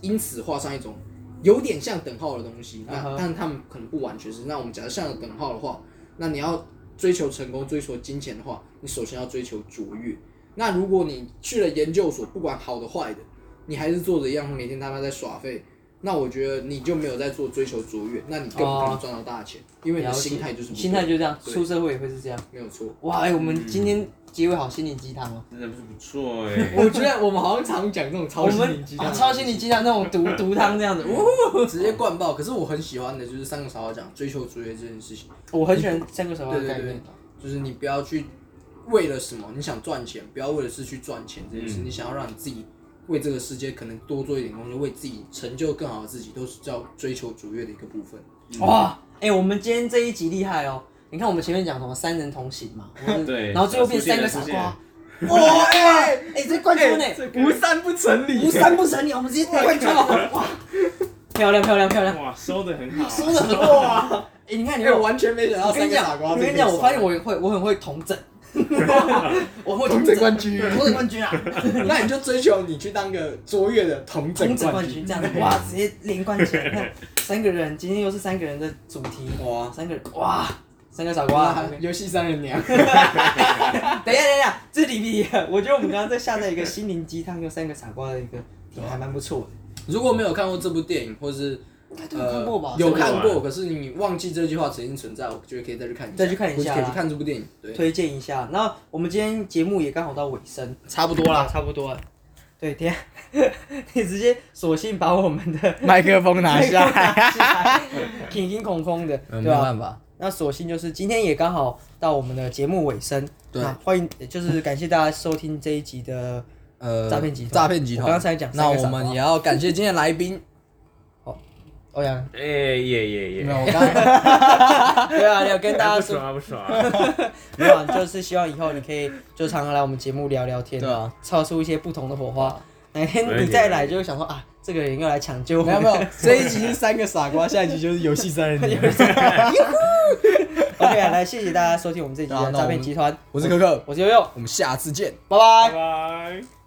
Speaker 2: 因此画上一种有点像等号的东西。那、
Speaker 1: 嗯哼
Speaker 2: 但他们可能不完全是。那我们假设像等号的话，那你要追求成功、追求金钱的话，你首先要追求卓越。那如果你去了研究所，不管好的坏的，你还是做着一样，每天他妈在耍废。那我觉得你就没有在做追求卓越，那你更不可能赚到大钱，因为你的
Speaker 1: 哦了解
Speaker 2: 心态就是不对嗯
Speaker 1: 心态就这样，
Speaker 2: 对
Speaker 1: 出社会也会是这样。
Speaker 2: 没有错。
Speaker 1: 哇，哎、我们今天结尾好心灵鸡汤哦。
Speaker 3: 真的是不
Speaker 2: [LAUGHS]
Speaker 3: 错哎。
Speaker 2: 我觉得我们好像常讲这种
Speaker 1: 我
Speaker 2: 超心灵
Speaker 1: 们
Speaker 2: 鸡汤
Speaker 1: 啊
Speaker 2: 的东西，
Speaker 1: 超心灵鸡汤那种
Speaker 2: [LAUGHS]
Speaker 1: 毒毒汤这样子，呜
Speaker 2: 直接灌爆。可是我很喜欢的就是三个傻瓜讲追求卓越这件事情，
Speaker 1: 我很喜欢三个手环的概
Speaker 2: 对对
Speaker 1: 念
Speaker 2: 对。就是你不要去为了什么，你想赚钱，不要为了是去赚钱这件事，
Speaker 3: 嗯
Speaker 2: 你想要让你自己为这个世界可能多做一点贡献，为自己成就更好的自己，都是叫追求卓越的一个部分。
Speaker 1: 哇，哎、我们今天这一集厉害哦！你看我们前面讲什么三人同行嘛，
Speaker 2: [LAUGHS]
Speaker 1: 我们
Speaker 3: 对
Speaker 1: 然后最后变
Speaker 3: 出
Speaker 1: 三个
Speaker 3: 现了
Speaker 1: 傻
Speaker 3: 出现
Speaker 1: 瓜
Speaker 3: 了，
Speaker 1: 哇，哎、哎这冠军呢、
Speaker 2: 无三不成
Speaker 1: 无三不成你，我们直接夺冠军了，
Speaker 2: [LAUGHS]
Speaker 1: 哇，漂亮漂亮漂亮，
Speaker 3: 哇，收的很好，
Speaker 1: 说的很好啊！哎、你看你
Speaker 2: 因
Speaker 1: 有
Speaker 2: 为我完全没想到
Speaker 1: 我跟
Speaker 2: 哦三
Speaker 1: 你
Speaker 2: 个傻
Speaker 1: 讲，
Speaker 2: 瓜
Speaker 1: 我
Speaker 2: 这个
Speaker 1: 跟你
Speaker 2: 可以说。
Speaker 1: 讲，我发现我也会，我很会同
Speaker 2: [LAUGHS]
Speaker 1: 整，我很会
Speaker 2: 同
Speaker 1: 同
Speaker 2: 整
Speaker 1: 整
Speaker 2: 冠军
Speaker 1: 同整冠军啊，
Speaker 2: [LAUGHS] 那你就追求你去当个卓越的同整
Speaker 1: 同整
Speaker 2: 冠
Speaker 1: 冠军
Speaker 2: 军
Speaker 1: 这。
Speaker 2: [LAUGHS]
Speaker 1: 样子，哇，直接连贯起来。看 [LAUGHS] 三个人，今天又是三个人的主题，
Speaker 2: 哇
Speaker 1: 三个人，哇，三个傻瓜。
Speaker 2: 哇，游戏三人娘，
Speaker 1: 等一下，等一下，这里比，我觉得我们刚刚在下载一个心灵鸡汤，有三个傻瓜的一个，也
Speaker 2: 啊
Speaker 1: 还蛮不错的。
Speaker 2: 如果没有看过这部电影，或是呃
Speaker 1: 应该都有看过吧？
Speaker 2: 有
Speaker 3: 看
Speaker 2: 看
Speaker 3: 过
Speaker 2: 过，可是你忘记这句话曾经存在，我觉得可以再去看一下，
Speaker 1: 再去看一下啦
Speaker 2: 可以去看这部电影。对，
Speaker 1: 推荐一下。然后我们今天节目也刚好到尾声，
Speaker 2: 差不多啦，差不多了。
Speaker 1: 对，天， [LAUGHS] 你直接索性把我们的
Speaker 2: [LAUGHS] 麦克风拿下来，
Speaker 1: 挺挺空空的，
Speaker 2: 嗯
Speaker 1: 对啊
Speaker 2: 没有
Speaker 1: 吧？
Speaker 2: 办法，
Speaker 1: 那索性就是今天也刚好到我们的节目尾声，
Speaker 2: 对
Speaker 1: 那欢迎就是感谢大家收听这一集的，
Speaker 2: 呃，
Speaker 1: 诈骗集团
Speaker 2: 诈骗集团。
Speaker 1: 我刚才讲
Speaker 2: 那
Speaker 1: 三个
Speaker 2: 我
Speaker 1: 傻瓜
Speaker 2: 们也要感谢今天的来
Speaker 1: [LAUGHS]
Speaker 2: 宾。
Speaker 1: 欧阳，
Speaker 3: 哎耶耶
Speaker 2: 没
Speaker 3: 耶，
Speaker 2: 有，我刚才
Speaker 1: 对啊，要跟大家
Speaker 3: 哎不
Speaker 1: 说，
Speaker 3: 爽不爽，
Speaker 1: [LAUGHS] 没有啊，就是希望以后你可以就常常来我们节目聊聊天，[LAUGHS]
Speaker 2: 对啊，
Speaker 1: 擦出一些不同的火花。哪
Speaker 3: 没
Speaker 1: 天
Speaker 3: 问
Speaker 1: 你
Speaker 3: 题
Speaker 1: 再来，就会想说啊，这个人又来抢救我
Speaker 2: 没
Speaker 1: 们
Speaker 2: 有没有，这一集是三个傻瓜，下一集就是游戏
Speaker 1: [LAUGHS]
Speaker 2: 三人娘。
Speaker 1: OK 啊，来谢谢大家收听我们这集
Speaker 2: 对啊
Speaker 1: 的
Speaker 2: 那我
Speaker 1: 诈
Speaker 2: 们
Speaker 1: 骗集团，
Speaker 2: 我是可可，
Speaker 1: 我是悠悠，
Speaker 2: 我们下次见。
Speaker 1: 拜拜
Speaker 3: 拜。拜。